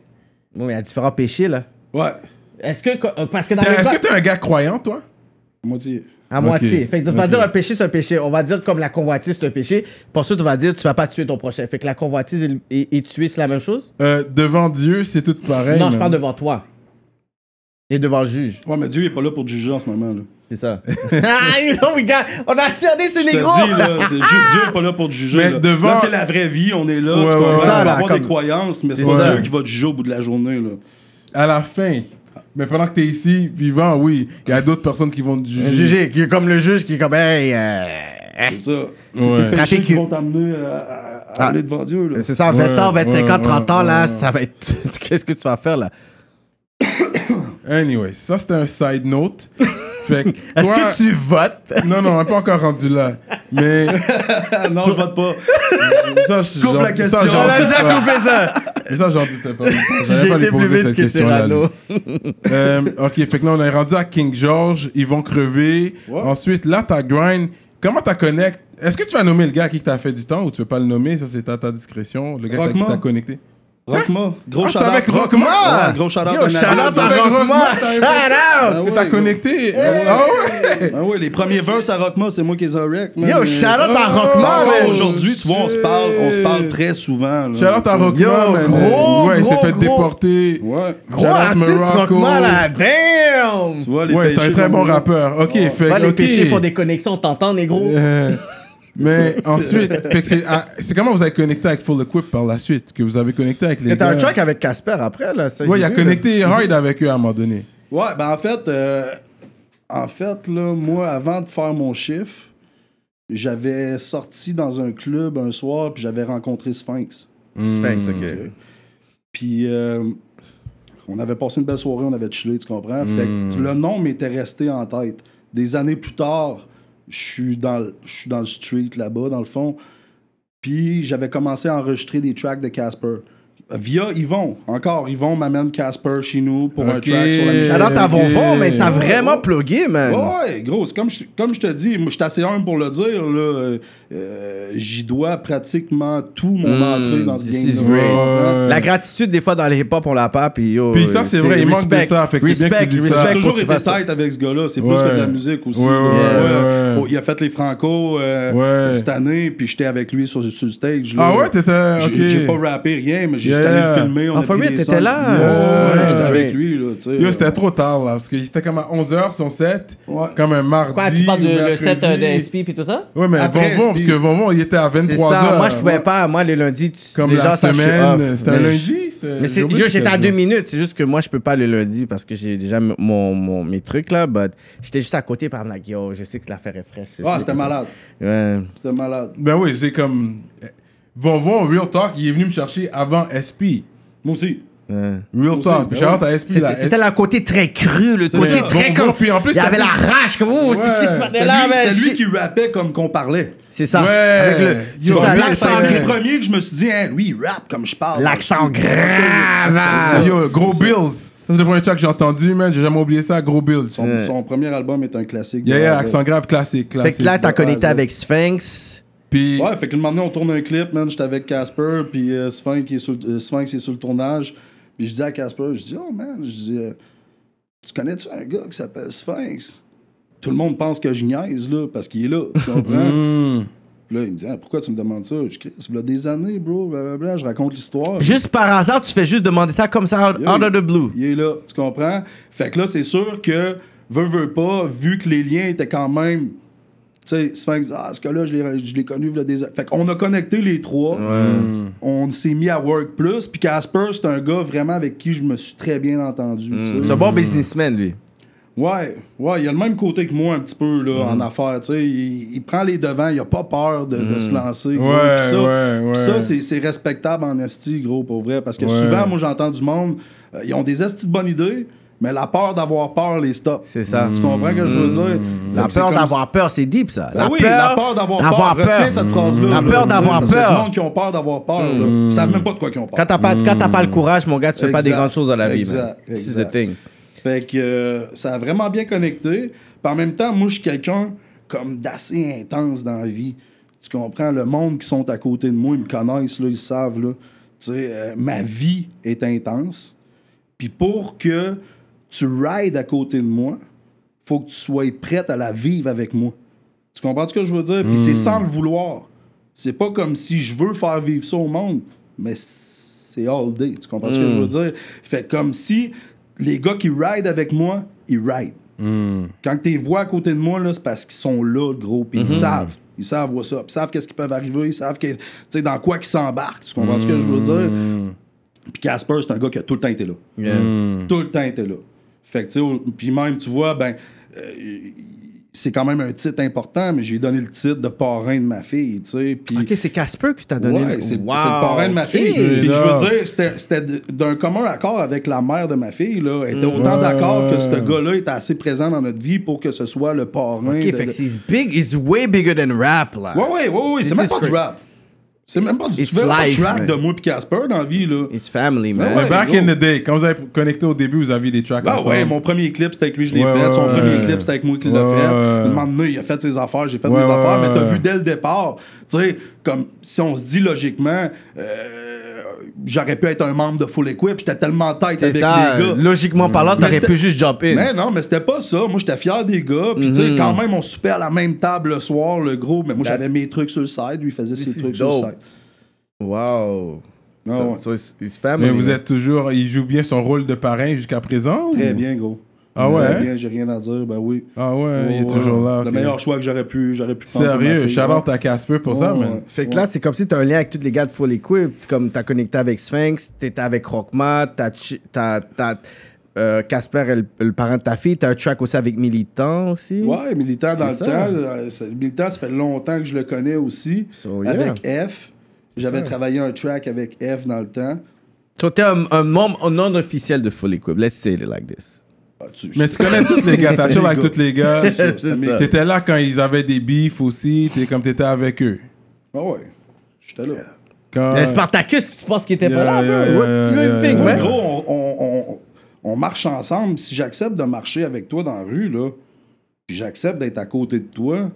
Speaker 4: Bon, mais il y a différents péchés là.
Speaker 5: Ouais,
Speaker 4: Est-ce que euh, parce que dans
Speaker 3: T'as-
Speaker 4: les
Speaker 3: Est-ce
Speaker 4: pas-
Speaker 3: que t'es un gars croyant, toi
Speaker 5: moi dis.
Speaker 4: à moitié. Fait que on va
Speaker 3: Ok.
Speaker 4: dire un péché c'est un péché. On va dire comme la convoitise c'est un péché. Pour ça, tu vas dire tu vas pas tuer ton prochain. Fait que la convoitise et, le- et- et tuer c'est la même chose.
Speaker 3: Euh, Devant Dieu, c'est tout pareil.
Speaker 4: non, je
Speaker 3: man.
Speaker 4: parle devant toi et devant le juge.
Speaker 5: Ouais, mais Dieu est pas là pour te juger en ce moment. Là.
Speaker 4: C'est ça. ah, you know, we got- on a cerné ce
Speaker 5: Je te
Speaker 4: négro.
Speaker 5: dis, là, c'est- Dieu,
Speaker 4: Ah!
Speaker 5: Dieu est pas là pour te juger.
Speaker 3: Mais
Speaker 5: là.
Speaker 3: devant-
Speaker 5: Là, c'est la vraie vie, on est là.
Speaker 3: Ouais, ouais,
Speaker 5: tu comprends?
Speaker 3: c'est
Speaker 5: on
Speaker 3: ça,
Speaker 5: va
Speaker 4: là,
Speaker 5: avoir
Speaker 4: comme-
Speaker 5: des croyances, mais c'est
Speaker 4: C'est
Speaker 5: pas
Speaker 4: ça.
Speaker 5: Dieu qui va te juger au bout de la journée. Là.
Speaker 3: à la fin. Mais pendant que t'es ici, vivant, oui, il y a d'autres personnes qui vont te
Speaker 4: Le
Speaker 3: juger.
Speaker 4: juge est- qui est comme le juge qui est comme hey. euh,
Speaker 5: C'est ça.
Speaker 3: Ouais.
Speaker 5: C'est tes péchés
Speaker 4: Trafic- Ah.
Speaker 5: qui vont t'amener à, à- à aller devant Dieu. Là.
Speaker 4: C'est ça, en 20 ans,
Speaker 3: Ouais,
Speaker 4: 25
Speaker 3: ouais,
Speaker 4: ans, 30 ans,
Speaker 3: ouais,
Speaker 4: là,
Speaker 3: ouais.
Speaker 4: ça va être. Qu'est-ce que tu vas faire, là?
Speaker 3: Anyway, ça c'était un side note. fait que
Speaker 4: Est-ce
Speaker 3: toi...
Speaker 4: que tu votes?
Speaker 3: Non, non, on n'est pas encore rendu là. Mais
Speaker 5: Ah, non, je vote pas.
Speaker 3: ça, je-
Speaker 5: Coupe
Speaker 3: j'en-
Speaker 5: la question.
Speaker 3: ça, j'en
Speaker 4: On a
Speaker 3: doute
Speaker 4: déjà
Speaker 3: pas.
Speaker 4: coupé ça!
Speaker 3: Ça, j'en doutais pas. J'allais
Speaker 4: J'ai
Speaker 3: pas lui
Speaker 4: été plus
Speaker 3: poser
Speaker 4: vite
Speaker 3: cette
Speaker 4: que
Speaker 3: question-là. lui.
Speaker 4: Cyrano.
Speaker 3: Euh, ok, fait que là, on est rendu à King George. Ils vont crever. Ensuite, là, t'as grind. Comment t'as connecté Est-ce que tu vas nommer le gars à qui que t'as fait du temps ou tu veux pas le nommer Ça, c'est à ta discrétion. Le gars à qui
Speaker 5: Rockman.
Speaker 3: t'as connecté.
Speaker 5: Rockma. Gros
Speaker 3: Ah,
Speaker 5: shout
Speaker 3: c'était avec Rockma.
Speaker 5: Gros shout
Speaker 4: Yo, shout out
Speaker 3: t'as
Speaker 4: à
Speaker 3: fait
Speaker 4: Rockma!
Speaker 3: Rockma, t'as-
Speaker 4: Shout out!
Speaker 5: Ah
Speaker 3: Que t'as
Speaker 5: ouais,
Speaker 3: connecté Ah ouais
Speaker 5: Ben oui, les premiers verses à Rockma, c'est moi qui les ai rec. man.
Speaker 4: Yo, shout out à
Speaker 3: Oh,
Speaker 4: Rockma,
Speaker 3: oh,
Speaker 4: man!
Speaker 5: Aujourd'hui, tu vois, on se parle, on se parle très souvent. là.
Speaker 3: Shout out à Rockman,
Speaker 4: Yo,
Speaker 3: man.
Speaker 4: gros,
Speaker 3: ouais, il s'est
Speaker 4: gros,
Speaker 3: fait
Speaker 4: gros.
Speaker 3: déporter.
Speaker 5: Ouais.
Speaker 4: Gros
Speaker 3: Shout out
Speaker 4: artiste
Speaker 3: Morocco.
Speaker 4: Rockma, là! Damn!
Speaker 5: Tu vois, les
Speaker 3: Ouais, t'es un
Speaker 5: péchés
Speaker 3: très
Speaker 5: vont
Speaker 3: bon
Speaker 5: mourir.
Speaker 3: rappeur. Ok, fait
Speaker 4: Tu vois, les
Speaker 3: ok.
Speaker 4: péchés font des connexions, t'entends, négro?
Speaker 3: Euh, mais ensuite, fait que c'est ah, c'est comment vous avez connecté avec Full Equip par la suite Que vous avez connecté avec les
Speaker 4: T'as
Speaker 3: gars
Speaker 4: un track avec Casper après, là? ça,
Speaker 3: Ouais,
Speaker 4: j'ai
Speaker 3: il a
Speaker 4: vu,
Speaker 3: connecté hard avec eux à un moment donné.
Speaker 5: Ouais, ben en fait, euh, en fait, là, moi, avant de faire mon chiffre, j'avais sorti dans un club un soir, puis j'avais rencontré Sphinx.
Speaker 4: là.
Speaker 3: Mm.
Speaker 4: Sphinx, ok.
Speaker 5: Puis euh, on avait passé une belle soirée, on avait chillé, tu comprends? Fait que
Speaker 4: Hmm.
Speaker 5: le nom m'était resté en tête. Des années plus tard, je suis dans, le- je suis dans le street là-bas, dans le fond. Puis j'avais commencé à enregistrer des tracks de Casper. Via Yvon, encore, Yvon m'amène Casper chez nous pour un
Speaker 3: Ok.
Speaker 5: track sur la musique.
Speaker 4: Shout out à
Speaker 3: Ok.
Speaker 4: Vonvon, mais t'as
Speaker 5: Ouais,
Speaker 4: vraiment
Speaker 5: ouais.
Speaker 4: plugué, man!
Speaker 5: Ouais, ouais, gros, c'est comme je, comme je te dis, moi, je suis assez humble pour le dire, là, euh, euh, j'y dois pratiquement tout mon
Speaker 4: Mm,
Speaker 5: entrée dans ce
Speaker 4: this
Speaker 5: game-là.
Speaker 4: is great.
Speaker 5: tu comprends?
Speaker 3: Ouais.
Speaker 4: La gratitude, des fois, dans le hip-hop, on l'a pas, puis yo.
Speaker 3: Puis ça, c'est vrai, il manque de ça, fait que c'est bien que
Speaker 4: respect,
Speaker 3: tu dis ça.
Speaker 4: respect
Speaker 5: J'ai
Speaker 4: pour
Speaker 5: toujours
Speaker 4: que tu
Speaker 5: été
Speaker 4: fasses ça.
Speaker 5: tête avec ce gars-là. C'est plus
Speaker 3: Ouais.
Speaker 5: que de la musique aussi.
Speaker 3: Ouais,
Speaker 5: là, tu
Speaker 3: ouais,
Speaker 5: vois.
Speaker 3: ouais.
Speaker 5: Oh, il a fait les Franco euh,
Speaker 3: Ouais.
Speaker 5: cette année, puis j'étais avec lui sur, sur le stage. là.
Speaker 3: Ah ouais, t'étais.
Speaker 5: J'ai- J'ai pas
Speaker 3: Ok.
Speaker 5: rappé rien, mais j'ai
Speaker 3: Yeah.
Speaker 5: j'étais allé le filmer. On
Speaker 4: Ah,
Speaker 5: a
Speaker 4: for
Speaker 5: pris
Speaker 4: real,
Speaker 5: des
Speaker 4: t'étais
Speaker 5: scènes.
Speaker 4: là?
Speaker 5: Ouais,
Speaker 3: Ouais.
Speaker 5: J'étais avec lui. Là, tu sais,
Speaker 3: Yo,
Speaker 5: euh.
Speaker 3: c'était trop tard là, parce que c'était comme à 11h son set,
Speaker 5: Ouais.
Speaker 3: comme un mardi.
Speaker 4: Quoi, tu parles
Speaker 3: ou
Speaker 4: de le
Speaker 3: mercredi.
Speaker 4: set euh, de SP puis tout ça?
Speaker 3: Ouais, mais
Speaker 5: Après,
Speaker 3: Vonvon, parce
Speaker 5: puis-
Speaker 3: que Vonvon, il était à
Speaker 4: C'est
Speaker 3: 23
Speaker 4: ça,
Speaker 3: heures.
Speaker 4: moi, je pouvais pas. Moi, les lundis, tu,
Speaker 3: Comme
Speaker 4: les
Speaker 3: la
Speaker 4: gens savent que je suis
Speaker 3: semaine,
Speaker 4: off.
Speaker 3: c'était un
Speaker 4: Mais je-
Speaker 3: lundi. c'était-
Speaker 4: Mais
Speaker 3: j'ai
Speaker 4: c'est,
Speaker 3: oublié
Speaker 4: yo, j'étais
Speaker 3: quel
Speaker 4: à
Speaker 3: jour.
Speaker 4: deux minutes. C'est juste que moi, je peux pas le lundi parce que j'ai déjà m- mon, mon- mes trucs là. But j'étais juste à côté par me like, yo, je sais que l'affaire est fraîche. je
Speaker 5: Ah,
Speaker 4: sais
Speaker 5: c'était
Speaker 4: que-
Speaker 5: malade.
Speaker 4: Ouais.
Speaker 5: C'était malade.
Speaker 3: Ben oui, eh, c'est comme. Vonvon, Real Talk, il est venu me chercher avant SP.
Speaker 5: Moi aussi.
Speaker 3: Real
Speaker 5: Aussi,
Speaker 3: talk.
Speaker 5: ben
Speaker 3: J'ai hâte
Speaker 5: oui.
Speaker 3: à SP
Speaker 4: C'était
Speaker 3: là.
Speaker 4: c'était le côté très cru, le côté
Speaker 3: ça.
Speaker 4: très
Speaker 3: Bon,
Speaker 4: comme.
Speaker 3: bon, puis en plus,
Speaker 4: il y avait la
Speaker 3: t'as vu-
Speaker 4: râche, comme oh, c'est qui ce
Speaker 3: Ouais,
Speaker 5: C'était
Speaker 4: matin-là,
Speaker 5: lui,
Speaker 4: ben,
Speaker 5: c'était lui
Speaker 4: je-
Speaker 5: qui rappait comme qu'on parlait.
Speaker 4: C'est ça.
Speaker 3: Ouais.
Speaker 4: Avec le, c'est
Speaker 3: Yo,
Speaker 4: ça,
Speaker 3: mais
Speaker 4: l'accent
Speaker 3: c'est-
Speaker 5: Le
Speaker 4: gr-
Speaker 5: premier que je me suis dit, hein, lui, il rappe comme je
Speaker 4: Ah,
Speaker 5: parle.
Speaker 4: l'accent
Speaker 5: hein.
Speaker 4: grave.
Speaker 3: Eh, Yo, gros Bills. Ça, c'est le premier track que j'ai entendu, man. J'ai jamais oublié ça. Gros Bills.
Speaker 5: Son, son premier album est un classique. de
Speaker 3: Yeah, yeah,
Speaker 5: A à Z.
Speaker 3: accent grave classique.
Speaker 4: Fait
Speaker 3: classique.
Speaker 4: que là, t'as connecté
Speaker 5: ouais,
Speaker 4: avec Sphinx.
Speaker 3: Puis,
Speaker 5: Ouais, fait que le moment donné, on tourne un clip, man. J'étais avec Casper, puis euh, Sphinx, qui est sur, euh, Sphinx est sur le tournage. Puis je dis à Casper, je dis, oh man, je dis, euh, tu connais-tu un gars qui s'appelle Sphinx? Tout le monde pense que je niaise, là, parce qu'il est là, tu comprends? Puis là, il me dit, Ah, pourquoi tu me demandes ça? Je dis, Chris, il y a des années, bro, blablabla, je raconte l'histoire.
Speaker 4: Juste par hasard, tu fais juste demander ça comme ça, out,
Speaker 5: Yeah,
Speaker 4: out of
Speaker 5: il-
Speaker 4: the blue.
Speaker 5: Il est là, tu comprends? Fait que là, c'est sûr que, veut, veut pas, vu que les liens étaient quand même. Tu sais, Sphinx, ah, ce gars-là, je l'ai- je l'ai connu, là, des... Fait qu'on a connecté les trois.
Speaker 4: Mm.
Speaker 5: On s'est mis à work plus. Puis Casper, c'est un gars vraiment avec qui je me suis très bien entendu. tu sais.
Speaker 4: C'est un bon businessman, lui.
Speaker 5: Ouais, ouais, il a le même côté que moi un petit peu là, en affaires. tu sais. Il, il prend les devants, il a pas peur de, de se lancer. gros.
Speaker 3: Ouais,
Speaker 5: Puis ça,
Speaker 3: ouais,
Speaker 5: puis
Speaker 3: ouais.
Speaker 5: ça, c'est, c'est respectable en esti, gros, pour vrai. Parce que
Speaker 3: Ouais.
Speaker 5: souvent, moi, j'entends du monde, euh, ils ont des estis de bonnes idées, mais la peur d'avoir peur les stop.
Speaker 4: C'est ça. Mm.
Speaker 5: Tu comprends ce que je veux dire? Fait
Speaker 4: La
Speaker 5: que c'est
Speaker 4: peur
Speaker 5: comme
Speaker 4: d'avoir peur, c'est deep, ça.
Speaker 5: si- Ben oui, la peur d'avoir, peur. Retiens cette phrase-là.
Speaker 4: La
Speaker 5: là,
Speaker 4: peur
Speaker 5: tu sais,
Speaker 4: d'avoir
Speaker 5: parce qu'il y a
Speaker 4: peur.
Speaker 5: du monde qui ont peur d'avoir peur. là. Ils savent même pas de quoi ils ont peur.
Speaker 4: Quand t'as pas, quand t'as pas le courage, mon gars, tu fais pas des
Speaker 5: Hmm. Exact.
Speaker 4: grandes choses dans la vie,
Speaker 5: Exact.
Speaker 4: man. This is the
Speaker 5: Exact.
Speaker 4: thing.
Speaker 5: Fait que euh, ça a vraiment bien connecté. Puis en même temps, moi, je suis quelqu'un comme d'assez intense dans la vie. Tu comprends? Le monde qui sont à côté de moi, ils me connaissent, là, ils savent. Là. Tu sais, euh, ma vie est intense. Puis pour que tu rides à côté de moi, faut que tu sois prête à la vivre avec moi. Tu comprends ce que je veux dire? Puis c'est sans le vouloir. C'est pas comme si je veux faire vivre ça au monde, mais c'est all day. Tu comprends ce que je veux dire? Fait comme si les gars qui ride avec moi, ils ride. Quand tu les vois à côté de moi, là, c'est parce qu'ils sont là, gros, puis ils savent. Ils savent what's up. Ils savent qu'est-ce qu'ils peuvent arriver. Ils savent que, tu sais, dans quoi qu'ils s'embarquent. Tu comprends ce que je veux dire? Puis Casper, c'est un gars qui a tout le temps été là
Speaker 4: Yeah.
Speaker 5: tout le temps était là. Fait que, tu sais, au- puis même, tu vois, ben, euh, c'est quand même un titre important, mais j'ai donné le titre de parrain de ma fille, tu sais. Puis,
Speaker 4: Ok, c'est Casper qui t'a donné.
Speaker 5: Ouais,
Speaker 4: le-
Speaker 5: c'est
Speaker 4: Wow,
Speaker 5: c'est le parrain de ma
Speaker 4: ok.
Speaker 5: fille. Puis je
Speaker 3: Là.
Speaker 5: veux dire, c'était- c'était d- d'un commun accord avec la mère de ma fille, là. Elle était autant d'accord que ce gars-là était assez présent dans notre vie pour que ce soit le parrain.
Speaker 4: Ok,
Speaker 5: de-
Speaker 4: fait
Speaker 5: de-
Speaker 4: que c'est big, it's way bigger than rap, là.
Speaker 5: Ouais, ouais, ouais, ouais,
Speaker 4: This
Speaker 5: c'est même
Speaker 4: is
Speaker 5: pas du
Speaker 4: cra-
Speaker 5: rap. C'est même pas du
Speaker 4: It's
Speaker 5: Tu veux pas
Speaker 4: life,
Speaker 5: de track
Speaker 4: man.
Speaker 5: de moi pis Casper dans la vie, là.
Speaker 4: It's family, man.
Speaker 5: Ouais,
Speaker 3: mais back
Speaker 5: gros.
Speaker 3: in the day, quand vous avez connecté au début, vous aviez des tracks
Speaker 5: Ah
Speaker 3: ensemble.
Speaker 5: ouais, mon premier clip, c'était avec lui, je l'ai
Speaker 3: Ouais,
Speaker 5: fait. Son
Speaker 3: ouais, ouais.
Speaker 5: premier clip, c'était avec moi qui l'a
Speaker 3: Ouais,
Speaker 5: fait.
Speaker 3: ouais.
Speaker 5: Le moment donné, il a fait ses affaires, j'ai fait
Speaker 3: Ouais,
Speaker 5: mes
Speaker 3: ouais,
Speaker 5: affaires. Mais t'as
Speaker 3: ouais.
Speaker 5: vu dès le départ, tu sais, comme si on se dit logiquement, euh, j'aurais pu être un membre de Full Equip. J'étais tellement tête avec les
Speaker 4: T'as-
Speaker 5: gars.
Speaker 4: Logiquement parlant,
Speaker 5: Mais
Speaker 4: t'aurais
Speaker 5: c'était-
Speaker 4: pu juste jump in.
Speaker 5: Mais non, mais c'était pas ça. Moi, j'étais fier des gars. Puis, tu sais, quand
Speaker 3: Mm-hmm.
Speaker 5: même, on soupait à la même table le soir, le gros. Mais moi,
Speaker 4: That-
Speaker 5: j'avais mes trucs sur le side. Lui, il faisait ses
Speaker 4: is
Speaker 5: trucs sur le
Speaker 4: dope.
Speaker 5: side.
Speaker 4: Wow.
Speaker 5: Ah
Speaker 4: So-
Speaker 5: ouais.
Speaker 4: so it's- it's family,
Speaker 3: Mais vous
Speaker 4: man.
Speaker 3: êtes toujours. Il joue bien son rôle de parrain jusqu'à présent ou-
Speaker 5: Très bien, gros.
Speaker 3: Ah ouais,
Speaker 5: Très
Speaker 3: hein?
Speaker 5: bien, j'ai rien à dire. Ben oui.
Speaker 3: Ah ouais, il est
Speaker 5: Ouais,
Speaker 3: toujours là.
Speaker 5: Le
Speaker 3: ok.
Speaker 5: meilleur choix que j'aurais pu, j'aurais pu prendre pour ma
Speaker 3: Sérieux,
Speaker 5: fille,
Speaker 3: shout
Speaker 5: ouais.
Speaker 3: out à Casper pour ça,
Speaker 5: Ouais,
Speaker 3: man.
Speaker 5: ouais.
Speaker 4: Fait que là, c'est comme si t'as un lien avec tous les gars de Full Equip. Tu- Comme t'as connecté avec Sphinx, t'étais avec Rockma, t'as chi- t'as- t'as, euh, Casper, est le, le parent de ta fille. T'as un track aussi avec Militant aussi.
Speaker 5: Ouais, militant dans le
Speaker 4: Mm. C'est
Speaker 5: temps.
Speaker 4: ça.
Speaker 5: euh, c'est- militant, ça fait longtemps que je le connais aussi.
Speaker 4: So,
Speaker 5: Avec F. J'avais travaillé un track avec F dans le temps.
Speaker 4: So t'es un, un membre non officiel de Full Equip. Let's say it like this.
Speaker 5: Ah, tu-
Speaker 3: Mais tu connais tous les gars, t'as chill avec tous les gars.
Speaker 4: C'est ça.
Speaker 3: T'étais là quand ils avaient des beefs aussi, t'es comme t'étais avec eux.
Speaker 5: Ah ouais. J'étais là.
Speaker 3: Quand...
Speaker 4: Euh, Spartacus, tu penses qu'il était
Speaker 3: Yeah,
Speaker 4: pas là,
Speaker 3: yeah,
Speaker 4: bro? What
Speaker 3: yeah,
Speaker 4: do you
Speaker 3: yeah,
Speaker 4: think,
Speaker 3: yeah.
Speaker 5: En
Speaker 4: man?
Speaker 5: gros, on, on- on- on marche ensemble. Si j'accepte de marcher avec toi dans la rue, là, puis j'accepte d'être à côté de toi,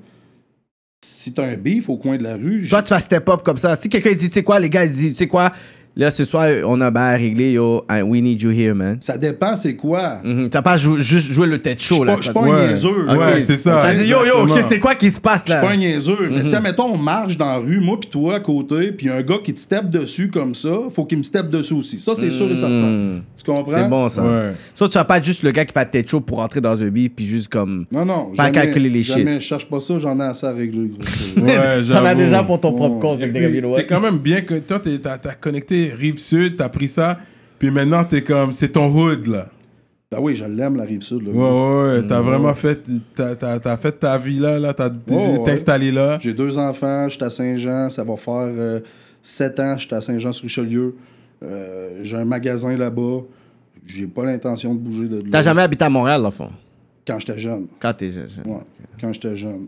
Speaker 5: si t'as un bif au coin de la rue,
Speaker 4: Toi, tu vas step up comme ça. Si quelqu'un dit, tu sais quoi, les gars, ils disent, tu sais quoi, là, ce soir, on a bien réglé, yo, I- we need you here, man.
Speaker 5: ça dépend c'est quoi.
Speaker 4: Mhm. T'as pas jou- juste joué le tête chaud, là.
Speaker 5: Je suis
Speaker 4: t'as-
Speaker 5: pas un
Speaker 3: Ouais,
Speaker 5: niaiseux.
Speaker 3: ouais,
Speaker 5: là.
Speaker 3: c'est ça.
Speaker 5: Ok?
Speaker 4: T'as dit, yo, yo,
Speaker 3: Exactement.
Speaker 4: ok, c'est quoi qui se passe,
Speaker 5: Je
Speaker 4: là?
Speaker 5: suis pas un niaiseux, mais
Speaker 4: Mhm.
Speaker 5: si, admettons, on marche dans la rue, moi puis toi à côté, puis un gars qui te steppe dessus comme ça, faut qu'il me steppe dessus aussi. Ça, c'est sûr et certain. Tu comprends?
Speaker 4: Hmm. C'est bon, ça.
Speaker 3: Ouais.
Speaker 4: Ça, tu vas pas être juste le gars qui fait tête chaud pour entrer dans un beat, puis juste comme...
Speaker 5: Non, non.
Speaker 4: Pas à
Speaker 5: jamais,
Speaker 4: calculer les
Speaker 5: jamais,
Speaker 4: shit.
Speaker 5: Je cherche pas ça, j'en ai assez à régler. gros. Euh,
Speaker 3: Ouais,
Speaker 4: T'en as
Speaker 3: j'avoue.
Speaker 4: déjà pour ton propre
Speaker 5: Ouais.
Speaker 4: compte, fait que t'es comme, you know what?
Speaker 3: T'es quand même bien que toi, t'es- t'as t'as connecté Rive Sud, t'as pris ça, puis maintenant t'es comme, c'est ton hood là.
Speaker 5: Ben oui, je l'aime, la rive sud. là.
Speaker 3: Ouais, ouais, ouais, t'as vraiment fait, t'as- t'as t'as fait ta vie là, là, t'as
Speaker 5: Ouais, ouais.
Speaker 3: t'es installé là.
Speaker 5: J'ai deux enfants, je suis à Saint-Jean, ça va faire euh, sept ans, je suis à Saint-Jean-sur-Richelieu. Euh, j'ai un magasin là-bas. J'ai pas l'intention de bouger de là.
Speaker 4: T'as jamais habité à Montréal, là, au fond,
Speaker 5: Quand j'étais jeune.
Speaker 4: quand t'es jeune. jeune.
Speaker 5: Ouais, quand j'étais jeune.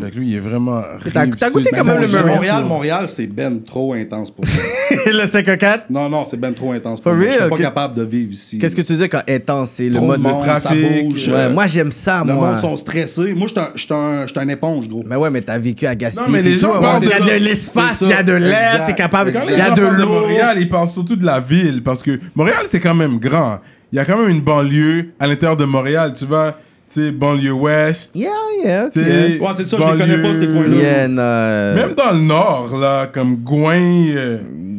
Speaker 3: Fait que lui, il est vraiment.
Speaker 4: t'as-
Speaker 3: rive
Speaker 4: t'as goûté
Speaker 3: sud.
Speaker 4: quand même le
Speaker 3: Saint-Jean,
Speaker 4: Murray.
Speaker 5: Montréal, Montréal, c'est ben trop intense pour moi.
Speaker 4: le 54,
Speaker 5: Non, non, c'est ben trop intense pour
Speaker 4: For
Speaker 5: moi. Je
Speaker 4: real?
Speaker 5: suis pas
Speaker 4: Qu'est-
Speaker 5: capable de vivre ici.
Speaker 4: qu'est-ce que tu dis quand intense, c'est le
Speaker 5: Trop
Speaker 4: mode
Speaker 5: de
Speaker 4: de
Speaker 5: monde, ça
Speaker 3: trafic,
Speaker 5: bouge,
Speaker 4: Ouais,
Speaker 5: euh,
Speaker 4: moi, j'aime ça, moi.
Speaker 5: Le
Speaker 4: Ben,
Speaker 5: monde sont stressés. Moi, je suis un, j'suis un éponge, gros.
Speaker 4: Mais ouais, mais t'as vécu à Gaspé.
Speaker 3: Non, mais les
Speaker 4: et
Speaker 3: gens
Speaker 4: tout,
Speaker 3: parlent
Speaker 4: ouais, Il y a
Speaker 3: de
Speaker 4: de
Speaker 3: ça.
Speaker 4: l'espace,
Speaker 5: C'est
Speaker 4: il y a
Speaker 5: ça.
Speaker 4: de l'air,
Speaker 5: Exact.
Speaker 4: t'es capable.
Speaker 5: Quand
Speaker 3: Ah, Quand
Speaker 4: Il
Speaker 3: les
Speaker 4: y a
Speaker 3: gens
Speaker 4: de
Speaker 3: parlent de
Speaker 4: l'eau.
Speaker 3: Montréal, ils parlent surtout de la ville. Parce que Montréal, c'est quand même grand. Il y a quand même une banlieue à l'intérieur de Montréal. Tu vas, tu sais, banlieue ouest.
Speaker 4: Yeah, yeah. ok.
Speaker 3: tu sais,
Speaker 5: Ouais, c'est ça, je les connais pas, ces
Speaker 3: banlieue-
Speaker 5: coins-là.
Speaker 4: Yeah, no, euh,
Speaker 3: Même dans le nord, là, comme Gouin. euh, tu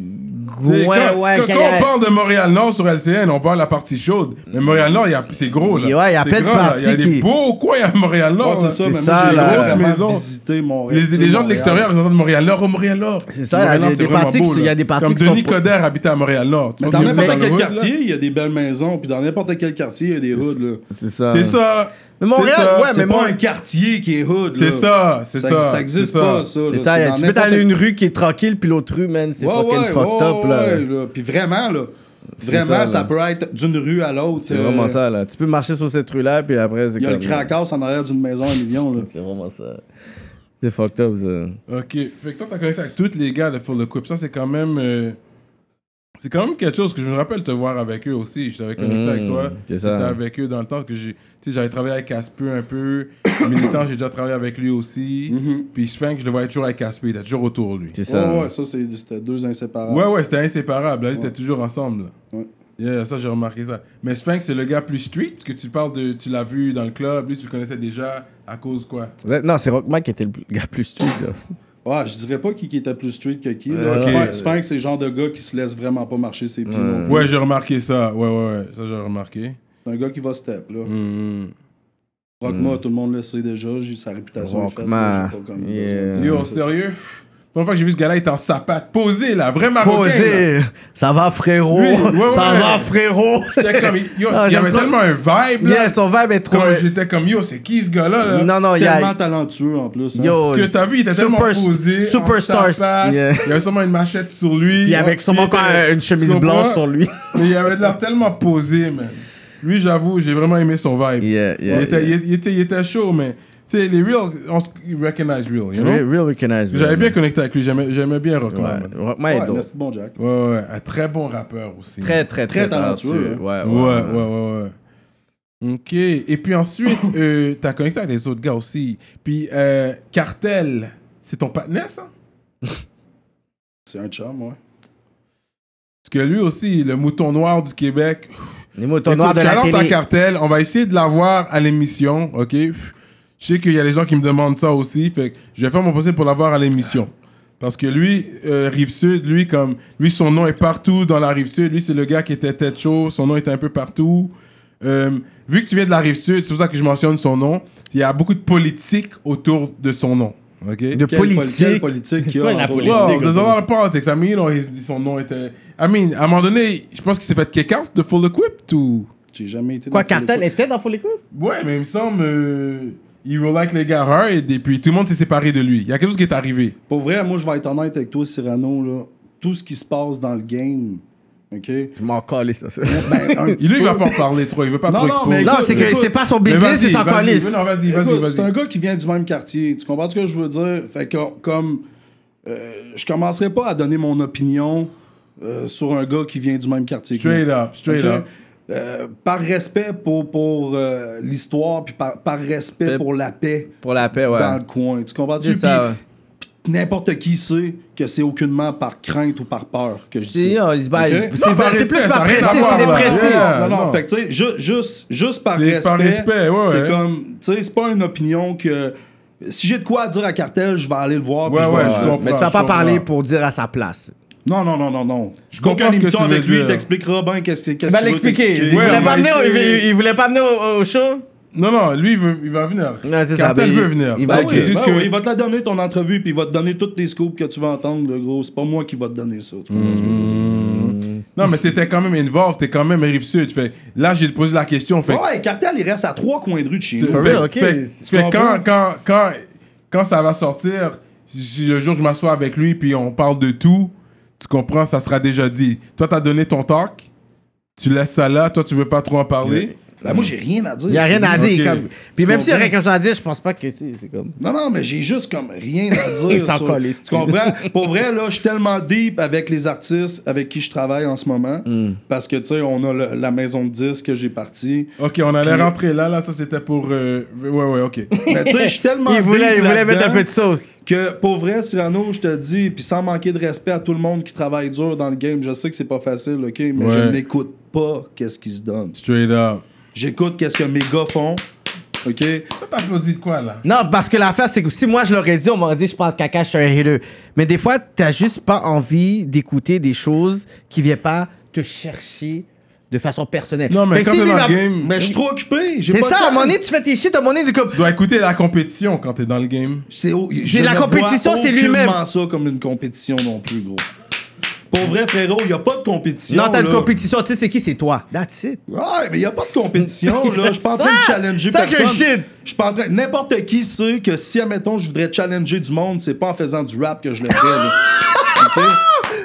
Speaker 3: sais,
Speaker 4: Ouais,
Speaker 3: quand,
Speaker 4: ouais,
Speaker 3: quand-
Speaker 4: quand
Speaker 3: quand
Speaker 4: y a-
Speaker 3: on parle de Montréal-Nord sur LCN, on parle de la partie chaude. Mais Montréal-Nord, il y a- c'est gros, là.
Speaker 4: Ouais, il y a
Speaker 3: C'est
Speaker 4: plein de
Speaker 3: grand, là. Il y a
Speaker 4: parties qui-
Speaker 3: des beaux coins à Montréal-Nord.
Speaker 5: Ouais,
Speaker 3: là.
Speaker 5: Ah, c'est ça, mais
Speaker 4: ça,
Speaker 5: moi, j'ai
Speaker 4: la-
Speaker 5: vraiment
Speaker 3: grosse maison.
Speaker 5: visité Montréal.
Speaker 3: Les,
Speaker 5: tu sais,
Speaker 3: les gens de
Speaker 5: Montréal.
Speaker 3: l'extérieur, ils entendent Montréal-Nord, oh, Montréal-Nord.
Speaker 4: C'est ça, il y a
Speaker 3: Montréal-Nord,
Speaker 4: des-
Speaker 3: c'est
Speaker 4: des
Speaker 3: vraiment
Speaker 4: parties
Speaker 3: beau,
Speaker 4: qui sont-
Speaker 3: là.
Speaker 4: il y a des parties
Speaker 3: Comme
Speaker 4: qui sont
Speaker 3: Denis
Speaker 4: pas-
Speaker 3: Coderre habitait à Montréal-Nord. Tu
Speaker 5: Mais
Speaker 3: penses
Speaker 5: dans
Speaker 3: qu'il y a
Speaker 5: n'importe
Speaker 3: pas
Speaker 5: quel
Speaker 3: de route, là?
Speaker 5: quartier, il y a des belles maisons. Puis dans n'importe quel quartier, il y a des hoods, là.
Speaker 4: C'est ça.
Speaker 3: C'est ça.
Speaker 4: Mais Montréal,
Speaker 3: C'est ça.
Speaker 4: ouais,
Speaker 5: C'est
Speaker 4: mais
Speaker 5: pas
Speaker 4: moi-
Speaker 5: un quartier qui est hood, là.
Speaker 3: C'est ça, c'est ça.
Speaker 5: Ça existe
Speaker 3: c'est
Speaker 5: pas, ça.
Speaker 4: C'est
Speaker 5: là.
Speaker 4: ça,
Speaker 5: C'est
Speaker 4: y a-
Speaker 5: dans
Speaker 4: tu peux
Speaker 5: n'importe
Speaker 4: t'aller une rue qui est tranquille, puis l'autre rue, man, c'est
Speaker 5: Ouais,
Speaker 4: fucking
Speaker 5: ouais,
Speaker 4: fucked
Speaker 5: ouais,
Speaker 4: up, là.
Speaker 5: ouais, Puis vraiment, là.
Speaker 4: C'est
Speaker 5: Vraiment,
Speaker 4: ça,
Speaker 5: ça,
Speaker 4: là.
Speaker 5: peut être d'une rue à l'autre. euh,
Speaker 4: C'est vraiment ça, là. Tu peux marcher sur cette rue-là, puis après, c'est
Speaker 5: Il y a le
Speaker 4: comme- euh,
Speaker 5: Krakos en arrière d'une maison à million, là.
Speaker 4: C'est vraiment ça. C'est fucked up, ça.
Speaker 3: Ok. Fait que toi, t'as connecté avec tous les gars de Full the Coupe. Ça, c'est quand même. euh, C'est quand même quelque chose que je me rappelle te voir avec eux aussi. Je t'avais connecté
Speaker 4: Mmh,
Speaker 3: avec toi.
Speaker 4: c'est
Speaker 3: J'étais
Speaker 4: ça.
Speaker 3: avec eux dans le temps que j'ai. Tu sais, j'avais travaillé avec Casper un peu. Militant, j'ai déjà travaillé avec lui aussi. Puis Spank, je le voyais toujours avec Casper. Il était toujours autour de lui.
Speaker 4: C'est ça.
Speaker 5: Ouais, ouais, ça, c'est- c'était deux inséparables.
Speaker 4: Ah,
Speaker 3: Ouais, ouais, c'était inséparable. Là, ils étaient toujours ensemble. là.
Speaker 5: Ouais.
Speaker 3: Yeah, ça, j'ai remarqué ça. Mais Spank, c'est le gars plus street, parce que tu parles de. Tu l'as vu dans le club, lui, tu le connaissais déjà. À cause quoi
Speaker 4: Vous êtes- Non, c'est Rockman qui était le gars plus stupide, là.
Speaker 5: Ouais, je dirais pas qui, qui était plus street que qui. Là.
Speaker 4: Ouais.
Speaker 5: Sphinx- Sphinx, c'est le genre de gars qui se laisse vraiment pas marcher ses pieds. non plus.
Speaker 3: Ouais, j'ai remarqué ça. Ouais, ouais, ouais. Ça, j'ai remarqué.
Speaker 5: C'est un gars qui va step.
Speaker 4: Mm.
Speaker 5: Là.
Speaker 3: Mhm.
Speaker 5: Rockma, tout le monde le sait déjà. j'ai- Sa réputation est faite.
Speaker 4: Rockma.
Speaker 5: là, j'ai pas comme besoin de
Speaker 4: Yeah.
Speaker 5: dire
Speaker 3: Yo,
Speaker 5: ça.
Speaker 3: sérieux? Première fois que j'ai vu ce gars-là, il est en sapate. Posé, là. Vrai marocain. Ah, là.
Speaker 4: Posé. Ça va, frérot.
Speaker 3: Oui, ouais,
Speaker 4: Ça
Speaker 3: ouais.
Speaker 4: va, frérot.
Speaker 3: J'étais comme, yo,
Speaker 4: Ah,
Speaker 3: il y
Speaker 4: j'aime
Speaker 3: avait
Speaker 4: trop.
Speaker 3: tellement un vibe, là.
Speaker 4: Yeah, son vibe est trop.
Speaker 3: Comme J'étais comme, yo, c'est qui ce gars-là, là?
Speaker 4: Non, non, il y
Speaker 5: Tellement
Speaker 4: a.
Speaker 5: talentueux en plus. hein.
Speaker 4: Yo.
Speaker 3: Parce que t'as vu, il était
Speaker 4: Super-
Speaker 3: tellement posé.
Speaker 4: superstar.
Speaker 3: en sapate.
Speaker 4: Yeah.
Speaker 3: Il y avait sûrement une machette sur lui.
Speaker 4: Il y avait sûrement
Speaker 3: Puis il
Speaker 4: encore
Speaker 3: était-
Speaker 4: une chemise
Speaker 3: tu comprends?
Speaker 4: blanche sur lui.
Speaker 3: Mais il avait de l'air tellement posé, man. Lui, j'avoue, j'ai vraiment aimé son vibe.
Speaker 4: Yeah, yeah,
Speaker 3: il, était,
Speaker 4: yeah.
Speaker 3: il- il était, il était chaud, mais... Tu sais, les real, on se recognize real, you know?
Speaker 4: Real, real recognize.
Speaker 3: J'avais bien connecté avec lui, j'aimais j'aimais bien Rockman.
Speaker 4: Ouais,
Speaker 3: man.
Speaker 4: Rockman
Speaker 5: Ouais,
Speaker 4: est dope.
Speaker 5: merci, bon Jack.
Speaker 3: Ouais, ouais, un très bon rappeur aussi.
Speaker 4: Très, très, très,
Speaker 5: Très talentueux,
Speaker 4: Ouais,
Speaker 3: Ouais, ouais, ouais, ouais. Ok. Et puis ensuite, euh, t'as connecté avec les autres gars aussi. Puis euh, Cartel, c'est ton partenaire, ça
Speaker 5: C'est un chum, ouais.
Speaker 3: Parce que lui aussi, le mouton noir du Québec.
Speaker 4: Les moutons noirs de
Speaker 3: Écoute,
Speaker 4: la
Speaker 3: shout-out à
Speaker 4: télé.
Speaker 3: Cartel. On va essayer de l'avoir à l'émission, ok Je sais qu'il y a des gens qui me demandent ça aussi. Fait que je vais faire mon possible pour l'avoir à l'émission. Parce que lui, euh, Rive Sud, lui, comme lui, son nom est partout dans la Rive Sud. Lui, c'est le gars qui était tête chaude. Son nom était un peu partout. Euh, vu que tu viens de la Rive Sud, c'est pour ça que je mentionne son nom. Il y a beaucoup de politique autour de son nom, ok
Speaker 4: De
Speaker 5: Quelle
Speaker 4: politique.
Speaker 5: quelle politique qu'il y a
Speaker 4: quoi la
Speaker 5: en-
Speaker 4: politique?
Speaker 3: Wow,
Speaker 4: Wow,
Speaker 3: there's a lot of politics. I mean, you know, his- son nom était. I mean, à un moment donné, je pense qu'il s'est fait kick out de Full Equipped ou.
Speaker 5: J'ai jamais été.
Speaker 4: Quoi,
Speaker 5: dans le
Speaker 4: Cartel
Speaker 5: téléco-
Speaker 4: était dans Full Écoute
Speaker 3: Ouais, mais il me semble. euh, il roule avec les gars hard et puis tout le monde s'est séparé de lui. Il y a quelque chose qui est arrivé.
Speaker 5: Pour vrai, moi, je vais être honnête avec toi, Cyrano. Là. Tout ce qui se passe dans le game, OK?
Speaker 4: Je m'en calais, ça. ça.
Speaker 5: Ben, un petit
Speaker 3: Il lui, il
Speaker 5: peu.
Speaker 3: va pas en parler trop. Il veut pas
Speaker 5: Non,
Speaker 3: trop
Speaker 5: non,
Speaker 3: exposer.
Speaker 5: mais
Speaker 4: Non,
Speaker 5: écoute,
Speaker 4: c'est que
Speaker 5: écoute.
Speaker 4: c'est pas son
Speaker 3: Mais
Speaker 4: business, c'est
Speaker 3: vas-y,
Speaker 4: son
Speaker 3: vas-y.
Speaker 4: calais.
Speaker 3: Non, vas-y, vas-y,
Speaker 5: Écoute, C'est un
Speaker 3: vas-y.
Speaker 5: gars qui vient du même quartier. Tu comprends ce que je veux dire? Fait que, comme. euh, je commencerai pas à donner mon opinion euh, sur un gars qui vient du même quartier. que
Speaker 3: Straight
Speaker 5: moi.
Speaker 3: up, straight
Speaker 5: Ok?
Speaker 3: up.
Speaker 5: Euh, par respect pour, pour euh, l'histoire, puis par, par respect
Speaker 4: Paix-
Speaker 5: pour la paix
Speaker 4: Pour la paix, ouais.
Speaker 5: dans le coin. Tu comprends-tu?
Speaker 4: C'est ça, ouais.
Speaker 5: Puis N'importe qui sait que c'est aucunement par crainte ou par peur que je dis.
Speaker 4: Si, oh, il se bat,
Speaker 5: Ok?
Speaker 4: il-
Speaker 3: Non,
Speaker 4: C'est
Speaker 3: par
Speaker 4: pas- c'est
Speaker 3: respect,
Speaker 4: plus
Speaker 3: ça a
Speaker 4: pas
Speaker 3: rien
Speaker 4: pressé,
Speaker 3: à voir,
Speaker 4: c'est
Speaker 3: là.
Speaker 4: dépressé.
Speaker 3: Yeah. Ah,
Speaker 5: non, non,
Speaker 3: non.
Speaker 5: Fait que, tu sais, ju- juste, juste par
Speaker 3: C'est
Speaker 5: respect.
Speaker 3: par respect, ouais,
Speaker 5: C'est
Speaker 3: ouais.
Speaker 5: comme, tu sais, c'est pas une opinion que. Si j'ai de quoi à dire à Cartel, je vais aller le voir. puis
Speaker 3: Ouais,
Speaker 5: je vais-
Speaker 3: ouais, je comprends.
Speaker 4: Mais tu vas
Speaker 3: je
Speaker 4: pas
Speaker 3: comprends.
Speaker 4: parler pour dire à sa place.
Speaker 5: Non, non, non, non, non. Je
Speaker 3: comprends
Speaker 5: comprends
Speaker 3: ce que
Speaker 5: l'émission
Speaker 3: tu veux
Speaker 5: avec lui,
Speaker 3: dire.
Speaker 5: il t'expliquera bien qu'est-ce que.
Speaker 4: Il
Speaker 5: qu'est-ce
Speaker 4: va
Speaker 5: qu'il veut
Speaker 4: Ben, l'expliquer.
Speaker 5: t'expliquer.
Speaker 4: Il
Speaker 3: Ouais,
Speaker 4: voulait
Speaker 3: on
Speaker 4: pas
Speaker 3: va
Speaker 4: venir au- il
Speaker 3: essayer.
Speaker 4: il- il voulait pas venir au au show.
Speaker 3: Non, non, lui, il, veut, il va venir.
Speaker 4: Ouais, c'est ça,
Speaker 3: Cartel
Speaker 4: mais
Speaker 3: veut
Speaker 4: il-
Speaker 3: venir.
Speaker 4: il va-
Speaker 5: Ben
Speaker 3: Ok,
Speaker 5: oui,
Speaker 3: c'est juste
Speaker 5: ben
Speaker 3: que-
Speaker 5: oui, il va te la donner ton entrevue, puis il va te donner toutes les scoops que tu vas entendre, le gros. C'est pas moi qui va te donner ça. tu comprends ce que je veux
Speaker 3: Hmm.
Speaker 5: dire?
Speaker 3: Non, mais t'étais quand même involved, t'es quand même rive sud. Fait, là, j'ai posé la question. Fait,
Speaker 5: Ouais, Cartel, il reste à trois coins de rue de chez
Speaker 3: C'est-
Speaker 5: nous.
Speaker 4: For
Speaker 3: fait-
Speaker 4: real, ok.
Speaker 3: fait-
Speaker 4: Tu
Speaker 3: fait
Speaker 5: comprends?
Speaker 3: quand, quand, quand, quand ça va sortir, si le jour où je m'assois avec lui puis on parle de tout, Tu comprends, ça sera déjà dit. Toi, t'as donné ton talk, tu laisses ça là, toi, tu veux pas trop en parler.
Speaker 5: Ben, moi, j'ai rien à dire.
Speaker 4: Il n'y a rien à
Speaker 5: C'est-
Speaker 4: dire.
Speaker 3: Ok.
Speaker 4: comme- Puis
Speaker 5: Tu
Speaker 4: même s'il y
Speaker 5: comprends?
Speaker 4: aurait quelque chose à dire, je pense pas que tu sais, c'est comme.
Speaker 5: Non, non, mais j'ai juste comme rien à dire.
Speaker 4: Il s'en
Speaker 5: sur-
Speaker 4: colle, est-ce
Speaker 5: Tu comprends? Pour vrai, là, je suis tellement deep avec les artistes avec qui je travaille en ce moment.
Speaker 4: Mm.
Speaker 5: Parce que, tu sais, on a le- la maison de disques que j'ai partie.
Speaker 3: Ok, on allait rentrer là, là, ça c'était pour. euh, Ouais, ouais, ok.
Speaker 5: Mais tu sais, je suis tellement
Speaker 4: Il voulait,
Speaker 5: deep
Speaker 4: il voulait
Speaker 5: là-dedans
Speaker 4: mettre un peu de sauce.
Speaker 5: Que pour vrai, Cyrano, je te dis, puis sans manquer de respect à tout le monde qui travaille dur dans le game, je sais que c'est pas facile, ok? Mais je
Speaker 3: Ouais.
Speaker 5: n'écoute pas qu'est-ce qui se donne.
Speaker 3: Straight up.
Speaker 5: J'écoute qu'est-ce que mes gars font, ok?
Speaker 3: Toi, T'applaudis de quoi là
Speaker 4: Non, parce que l'affaire, c'est que si moi je l'aurais dit, on m'aurait dit je pense caca, je suis un hater. Mais des fois, t'as juste pas envie d'écouter des choses qui viennent pas te chercher de façon personnelle.
Speaker 3: Non, mais
Speaker 4: Fait que
Speaker 3: quand
Speaker 4: si
Speaker 3: t'es
Speaker 4: lui
Speaker 3: dans le
Speaker 4: va-
Speaker 3: game,
Speaker 5: Mais je suis trop occupé, j'ai
Speaker 4: C'est
Speaker 5: pas le
Speaker 4: ça, à
Speaker 5: temps.
Speaker 4: un moment donné, tu fais tes shit, à un moment donné, t'es comme.
Speaker 3: tu dois écouter la compétition quand t'es dans le game.
Speaker 5: C'est au- je
Speaker 4: la
Speaker 5: ne
Speaker 4: compétition,
Speaker 5: vois
Speaker 4: c'est lui-même.
Speaker 5: aucunement ça comme une compétition non plus, gros. Pour vrai, frérot, il n'y a pas de compétition.
Speaker 4: Non, t'as une
Speaker 5: là.
Speaker 4: compétition, tu sais, c'est qui, c'est toi. That's it.
Speaker 5: Ouais, mais il n'y a pas de compétition, là. Je suis pas en train de
Speaker 4: Ça,
Speaker 5: challenger
Speaker 4: ça que
Speaker 5: personne.
Speaker 4: shit.
Speaker 5: Je suis pas en train. N'importe qui sait que si, admettons, je voudrais challenger du monde, c'est pas en faisant du rap que je le ferais, là. OK?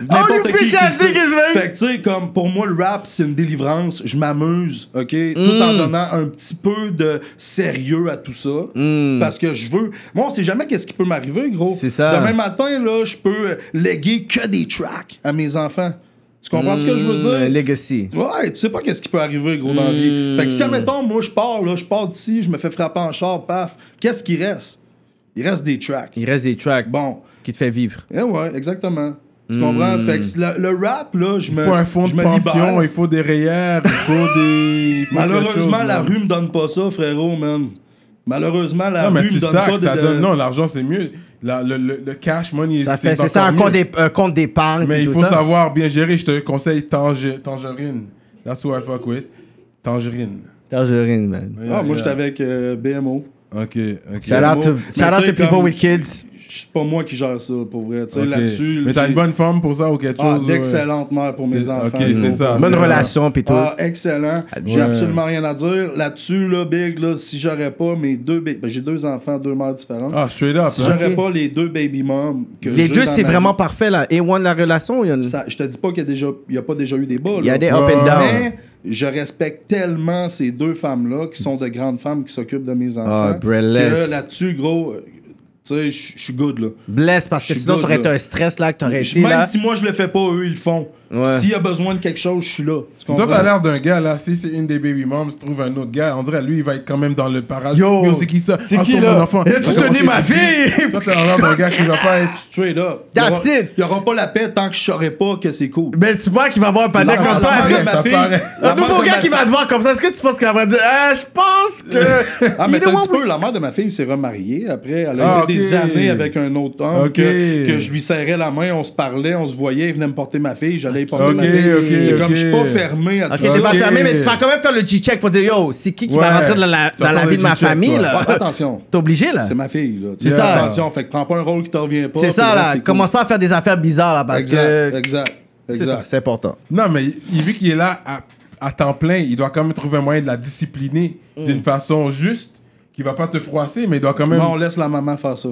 Speaker 4: you
Speaker 5: N'importe qui
Speaker 4: bitch ass
Speaker 5: qui sait.
Speaker 4: niggas, man.
Speaker 5: Fait que, tu sais, comme pour moi, le rap, c'est une délivrance. Je m'amuse, OK? Tout
Speaker 4: Mm.
Speaker 5: en donnant un petit peu de sérieux à tout ça. Parce que je veux. Moi, on sait jamais qu'est-ce qui peut m'arriver, gros.
Speaker 4: Mm. C'est ça.
Speaker 5: Demain matin, là, je peux léguer que des tracks à mes enfants. Tu comprends ce que je veux dire?
Speaker 4: Euh, Legacy.
Speaker 5: Ouais, tu sais pas qu'est-ce qui peut arriver, gros, dans la
Speaker 3: Hmm.
Speaker 5: vie. Fait que si, admettons, moi, je pars, là, je pars d'ici, je me fais frapper en char, paf, qu'est-ce qui reste? Il reste des tracks.
Speaker 4: Il reste des tracks
Speaker 5: Bon.
Speaker 4: qui te fait vivre.
Speaker 5: Eh ouais, exactement. Tu comprends? Fait que le, le rap, là, je
Speaker 3: Hmm. Il
Speaker 5: me.
Speaker 3: faut un fonds
Speaker 5: je
Speaker 3: de
Speaker 5: me
Speaker 3: pension,
Speaker 5: libère.
Speaker 3: il faut des rayères, il faut des. il faut quelque chose,
Speaker 5: Malheureusement, la
Speaker 3: man.
Speaker 5: rue me donne pas ça, frérot, man. Malheureusement, la
Speaker 3: Non, mais
Speaker 5: rue
Speaker 3: tu
Speaker 5: me donne pas
Speaker 3: stacks, ça
Speaker 5: de-
Speaker 3: donne.
Speaker 5: de-
Speaker 3: Non, l'argent c'est mieux. La- le, le- le cash money,
Speaker 4: Ça fait, c'est ça, un
Speaker 3: encore
Speaker 4: compte
Speaker 3: mieux.
Speaker 4: d'ép- un compte d'épargne.
Speaker 3: Mais
Speaker 4: puis
Speaker 3: il
Speaker 4: tout
Speaker 3: faut
Speaker 4: ça.
Speaker 3: savoir bien gérer. Je te conseille tange- Tangerine. That's who I fuck with. Tangerine.
Speaker 4: Tangerine, man.
Speaker 5: Ah, moi,
Speaker 3: Yeah.
Speaker 5: j'étais avec euh, BMO.
Speaker 3: Ok, ok.
Speaker 4: Shout out to,
Speaker 5: Mais
Speaker 4: shout out
Speaker 5: tu sais,
Speaker 4: to people
Speaker 5: comme-
Speaker 4: with kids.
Speaker 5: C'est pas moi qui gère ça, pour vrai. Tu sais,
Speaker 3: Ok.
Speaker 5: là-dessus.
Speaker 3: Mais t'as
Speaker 5: j'ai-
Speaker 3: une bonne forme pour ça ou quelque
Speaker 5: Ah,
Speaker 3: chose ouais.
Speaker 5: d'excellentes mères pour mes
Speaker 3: C'est-
Speaker 5: enfants.
Speaker 3: ok,
Speaker 5: gros.
Speaker 3: c'est ça.
Speaker 4: Bonne
Speaker 3: c'est-
Speaker 4: relation, puis tout.
Speaker 5: Ah, excellent. J'ai
Speaker 3: Ouais.
Speaker 5: absolument rien à dire. Là-dessus, là, Big, là, si j'aurais pas mes deux... ba- Ben, j'ai deux enfants, deux mères différentes.
Speaker 3: Ah, straight up.
Speaker 5: si
Speaker 3: hein.
Speaker 5: j'aurais pas les deux baby moms que
Speaker 4: Les
Speaker 5: j'ai
Speaker 4: deux,
Speaker 5: dans
Speaker 4: c'est
Speaker 5: ma
Speaker 4: vraiment
Speaker 5: vie,
Speaker 4: parfait, là. Et one, la relation, il y en a.
Speaker 5: ça- je te dis pas qu'il y, a déjà- il y a pas déjà eu des bas.
Speaker 4: Il y a
Speaker 5: là.
Speaker 4: des Ah. up and
Speaker 3: Ouais.
Speaker 4: down.
Speaker 5: Mais je respecte tellement ces deux femmes-là qui sont de grandes femmes qui s'occupent de mes
Speaker 4: Ah,
Speaker 5: enfants.
Speaker 4: breless.
Speaker 5: que Là-dessus, gros, euh, tu sais, je je suis good, là.
Speaker 4: Blesse parce que
Speaker 5: Je suis
Speaker 4: sinon ça
Speaker 5: good,
Speaker 4: aurait été
Speaker 5: là.
Speaker 4: un stress là que t'aurais
Speaker 5: Je-
Speaker 4: été
Speaker 5: Même
Speaker 4: là.
Speaker 5: si moi, je le fais pas, eux, ils le font.
Speaker 4: Ouais.
Speaker 5: S'il y a besoin de quelque chose, je suis là. Tu
Speaker 3: Toi,
Speaker 5: comprends?
Speaker 3: t'as l'air d'un gars là. Si c'est une des baby moms, trouve un autre gars. On dirait lui, il va être quand même dans le parage.
Speaker 4: Yo,
Speaker 3: c'est qui ça
Speaker 4: c'est
Speaker 3: Ah,
Speaker 4: qui,
Speaker 3: c'est
Speaker 4: là?
Speaker 3: mon enfant.
Speaker 4: Et tu
Speaker 3: Parce que
Speaker 4: tenais
Speaker 3: on
Speaker 4: ma
Speaker 3: s'est dit-
Speaker 4: fille!
Speaker 3: Toi, t'as l'air d'un gars qui va pas être.
Speaker 5: Straight up.
Speaker 4: That's
Speaker 5: Il y aura-
Speaker 4: it.
Speaker 5: Il y aura pas la paix tant que je saurais pas que c'est cool.
Speaker 4: Mais tu vois qu'il va avoir un
Speaker 5: La
Speaker 4: panier
Speaker 5: mère-
Speaker 4: comme toi.
Speaker 5: la
Speaker 4: Est-ce
Speaker 5: mère
Speaker 4: que-
Speaker 5: de ma
Speaker 3: ça
Speaker 5: fille-
Speaker 3: paraît.
Speaker 5: la
Speaker 4: Un nouveau
Speaker 5: mère de
Speaker 4: gars
Speaker 5: ma
Speaker 4: qui va te voir comme ça, est-ce que tu penses qu'il va dire Ah, je pense que.
Speaker 5: Ah, mais
Speaker 4: You know
Speaker 5: t'as un
Speaker 4: what
Speaker 5: petit
Speaker 4: we-
Speaker 5: peu, la mère de ma fille s'est remariée après. Elle a
Speaker 3: Ah,
Speaker 5: été des
Speaker 3: ok.
Speaker 5: années avec un autre homme.
Speaker 3: Ok.
Speaker 5: Que, que je lui serrais la main, on se parlait, on se voyait, il venait me porter ma fille, j'allais y porter
Speaker 3: Ok,
Speaker 5: ma fille.
Speaker 3: ok,
Speaker 5: c'est
Speaker 3: ok.
Speaker 5: comme je suis pas fermé à
Speaker 4: Ok,
Speaker 5: tout ça.
Speaker 4: c'est pas
Speaker 3: Ok.
Speaker 4: fermé, mais tu vas quand même faire le G-check pour dire Yo, c'est qui qui
Speaker 3: Ouais.
Speaker 4: va rentrer dans la,
Speaker 3: Tu vas
Speaker 4: dans la
Speaker 3: faire
Speaker 4: vie
Speaker 3: le
Speaker 4: de ma
Speaker 3: G-check,
Speaker 4: famille
Speaker 3: toi.
Speaker 4: là
Speaker 5: Ouais, fais attention.
Speaker 4: T'es obligé là
Speaker 5: C'est ma fille, là.
Speaker 4: C'est ça.
Speaker 5: Attention, fait que prends pas un rôle qui te revient pas.
Speaker 4: C'est ça
Speaker 5: puis
Speaker 4: là,
Speaker 5: c'est cool.
Speaker 4: commence pas à faire des affaires bizarres là parce
Speaker 5: Exact,
Speaker 4: que.
Speaker 5: exact,
Speaker 4: C'est ça,
Speaker 5: exact.
Speaker 4: c'est important.
Speaker 3: Non, mais il- il- vu qu'il est là à, à temps plein, il doit quand même trouver un moyen de la discipliner
Speaker 4: Mm.
Speaker 3: d'une façon juste, qui va pas te froisser, mais il doit quand même.
Speaker 5: Moi, on laisse la maman faire ça.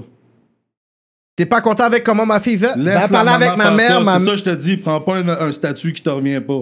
Speaker 4: T'es pas content avec comment ma fille fait
Speaker 5: Laisse
Speaker 4: Va Ben, parler
Speaker 5: la maman
Speaker 4: avec ma
Speaker 5: faire
Speaker 4: mère,
Speaker 5: ça.
Speaker 4: ma
Speaker 5: C'est ça, que je te dis, prends pas un, un statut qui te revient pas.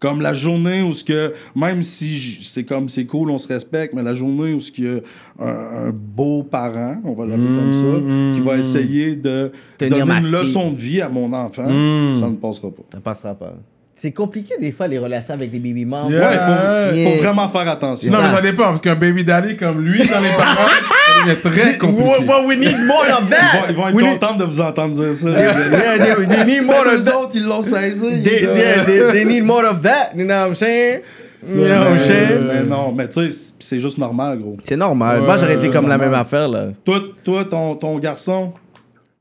Speaker 5: Comme la journée où ce que, même si j- c'est comme c'est cool, on se respecte, mais la journée où ce qu'il y a un, un beau parent, on va l'appeler comme ça, qui va essayer de
Speaker 4: Mmh, Tenir
Speaker 5: donner
Speaker 4: ma
Speaker 5: une
Speaker 4: fille. Mmh.
Speaker 5: leçon de vie à mon enfant, ça ne passera pas.
Speaker 4: Ça passera pas. C'est compliqué des fois les relations avec des baby moms.
Speaker 3: Yeah.
Speaker 5: Ouais, faut,
Speaker 4: Yeah.
Speaker 5: faut vraiment faire attention.
Speaker 3: non,
Speaker 4: ça.
Speaker 3: mais ça dépend, parce qu'un baby daddy comme lui, dans les parents, ça devient très compliqué.
Speaker 4: Oh, we need more of
Speaker 5: Ils vont, ils vont être
Speaker 4: We need-
Speaker 5: contents de vous entendre dire ça.
Speaker 4: Yeah, they, they need more of
Speaker 5: Les
Speaker 4: that.
Speaker 5: autres, ils l'ont saisi. ils
Speaker 4: They,
Speaker 5: l'ont-
Speaker 4: yeah, they, they need more of that. You know what I'm saying? You know what I'm
Speaker 5: Mais-
Speaker 4: saying?
Speaker 5: mais non, mais tu sais, c'est- c'est juste normal, gros.
Speaker 4: C'est normal.
Speaker 3: Ouais,
Speaker 4: Moi, j'aurais été
Speaker 3: c'est
Speaker 4: comme la
Speaker 5: normal.
Speaker 4: même affaire, là.
Speaker 5: Toi, toi ton, ton garçon,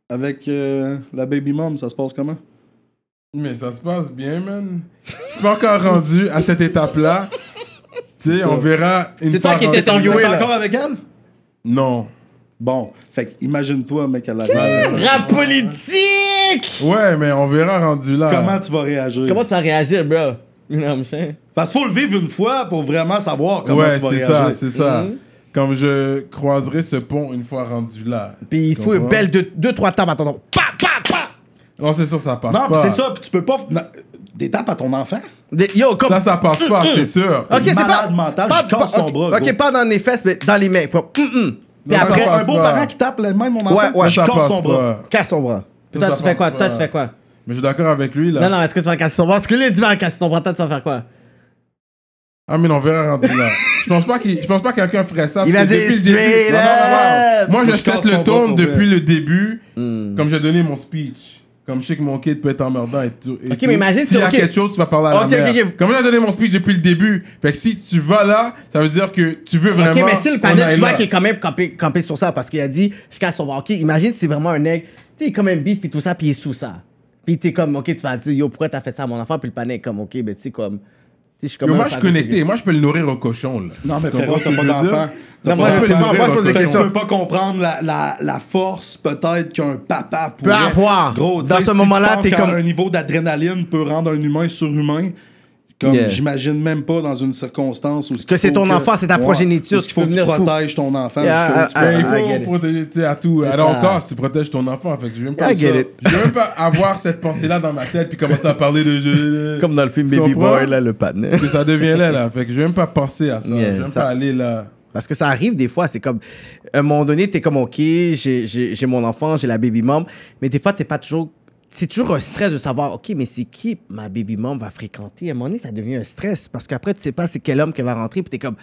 Speaker 5: avec euh, la baby mom, ça se passe comment?
Speaker 3: Mais ça se passe bien, man. Je suis pas encore rendu à cette étape-là. Tu sais, on verra une
Speaker 4: C'est toi
Speaker 3: fois
Speaker 4: qui étais
Speaker 3: rendu-
Speaker 4: en Youé,
Speaker 5: T'es
Speaker 4: là.
Speaker 5: encore avec elle?
Speaker 3: Non.
Speaker 5: Bon, fait que imagine-toi, mec, à la baby.
Speaker 4: Rap politique!
Speaker 3: Ouais, mais on verra rendu là.
Speaker 5: Comment tu vas réagir?
Speaker 4: Comment tu vas réagir, bro? You know what I'm saying?
Speaker 5: Parce qu'il faut le vivre une fois pour vraiment savoir comment
Speaker 3: ouais,
Speaker 5: tu vas
Speaker 3: c'est
Speaker 5: réagir.
Speaker 3: ça, c'est ça.
Speaker 4: Mm.
Speaker 3: Comme je croiserai ce pont une fois rendu là.
Speaker 4: Puis il
Speaker 3: Tu
Speaker 4: faut une
Speaker 3: comprends?
Speaker 4: belle deux, deux trois tables à ton nom. Pa, pa, pa!
Speaker 3: Non, c'est sûr, ça passe
Speaker 5: Non,
Speaker 3: pas.
Speaker 5: pis c'est ça, puis tu peux pas. na- Des tapes à ton enfant.
Speaker 4: Des- Yo, comme.
Speaker 3: Ça, ça passe pas, c'est sûr.
Speaker 4: Ok, c'est pas.
Speaker 5: malade mental,
Speaker 4: pas,
Speaker 5: je casse son
Speaker 4: ok,
Speaker 5: bras,
Speaker 4: Ok,
Speaker 5: gros.
Speaker 4: pas dans les fesses, mais dans les mains. quoi. Hum, hum. Puis
Speaker 3: Non, ça
Speaker 4: après,
Speaker 3: passe
Speaker 5: Un beau
Speaker 3: pas.
Speaker 5: parent qui tape le même mon enfant,
Speaker 4: Ouais, ouais.
Speaker 5: je
Speaker 3: Ça
Speaker 5: casse
Speaker 3: passe
Speaker 5: son bras.
Speaker 3: pas.
Speaker 4: casse ton bras.
Speaker 3: Ça,
Speaker 4: Toi,
Speaker 3: ça
Speaker 4: tu fais
Speaker 3: passe
Speaker 4: quoi? Toi,
Speaker 3: pas.
Speaker 4: tu fais quoi?
Speaker 3: Mais je suis d'accord avec lui, là.
Speaker 4: Non, non, est-ce que tu vas casser son bras? Est-ce que là, tu vas casser ton bras? Toi, tu vas faire quoi?
Speaker 3: Ah, mais non, on verra rendu là. Je pense pas qu'il- je pense pas que quelqu'un ferait ça.
Speaker 4: Il
Speaker 3: parce
Speaker 4: va
Speaker 3: que
Speaker 4: dire
Speaker 3: depuis le début-
Speaker 4: straight
Speaker 3: Non, non, non,
Speaker 4: up. Mm.
Speaker 3: non. Moi, je
Speaker 5: Je
Speaker 3: set
Speaker 5: casse
Speaker 3: le
Speaker 5: son bras
Speaker 3: tone
Speaker 5: pour
Speaker 3: depuis
Speaker 5: vrai.
Speaker 3: le début, comme j'ai donné mon speech. Comme je sais que mon kid peut être emmerdant et tout. et
Speaker 4: Ok,
Speaker 3: tout.
Speaker 4: mais imagine si-
Speaker 3: S'il y a
Speaker 4: ok.
Speaker 3: quelque chose, tu vas parler à
Speaker 4: Ok,
Speaker 3: la
Speaker 4: ok,
Speaker 3: mère.
Speaker 4: ok.
Speaker 3: Comme j'ai donné mon speech depuis le début, fait que si tu vas là, ça veut dire que tu veux vraiment...
Speaker 4: Ok, mais si le
Speaker 3: qu'on
Speaker 4: panel,
Speaker 3: aille
Speaker 4: tu vois
Speaker 3: là.
Speaker 4: qu'il est quand même campé, campé sur ça parce qu'il a dit je casse son bras. Ok, imagine si c'est vraiment un nègre, tu sais, il est comme un bif puis tout ça, puis il est sous ça. Puis t'es comme, ok, tu vas dire yo, pourquoi t'as fait ça à mon enfant? Puis le panel est comme, ok, mais tu sais, comme. tu sais, Je suis comme
Speaker 3: Yo,
Speaker 4: un
Speaker 3: moi, je suis
Speaker 4: fan
Speaker 3: connecté. Moi, je peux le nourrir au cochon, là.
Speaker 5: Non, mais
Speaker 3: Tu comprends
Speaker 5: frérot,
Speaker 3: ce que
Speaker 5: t'as pas
Speaker 3: je veux dire?
Speaker 5: d'enfant.
Speaker 4: Non, moi, je
Speaker 3: T'as
Speaker 4: sais
Speaker 3: pas
Speaker 4: pas, moi, je pose des
Speaker 5: Fait que
Speaker 4: questions.
Speaker 5: Tu peux pas comprendre la, la, la force peut-être qu'un papa pourrait
Speaker 4: avoir.
Speaker 5: Gros,
Speaker 4: Dans
Speaker 5: tu sais,
Speaker 4: ce
Speaker 5: si
Speaker 4: moment-là,
Speaker 5: tu penses
Speaker 4: t'es
Speaker 5: qu'un-
Speaker 4: comme-
Speaker 5: un niveau d'adrénaline peut rendre un humain surhumain. Comme
Speaker 4: Yeah.
Speaker 5: j'imagine même pas dans une circonstance où ce
Speaker 4: Que
Speaker 5: qu'il
Speaker 4: c'est
Speaker 5: faut
Speaker 4: ton enfant, c'est ta progéniture
Speaker 5: où ce
Speaker 4: qui
Speaker 5: qu'il
Speaker 4: peut
Speaker 5: faut que tu
Speaker 4: venir fou.
Speaker 5: protèges ton enfant.
Speaker 4: Yeah,
Speaker 5: jusqu'où tu
Speaker 4: ah,
Speaker 5: peux.
Speaker 4: ah,
Speaker 3: Mais il
Speaker 4: I get it.
Speaker 3: faut protéger tu sais, à tout.
Speaker 4: C'est
Speaker 3: Alors
Speaker 4: ça.
Speaker 3: encore, si tu protèges ton enfant, fait que je veux même pas
Speaker 4: I
Speaker 3: ça.
Speaker 4: get it.
Speaker 3: Je veux même pas avoir cette pensée-là dans ma tête puis commencer à parler de jeu.
Speaker 4: Comme dans le film
Speaker 3: Tu
Speaker 4: Baby
Speaker 3: comprends?
Speaker 4: Boy, là, le panel.
Speaker 3: Parce que ça devient là, là. Fait que je veux même pas penser à ça.
Speaker 4: Yeah,
Speaker 3: je veux même
Speaker 4: ça-
Speaker 3: pas aller là.
Speaker 4: Parce que ça arrive des fois, c'est comme, à un moment donné, t'es comme, ok, j'ai- j'ai j'ai mon enfant, j'ai la baby mom, mais des fois, t'es pas toujours. C'est toujours un stress de savoir, ok, mais c'est qui ma baby mom va fréquenter. À un moment donné, ça devient un stress parce qu'après, tu sais pas c'est quel homme qui va rentrer, puis t'es comme,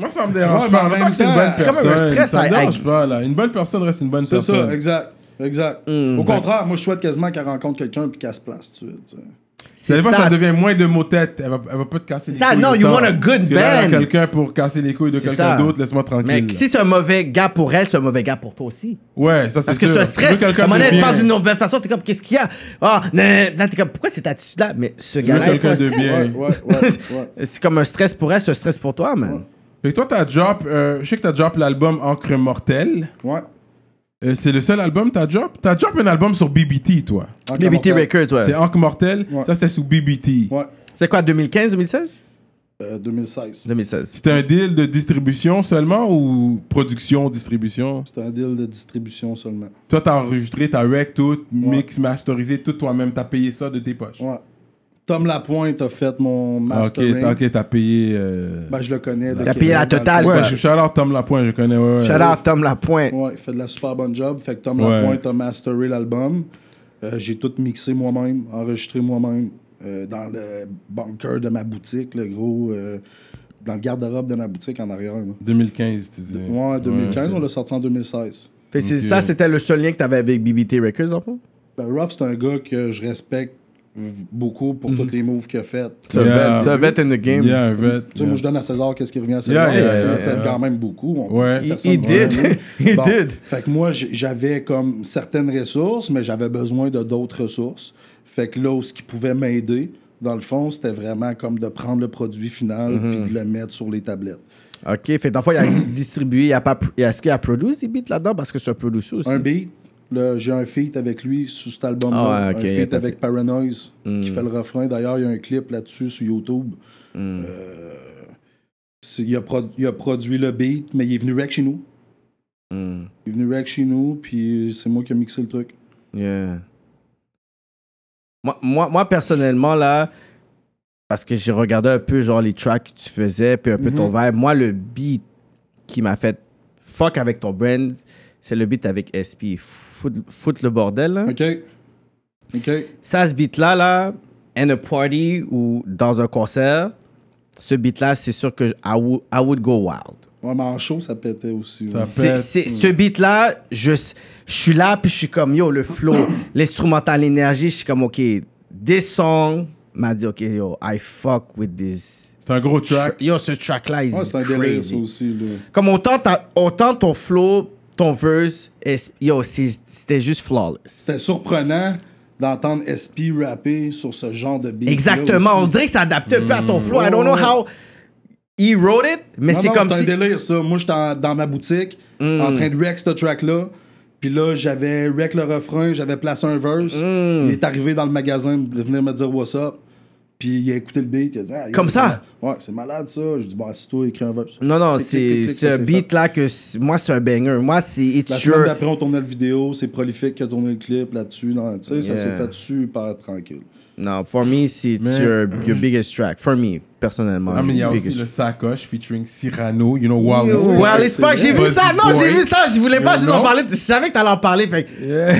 Speaker 3: Moi, ça me dérange
Speaker 5: Ouais, mais
Speaker 3: pas.
Speaker 5: en
Speaker 3: En même
Speaker 5: même
Speaker 3: temps que c'est une
Speaker 5: temps,
Speaker 3: bonne
Speaker 5: c'est
Speaker 4: comme un
Speaker 3: personne.
Speaker 4: stress
Speaker 3: ça me
Speaker 4: à-
Speaker 3: dérange
Speaker 4: à-
Speaker 3: pas, là. Une bonne personne reste une bonne
Speaker 5: C'est
Speaker 3: personne.
Speaker 5: ça, exact. Exact.
Speaker 4: Mm,
Speaker 5: Au
Speaker 4: ben.
Speaker 5: contraire, moi, je souhaite quasiment qu'elle rencontre quelqu'un puis qu'elle se place dessus. tu sais.
Speaker 3: Ça,
Speaker 4: c'est
Speaker 3: des fois,
Speaker 4: ça.
Speaker 3: ça devient moins de mots tête. Elle va, elle va pas te casser les
Speaker 4: Ça,
Speaker 3: couilles.
Speaker 4: non,
Speaker 3: autant.
Speaker 4: you want a good
Speaker 3: Parce que là,
Speaker 4: man.
Speaker 3: quelqu'un pour casser les couilles de
Speaker 4: C'est ça.
Speaker 3: quelqu'un d'autre, laisse-moi tranquille.
Speaker 4: Mais si c'est un mauvais gars pour elle, c'est un mauvais gars pour toi aussi.
Speaker 3: Ouais, ça, c'est
Speaker 4: Parce que c'est un
Speaker 3: sûr. Tu veux
Speaker 4: stress. À
Speaker 3: quelqu'un
Speaker 4: un moment
Speaker 3: de
Speaker 4: donné, tu
Speaker 3: bien.
Speaker 4: parles d'une nouvelle façon, t'es comme, qu'est-ce qu'il y a? Ah, non, non, non, t'es comme, pourquoi cette attitude-là? Mais ce
Speaker 3: Tu veux
Speaker 4: gars-là, il fait un
Speaker 3: quelqu'un de
Speaker 4: stress.
Speaker 3: bien.
Speaker 5: Ouais, ouais, ouais. ouais.
Speaker 4: C'est comme un stress pour elle, c'est un stress pour toi, man.
Speaker 3: Fait que toi, t'as drop, euh, je sais que t'as drop l'album Encre Mortelle.
Speaker 5: ouais.
Speaker 3: Euh, c'est le seul album t'as drop. T'as drop un album sur BBT, toi.
Speaker 4: BBT Records, ouais.
Speaker 3: C'est Encre Mortelle.
Speaker 5: Ouais.
Speaker 3: Ça, c'était sous BBT.
Speaker 5: Ouais.
Speaker 4: C'est quoi, 2015, 2016?
Speaker 5: Euh, 2016.
Speaker 4: 2016.
Speaker 3: C'était un deal de distribution seulement ou production, distribution
Speaker 5: C'était un deal de distribution seulement.
Speaker 3: Toi, t'as enregistré, t'as rec tout, mix, masterisé tout toi-même. T'as payé ça de tes poches.
Speaker 5: Ouais. Tom Lapointe a fait mon
Speaker 3: Ah, ok,
Speaker 5: mastering.
Speaker 3: t'as ok, t'as payé. euh,
Speaker 5: Ben, je le connais. de
Speaker 4: T'as payé la
Speaker 5: Québec, dans
Speaker 4: totale,
Speaker 5: le-
Speaker 3: Ouais,
Speaker 4: quoi.
Speaker 3: je suis alors Tom Lapointe, je connais. Ouais, ouais.
Speaker 4: Shout out Tom Lapointe.
Speaker 5: Ouais, il fait de la super bonne job. Fait que Tom
Speaker 3: Ouais.
Speaker 5: Lapointe a masteré l'album. Euh, j'ai tout mixé moi-même, enregistré moi-même euh, dans le bunker de ma boutique, le gros. euh, dans le garde-robe de ma boutique en arrière. là.
Speaker 3: 2015, tu dis.
Speaker 5: Ouais, 2015,
Speaker 3: c'est-
Speaker 5: on l'a sorti en 2016.
Speaker 4: Fait que c'est-
Speaker 3: Ok.
Speaker 4: Ça, c'était le seul lien que t'avais avec BBT Records, en fond?
Speaker 5: Ben, Ruff, c'est un gars que je respecte beaucoup
Speaker 3: Mhm.
Speaker 5: pour tous les moves qu'il a fait.
Speaker 4: C'est un
Speaker 3: Yeah.
Speaker 4: vet- c'est un vet in the game.
Speaker 3: Yeah, un vet.
Speaker 5: Tu sais, moi, je donne à César qu'est-ce qui revient à
Speaker 3: Yeah,
Speaker 5: César.
Speaker 3: yeah,
Speaker 5: mais tu
Speaker 3: yeah,
Speaker 5: sais, il a fait
Speaker 3: yeah.
Speaker 5: quand même beaucoup. on-
Speaker 3: Ouais.
Speaker 4: He-
Speaker 5: personne
Speaker 4: he
Speaker 5: va
Speaker 4: did.
Speaker 5: aimer.
Speaker 4: He did.
Speaker 5: Fait que moi, j- j'avais comme certaines ressources, mais j'avais besoin de d'autres ressources. Fait que là, où ce qui pouvait m'aider, dans le fond, c'était vraiment comme de prendre le produit final puis de le mettre sur les tablettes.
Speaker 4: OK, fait que dans le fond, il a distribué, il a pas... pr- Est-ce qu'il a produit ces beats là-dedans? Parce que c'est un producer aussi.
Speaker 5: Un beat, là, j'ai un feat avec lui sur cet album-là.
Speaker 4: Ah ouais, ok,
Speaker 5: un feat
Speaker 4: t'as
Speaker 5: avec
Speaker 4: fait.
Speaker 5: Paranoise
Speaker 4: Mm,
Speaker 5: qui fait le refrain. D'ailleurs, il y a un clip là-dessus sur YouTube.
Speaker 4: mm,
Speaker 5: Euh, c'est- il, a produ- il a produit le beat, mais il est venu rec chez nous.
Speaker 4: Mm.
Speaker 5: Il est venu rec chez nous, puis c'est moi qui ai mixé le truc.
Speaker 4: Yeah. Moi, moi, moi, personnellement, là, parce que j'ai regardé un peu, genre, les tracks que tu faisais, puis un peu ton vibe. Moi, le beat qui m'a fait fuck avec ton brand, c'est le beat avec SP. Fout, fout le bordel, là.
Speaker 5: OK. OK.
Speaker 4: Ça, ce beat-là, là, in a party ou dans un concert, ce beat-là, c'est sûr que I would, I would go wild.
Speaker 5: Ouais, mais en show, ça pétait aussi.
Speaker 3: Ça
Speaker 5: ouais.
Speaker 3: pète.
Speaker 4: C'est- c'est- Ce beat-là, je, s- je suis là, puis je suis comme, yo, le flow, l'instrumental, l'énergie, je suis comme, OK, this song m'a dit, OK, yo, I fuck with this.
Speaker 3: C'est un gros track.
Speaker 4: Yo, ce track-là, is
Speaker 5: Ouais, c'est un délire, ça
Speaker 4: crazy.
Speaker 5: aussi. Là.
Speaker 4: Comme autant, ta- autant ton flow, ton verse, est- yo, c'est- c'était juste flawless.
Speaker 5: C'était surprenant d'entendre SP rapper sur ce genre de beat.
Speaker 4: Exactement, on dirait que ça adapte un peu à ton flow. I don't know how he wrote it, mais
Speaker 5: Mm. Non,
Speaker 4: c'est
Speaker 5: non,
Speaker 4: comme
Speaker 5: un
Speaker 4: si... Hmm.
Speaker 5: délire, ça. Moi, j'étais en- dans ma boutique, en train de rec ce track-là. Puis là, j'avais
Speaker 4: Hmm.
Speaker 5: rec le refrain, j'avais placé un verse. Il est arrivé dans le magasin de venir me dire « What's up? » Puis il a écouté le beat, il a dit Ah, yo,
Speaker 4: Comme
Speaker 5: c'est
Speaker 4: ça?
Speaker 5: mal- Ouais, c'est malade ça. J'ai dit Bon, si toi, écris un verse.
Speaker 4: Non, non,
Speaker 5: Clic, clic, clic,
Speaker 4: c'est
Speaker 5: clic,
Speaker 4: c'est
Speaker 5: ça,
Speaker 4: un
Speaker 5: c'est
Speaker 4: beat
Speaker 5: fait.
Speaker 4: là que c'est- moi, c'est un banger. Moi, c'est It's
Speaker 5: La
Speaker 4: Sure.
Speaker 5: semaine d'après, on tournait la vidéo, c'est prolifique qui a tourné le clip là-dessus. non, Tu sais, ça s'est
Speaker 4: Yeah.
Speaker 5: fait super tranquille.
Speaker 4: Non, for me, c'est it's
Speaker 3: Mais-
Speaker 4: your, your biggest track. For me, personnellement.
Speaker 3: Ah, mais il y a
Speaker 4: your
Speaker 3: aussi
Speaker 4: biggest-
Speaker 3: le sacoche featuring Cyrano, you know, wow.
Speaker 4: Yo,
Speaker 5: Spike.
Speaker 4: Wireless Spike, j'ai vu
Speaker 3: Buzz
Speaker 4: ça. Non, j'ai
Speaker 3: Boy.
Speaker 4: vu ça. Je voulais pas
Speaker 3: Yo,
Speaker 4: juste
Speaker 3: non.
Speaker 4: en parler. Je savais que t'allais en parler. Fait que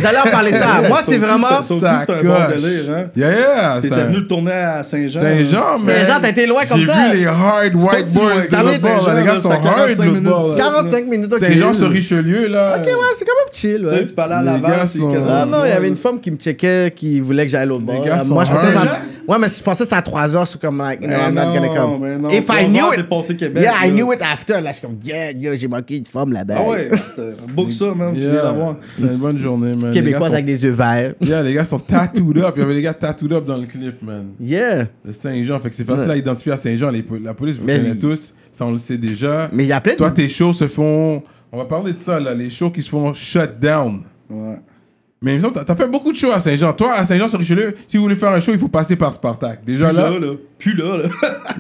Speaker 4: j'allais en parler de ça. Moi, c'est vraiment.
Speaker 5: Ça aussi, c'est un bon délire, hein?
Speaker 3: Yeah, yeah, c'est
Speaker 5: T'étais
Speaker 3: un-
Speaker 5: venu le tourner à Saint-Jean.
Speaker 3: Saint-Jean, mais.
Speaker 4: Saint-Jean, t'as été loin comme ça.
Speaker 3: J'ai vu les hard
Speaker 5: pas
Speaker 3: white
Speaker 5: si
Speaker 3: boys
Speaker 5: loin que
Speaker 3: de
Speaker 5: ça,
Speaker 3: l'autre bord,
Speaker 5: Saint-Jean,
Speaker 3: là. Les gars
Speaker 5: là,
Speaker 3: sont hard
Speaker 5: c'était
Speaker 3: de
Speaker 5: 45
Speaker 3: l'autre bord.
Speaker 5: minutes.
Speaker 3: là.
Speaker 4: 45 minutes. ok.
Speaker 3: Saint-Jean sur Richelieu, là.
Speaker 4: Ok, ouais, c'est quand même chill.
Speaker 5: Tu sais,
Speaker 4: ouais.
Speaker 5: tu parlais à
Speaker 3: Les gars
Speaker 5: Laval, c'est
Speaker 3: sont-
Speaker 5: quasiment
Speaker 4: Ah
Speaker 5: aussi
Speaker 4: non, il y
Speaker 5: loin,
Speaker 4: avait
Speaker 5: là.
Speaker 4: une femme qui me checkait qui voulait que j'aille à l'autre bord.
Speaker 3: gars
Speaker 4: Euh,
Speaker 3: sont
Speaker 4: Moi, je pensais
Speaker 3: hard.
Speaker 4: ça. Ouais, mais je pensais ça à 3 heures, c'est comme like, no,
Speaker 5: Ben
Speaker 4: I'm not gonna
Speaker 5: non, ben
Speaker 4: come.
Speaker 5: non.
Speaker 4: If I
Speaker 5: Trois
Speaker 4: knew
Speaker 5: heures,
Speaker 4: it.
Speaker 5: t'es passé Québec,
Speaker 4: yeah, I
Speaker 5: là.
Speaker 4: knew it after. Là, je suis comme, yeah, yo, j'ai manqué une femme là-bas.
Speaker 5: Ah ouais, putain, book ça, man, tu viens
Speaker 3: Yeah.
Speaker 5: d'avoir.
Speaker 3: C'était une bonne journée, man. Les gars
Speaker 4: Québécoise
Speaker 3: sont-
Speaker 4: avec des yeux verts.
Speaker 3: Yeah, les gars sont tattooed up. Il y avait les gars tattooed up dans le clip, man.
Speaker 4: Yeah.
Speaker 3: De Saint-Jean. Fait que c'est facile à identifier à Saint-Jean. Les po- La police vous
Speaker 4: Mais-
Speaker 3: connaît tous. Ça, on le sait déjà.
Speaker 4: Mais il y a plein de.
Speaker 3: Toi, tes shows se font. On va parler de ça, là. Les shows qui se font shut down.
Speaker 5: Ouais.
Speaker 3: Mais il me semble que t'as t'as fait beaucoup de shows à Saint-Jean. Toi, à Saint-Jean-sur-Richelieu, si vous voulez faire un show, il faut passer par Spartak. Déjà
Speaker 5: Plus
Speaker 3: là,
Speaker 5: là, là. Plus là, là.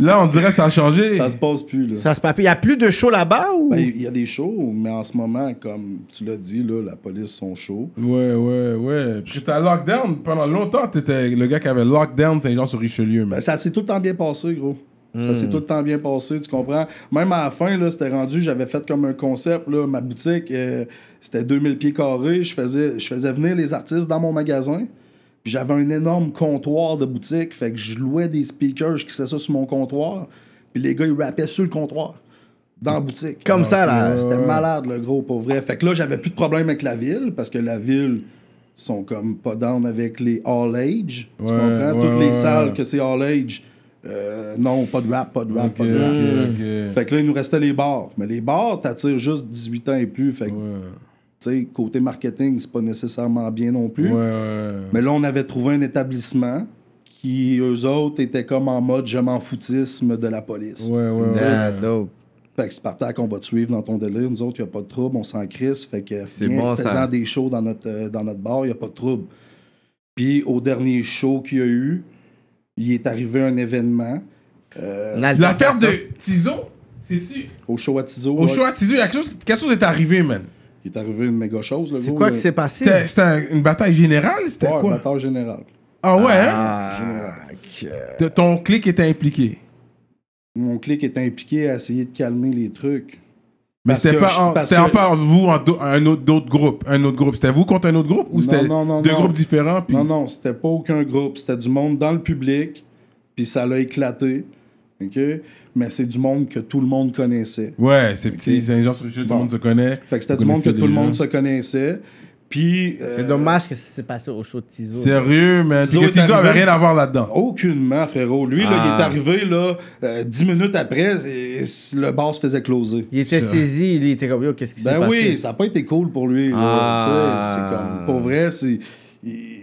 Speaker 3: là, on dirait que ça a changé.
Speaker 5: Ça se passe plus, là.
Speaker 4: Ça se passe. Il y a plus de show là-bas ou.
Speaker 5: Ben, Il y a des shows, mais en ce moment, comme tu l'as dit, là, la police sont chauds.
Speaker 3: Ouais, ouais, ouais. Parce que t'as lockdown. Pendant longtemps, t'étais le gars qui avait lockdown Saint-Jean-sur-Richelieu,
Speaker 5: Ben,
Speaker 3: man.
Speaker 5: ça s'est tout le temps bien passé, gros. Ça
Speaker 3: Hmm.
Speaker 5: s'est tout le temps bien passé, tu comprends? Même à la fin, là, c'était rendu, j'avais fait comme un concept, là, ma boutique, euh, c'était 2000 pieds carrés, je faisais, je faisais venir les artistes dans mon magasin, puis j'avais un énorme comptoir de boutique, fait que je louais des speakers, je crissais ça sur mon comptoir, puis les gars, ils rappaient sur le comptoir, dans la boutique.
Speaker 4: Comme ça, là.
Speaker 5: Euh, C'était malade, le gros, pour vrai. Fait que là, j'avais plus de problème avec la ville, parce que la ville sont comme pas down avec les all age. tu
Speaker 3: Ouais,
Speaker 5: comprends?
Speaker 3: ouais,
Speaker 5: Toutes
Speaker 3: ouais,
Speaker 5: les salles
Speaker 3: ouais.
Speaker 5: que c'est all age. euh, non, pas de rap, pas de rap,
Speaker 3: Ok,
Speaker 5: Bah, pas de rap.
Speaker 3: ok, ok.
Speaker 5: Fait que là, il nous restait les bars. Mais les bars, t'attires juste 18 ans et plus. Fait que,
Speaker 3: Ouais.
Speaker 5: tu sais, côté marketing, c'est pas nécessairement bien non plus.
Speaker 3: Ouais, ouais.
Speaker 5: Mais là, on avait trouvé un établissement qui, eux autres, étaient comme en mode je m'en foutisme de la police.
Speaker 3: Ouais, ouais, ouais.
Speaker 4: Ah,
Speaker 5: Bah,
Speaker 4: dope.
Speaker 5: Fait que Spartak, on va te suivre dans ton délire. Nous autres, il n'y a pas de trouble, on s'en crisse. Fait que
Speaker 4: C'est
Speaker 5: viens,
Speaker 4: bon,
Speaker 5: faisant
Speaker 4: ça.
Speaker 5: des shows dans notre, euh, dans notre bar, il n'y a pas de trouble. Puis au dernier show qu'il y a eu, il est arrivé un événement
Speaker 4: Une alter-
Speaker 3: L'affaire de Tizo, c'est-tu.
Speaker 5: au show à Tizo.
Speaker 3: Au
Speaker 5: ouais.
Speaker 3: show à Tizo, il y a quelque chose, quelque chose est arrivé, man.
Speaker 5: Il est arrivé une méga chose.
Speaker 4: C'est quoi qui s'est passé?
Speaker 3: C'était c'était un- une bataille générale, c'était
Speaker 5: passé? Ouais,
Speaker 3: quoi
Speaker 5: bataille générale.
Speaker 3: Ah ouais, hein
Speaker 4: Ah, ok.
Speaker 3: T- Ton clic était impliqué.
Speaker 5: Mon clic est impliqué à essayer de calmer les trucs.
Speaker 3: Mais
Speaker 5: Parce
Speaker 3: c'était
Speaker 5: que
Speaker 3: pas
Speaker 5: je-
Speaker 3: en,
Speaker 5: parce
Speaker 3: c'était en
Speaker 5: que-
Speaker 3: part vous, en do- un autre d'autres groupes, un autre groupe. C'était vous contre un autre groupe ou
Speaker 5: Non,
Speaker 3: c'était
Speaker 5: non, non,
Speaker 3: deux
Speaker 5: non.
Speaker 3: groupes différents puis
Speaker 5: Non, non, c'était pas aucun groupe. C'était du monde dans le public, puis ça l'a éclaté. OK? Mais c'est du monde que tout le monde connaissait.
Speaker 3: Ouais, c'est petit,
Speaker 5: Ok.
Speaker 3: c'est un genre sur lequel tout
Speaker 5: Bon.
Speaker 3: le monde se connaît.
Speaker 5: Fait que c'était
Speaker 3: Vous
Speaker 5: du monde que
Speaker 3: connaissez
Speaker 5: tout le
Speaker 3: déjà.
Speaker 5: monde se connaissait. Puis. euh,
Speaker 4: C'est dommage que ça s'est passé au show de Tizo.
Speaker 3: Sérieux, man.
Speaker 5: Tizo
Speaker 3: Tizo,
Speaker 5: est
Speaker 3: Tizo avait
Speaker 5: arrivé. Oh,
Speaker 3: rien à voir là-dedans.
Speaker 5: Aucunement, frérot. Lui, là, il
Speaker 4: Ah.
Speaker 5: est arrivé, là, euh, dix minutes après, et- et le bar se faisait closer.
Speaker 4: Il était saisi, il était comme, yo, qu'est-ce qui s'est
Speaker 5: Ben
Speaker 4: passé?
Speaker 5: oui, ça n'a pas été cool pour lui. là.
Speaker 4: Ah.
Speaker 5: Tu sais, C'est comme, pour vrai, c'est. Il,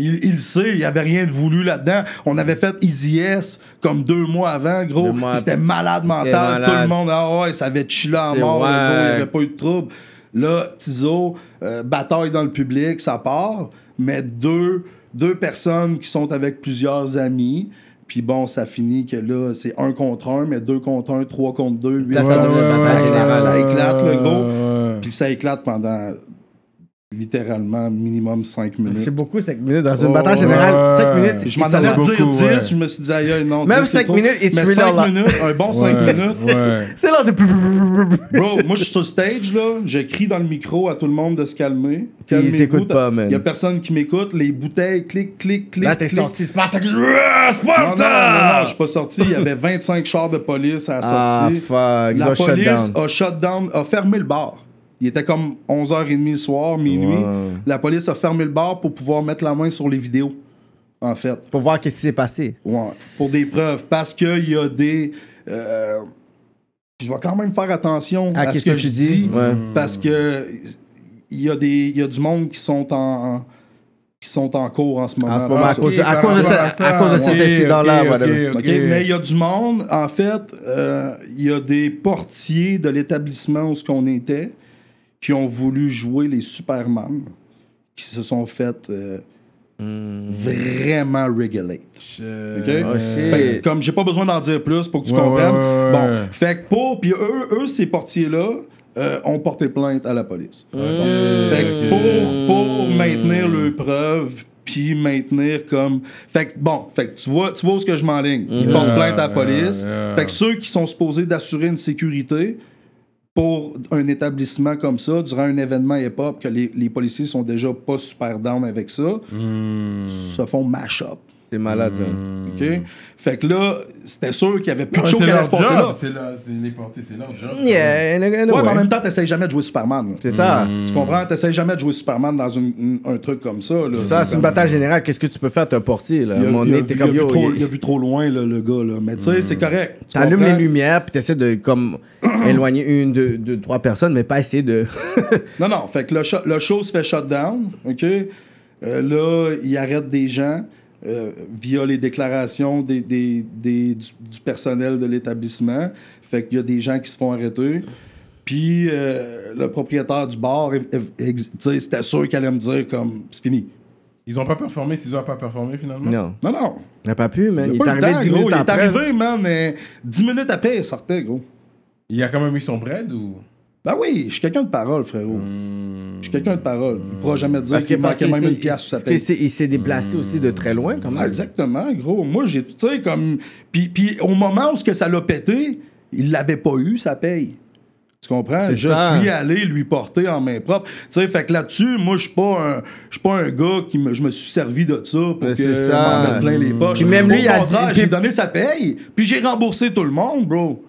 Speaker 5: il, il sait, il n'y avait rien de voulu là-dedans. On avait fait Easy S comme deux mois avant, gros.
Speaker 4: Deux mois
Speaker 5: puis C'était
Speaker 4: après.
Speaker 5: malade mental.
Speaker 4: malade.
Speaker 5: Tout le monde, ah ouais, ça avait chillé en
Speaker 4: C'est
Speaker 5: mort, le gros, il n'y
Speaker 4: wack.
Speaker 5: avait pas eu de trouble. Là, Tizo, euh, bataille dans le public, ça part. Mais deux, deux personnes qui sont avec plusieurs amis. Puis bon, ça finit que là, c'est un contre un, mais deux contre un, trois contre deux, huit
Speaker 4: Ça fait
Speaker 5: contre
Speaker 4: une bataille générale.
Speaker 5: Ça éclate, le gros.
Speaker 3: Ouais.
Speaker 5: Puis ça éclate pendant littéralement minimum 5 minutes.
Speaker 4: C'est beaucoup 5 minutes. Dans une
Speaker 5: Oh,
Speaker 4: bataille générale,
Speaker 3: ouais.
Speaker 4: 5 minutes, c'est
Speaker 5: Je m'en
Speaker 4: it's a
Speaker 5: allais
Speaker 4: lot.
Speaker 3: beaucoup,
Speaker 5: dire 10,
Speaker 3: ouais.
Speaker 5: je me suis dit aïe, non.
Speaker 4: Même
Speaker 5: 10, c'est
Speaker 4: cinq
Speaker 5: trop.
Speaker 4: minutes, it's
Speaker 5: mais
Speaker 4: really
Speaker 5: 5
Speaker 4: a lot.
Speaker 5: minutes, un bon 5
Speaker 3: Ouais,
Speaker 5: minutes.
Speaker 3: ouais.
Speaker 4: C'est là, c'est...
Speaker 5: Bro, moi je suis sur stage là, je crie dans le micro à tout le monde de se calmer.
Speaker 4: Puis ils
Speaker 5: Calmez-vous,
Speaker 4: t'écoutent
Speaker 5: t'as-
Speaker 4: pas, man.
Speaker 5: Il y a personne qui m'écoute, les bouteilles clic clic clic.
Speaker 4: Là, t'es
Speaker 5: clic.
Speaker 4: sorti, Ah! Spartak.
Speaker 5: Non, non, non, non, non, je
Speaker 4: Spartak!
Speaker 5: suis pas sorti, il y avait 25 chars de police à la
Speaker 4: Ah,
Speaker 5: sortie.
Speaker 4: fuck, ils
Speaker 5: La
Speaker 4: ont shut
Speaker 5: police
Speaker 4: down.
Speaker 5: a shut down, a fermé le bar. Il était comme 11h30 le soir, minuit.
Speaker 4: Ouais.
Speaker 5: La police a fermé le bar pour pouvoir mettre la main sur les vidéos, en fait.
Speaker 4: Pour voir qu'est-ce qui s'est passé.
Speaker 5: Ouais, pour des preuves. Parce qu'il y a des. euh, je vais quand même faire attention
Speaker 4: À
Speaker 5: à,
Speaker 4: Ah, qu'est-ce
Speaker 5: ce que,
Speaker 4: que tu
Speaker 5: je
Speaker 4: dis,
Speaker 5: dis.
Speaker 4: ouais.
Speaker 5: Parce que il y, a des- il y a du monde qui sont en. Qui sont en cours en ce moment.
Speaker 4: ce moment, à
Speaker 5: Parce-
Speaker 4: cause de- à
Speaker 3: Ah, par
Speaker 4: cause de
Speaker 3: rapport
Speaker 4: ça- à cause de cet
Speaker 3: ok,
Speaker 4: incident-là,
Speaker 3: ok,
Speaker 4: whatever.
Speaker 3: ok, ok.
Speaker 5: OK, Mais il y a du monde. En fait, euh, il y a des portiers de l'établissement où ce qu'on était qui ont voulu jouer les Superman, qui se sont fait euh, Vraiment regulate.
Speaker 3: Euh,
Speaker 5: OK?
Speaker 3: oh,
Speaker 5: Fait que
Speaker 3: shit.
Speaker 5: comme j'ai pas besoin d'en dire plus pour que tu
Speaker 3: Ouais,
Speaker 5: comprennes.
Speaker 3: ouais, ouais, ouais.
Speaker 5: Bon, fait que pour, puis eux, eux ces portiers-là euh, ont porté plainte à la police. Fait que pour, pour maintenir leurs preuves, puis maintenir comme. Fait que bon, fait que tu vois, tu vois où ce que je m'enligne. Ils portent plainte à la police.
Speaker 3: Yeah, yeah.
Speaker 5: Fait que ceux qui sont supposés d'assurer une sécurité pour un établissement comme ça, durant un événement hip-hop, que les, les policiers sont déjà pas super down avec ça,
Speaker 3: Hmm.
Speaker 5: se font mash-up.
Speaker 4: C'est malade, ça.
Speaker 5: OK?
Speaker 4: Hmm.
Speaker 5: Fait que là, c'était sûr qu'il y avait plus de
Speaker 3: Ouais,
Speaker 5: show
Speaker 3: c'est
Speaker 5: qui allait se
Speaker 3: leur
Speaker 5: passer là.
Speaker 3: job. C'est leur- c'est les portiers, c'est leur job.
Speaker 4: Yeah, in a- in a
Speaker 5: Ouais,
Speaker 4: way.
Speaker 5: mais en même temps, t'essayes jamais de jouer Superman. là.
Speaker 4: C'est ça.
Speaker 5: Tu comprends? T'essayes jamais de jouer Superman dans une- un truc comme ça. là.
Speaker 4: C'est ça, c'est une
Speaker 5: comme-
Speaker 4: bataille générale. Qu'est-ce que tu peux faire, t'es un portier, là? À un
Speaker 5: Il a,
Speaker 4: moment
Speaker 5: il a
Speaker 4: donné,
Speaker 5: vu,
Speaker 4: t'es
Speaker 5: il a
Speaker 4: comme
Speaker 5: vu
Speaker 4: yo.
Speaker 5: trop,
Speaker 4: il- Hmm.
Speaker 5: il a vu trop loin, là, le gars. Là. Mais tu sais, c'est correct. Tu
Speaker 4: T'allumes
Speaker 5: comprends?
Speaker 4: les lumières, puis t'essaies de, comme, éloigner une, deux, deux, trois personnes, mais pas essayer de.
Speaker 5: Non, non. Fait que le, sho- le show se fait shutdown. OK? Euh, là, il arrête des gens euh, via les déclarations des, des- des- du, du personnel de l'établissement. Fait qu'il y a des gens qui se font arrêter. Puis euh, le propriétaire du bar, il- il- il- tu sais, c'était sûr qu'elle allait me dire comme c'est fini.
Speaker 3: Ils ont pas performé, ils ont pas performé finalement.
Speaker 4: non.
Speaker 5: Non, non.
Speaker 4: Il n'a pas pu, man.
Speaker 5: Il,
Speaker 4: Il,
Speaker 5: a
Speaker 4: est
Speaker 5: pas eu le
Speaker 4: arrivé
Speaker 5: temps,
Speaker 4: 10
Speaker 5: gros.
Speaker 4: minutes
Speaker 5: Il est
Speaker 4: après.
Speaker 5: arrivé, man, mais 10 minutes après, il sortait, gros.
Speaker 3: Il a quand même eu son bread ou
Speaker 5: Ben oui, je suis quelqu'un de parole, frérot. Je suis quelqu'un de parole. Il pourra jamais dire
Speaker 4: Parce que
Speaker 5: qu'il
Speaker 4: parce
Speaker 5: manquait
Speaker 4: qu'il
Speaker 5: même
Speaker 4: s'est-
Speaker 5: une pièce sur sa
Speaker 4: parce qu'il
Speaker 5: paye. Hmm.
Speaker 4: s'est- il s'est déplacé aussi de très loin, quand
Speaker 5: Ah,
Speaker 4: même.
Speaker 5: exactement, gros. Moi, j'ai, tu sais, comme... Puis, puis au moment où ce que ça l'a pété, il l'avait pas eu, sa paye. Tu comprends?
Speaker 4: C'est
Speaker 5: Je
Speaker 4: ça.
Speaker 5: suis allé lui porter en main propre. Tu sais, fait que là-dessus, moi, je suis pas un, je suis pas un gars qui me, je me suis servi de ça pour
Speaker 4: Mais
Speaker 5: que
Speaker 4: c'est ça. Mm.
Speaker 5: m'en mette plein les poches.
Speaker 4: Puis même
Speaker 5: Au
Speaker 4: lui, il a dit-
Speaker 5: contraire,
Speaker 4: puis-
Speaker 5: j'ai donné sa paye, puis j'ai remboursé tout le monde, bro.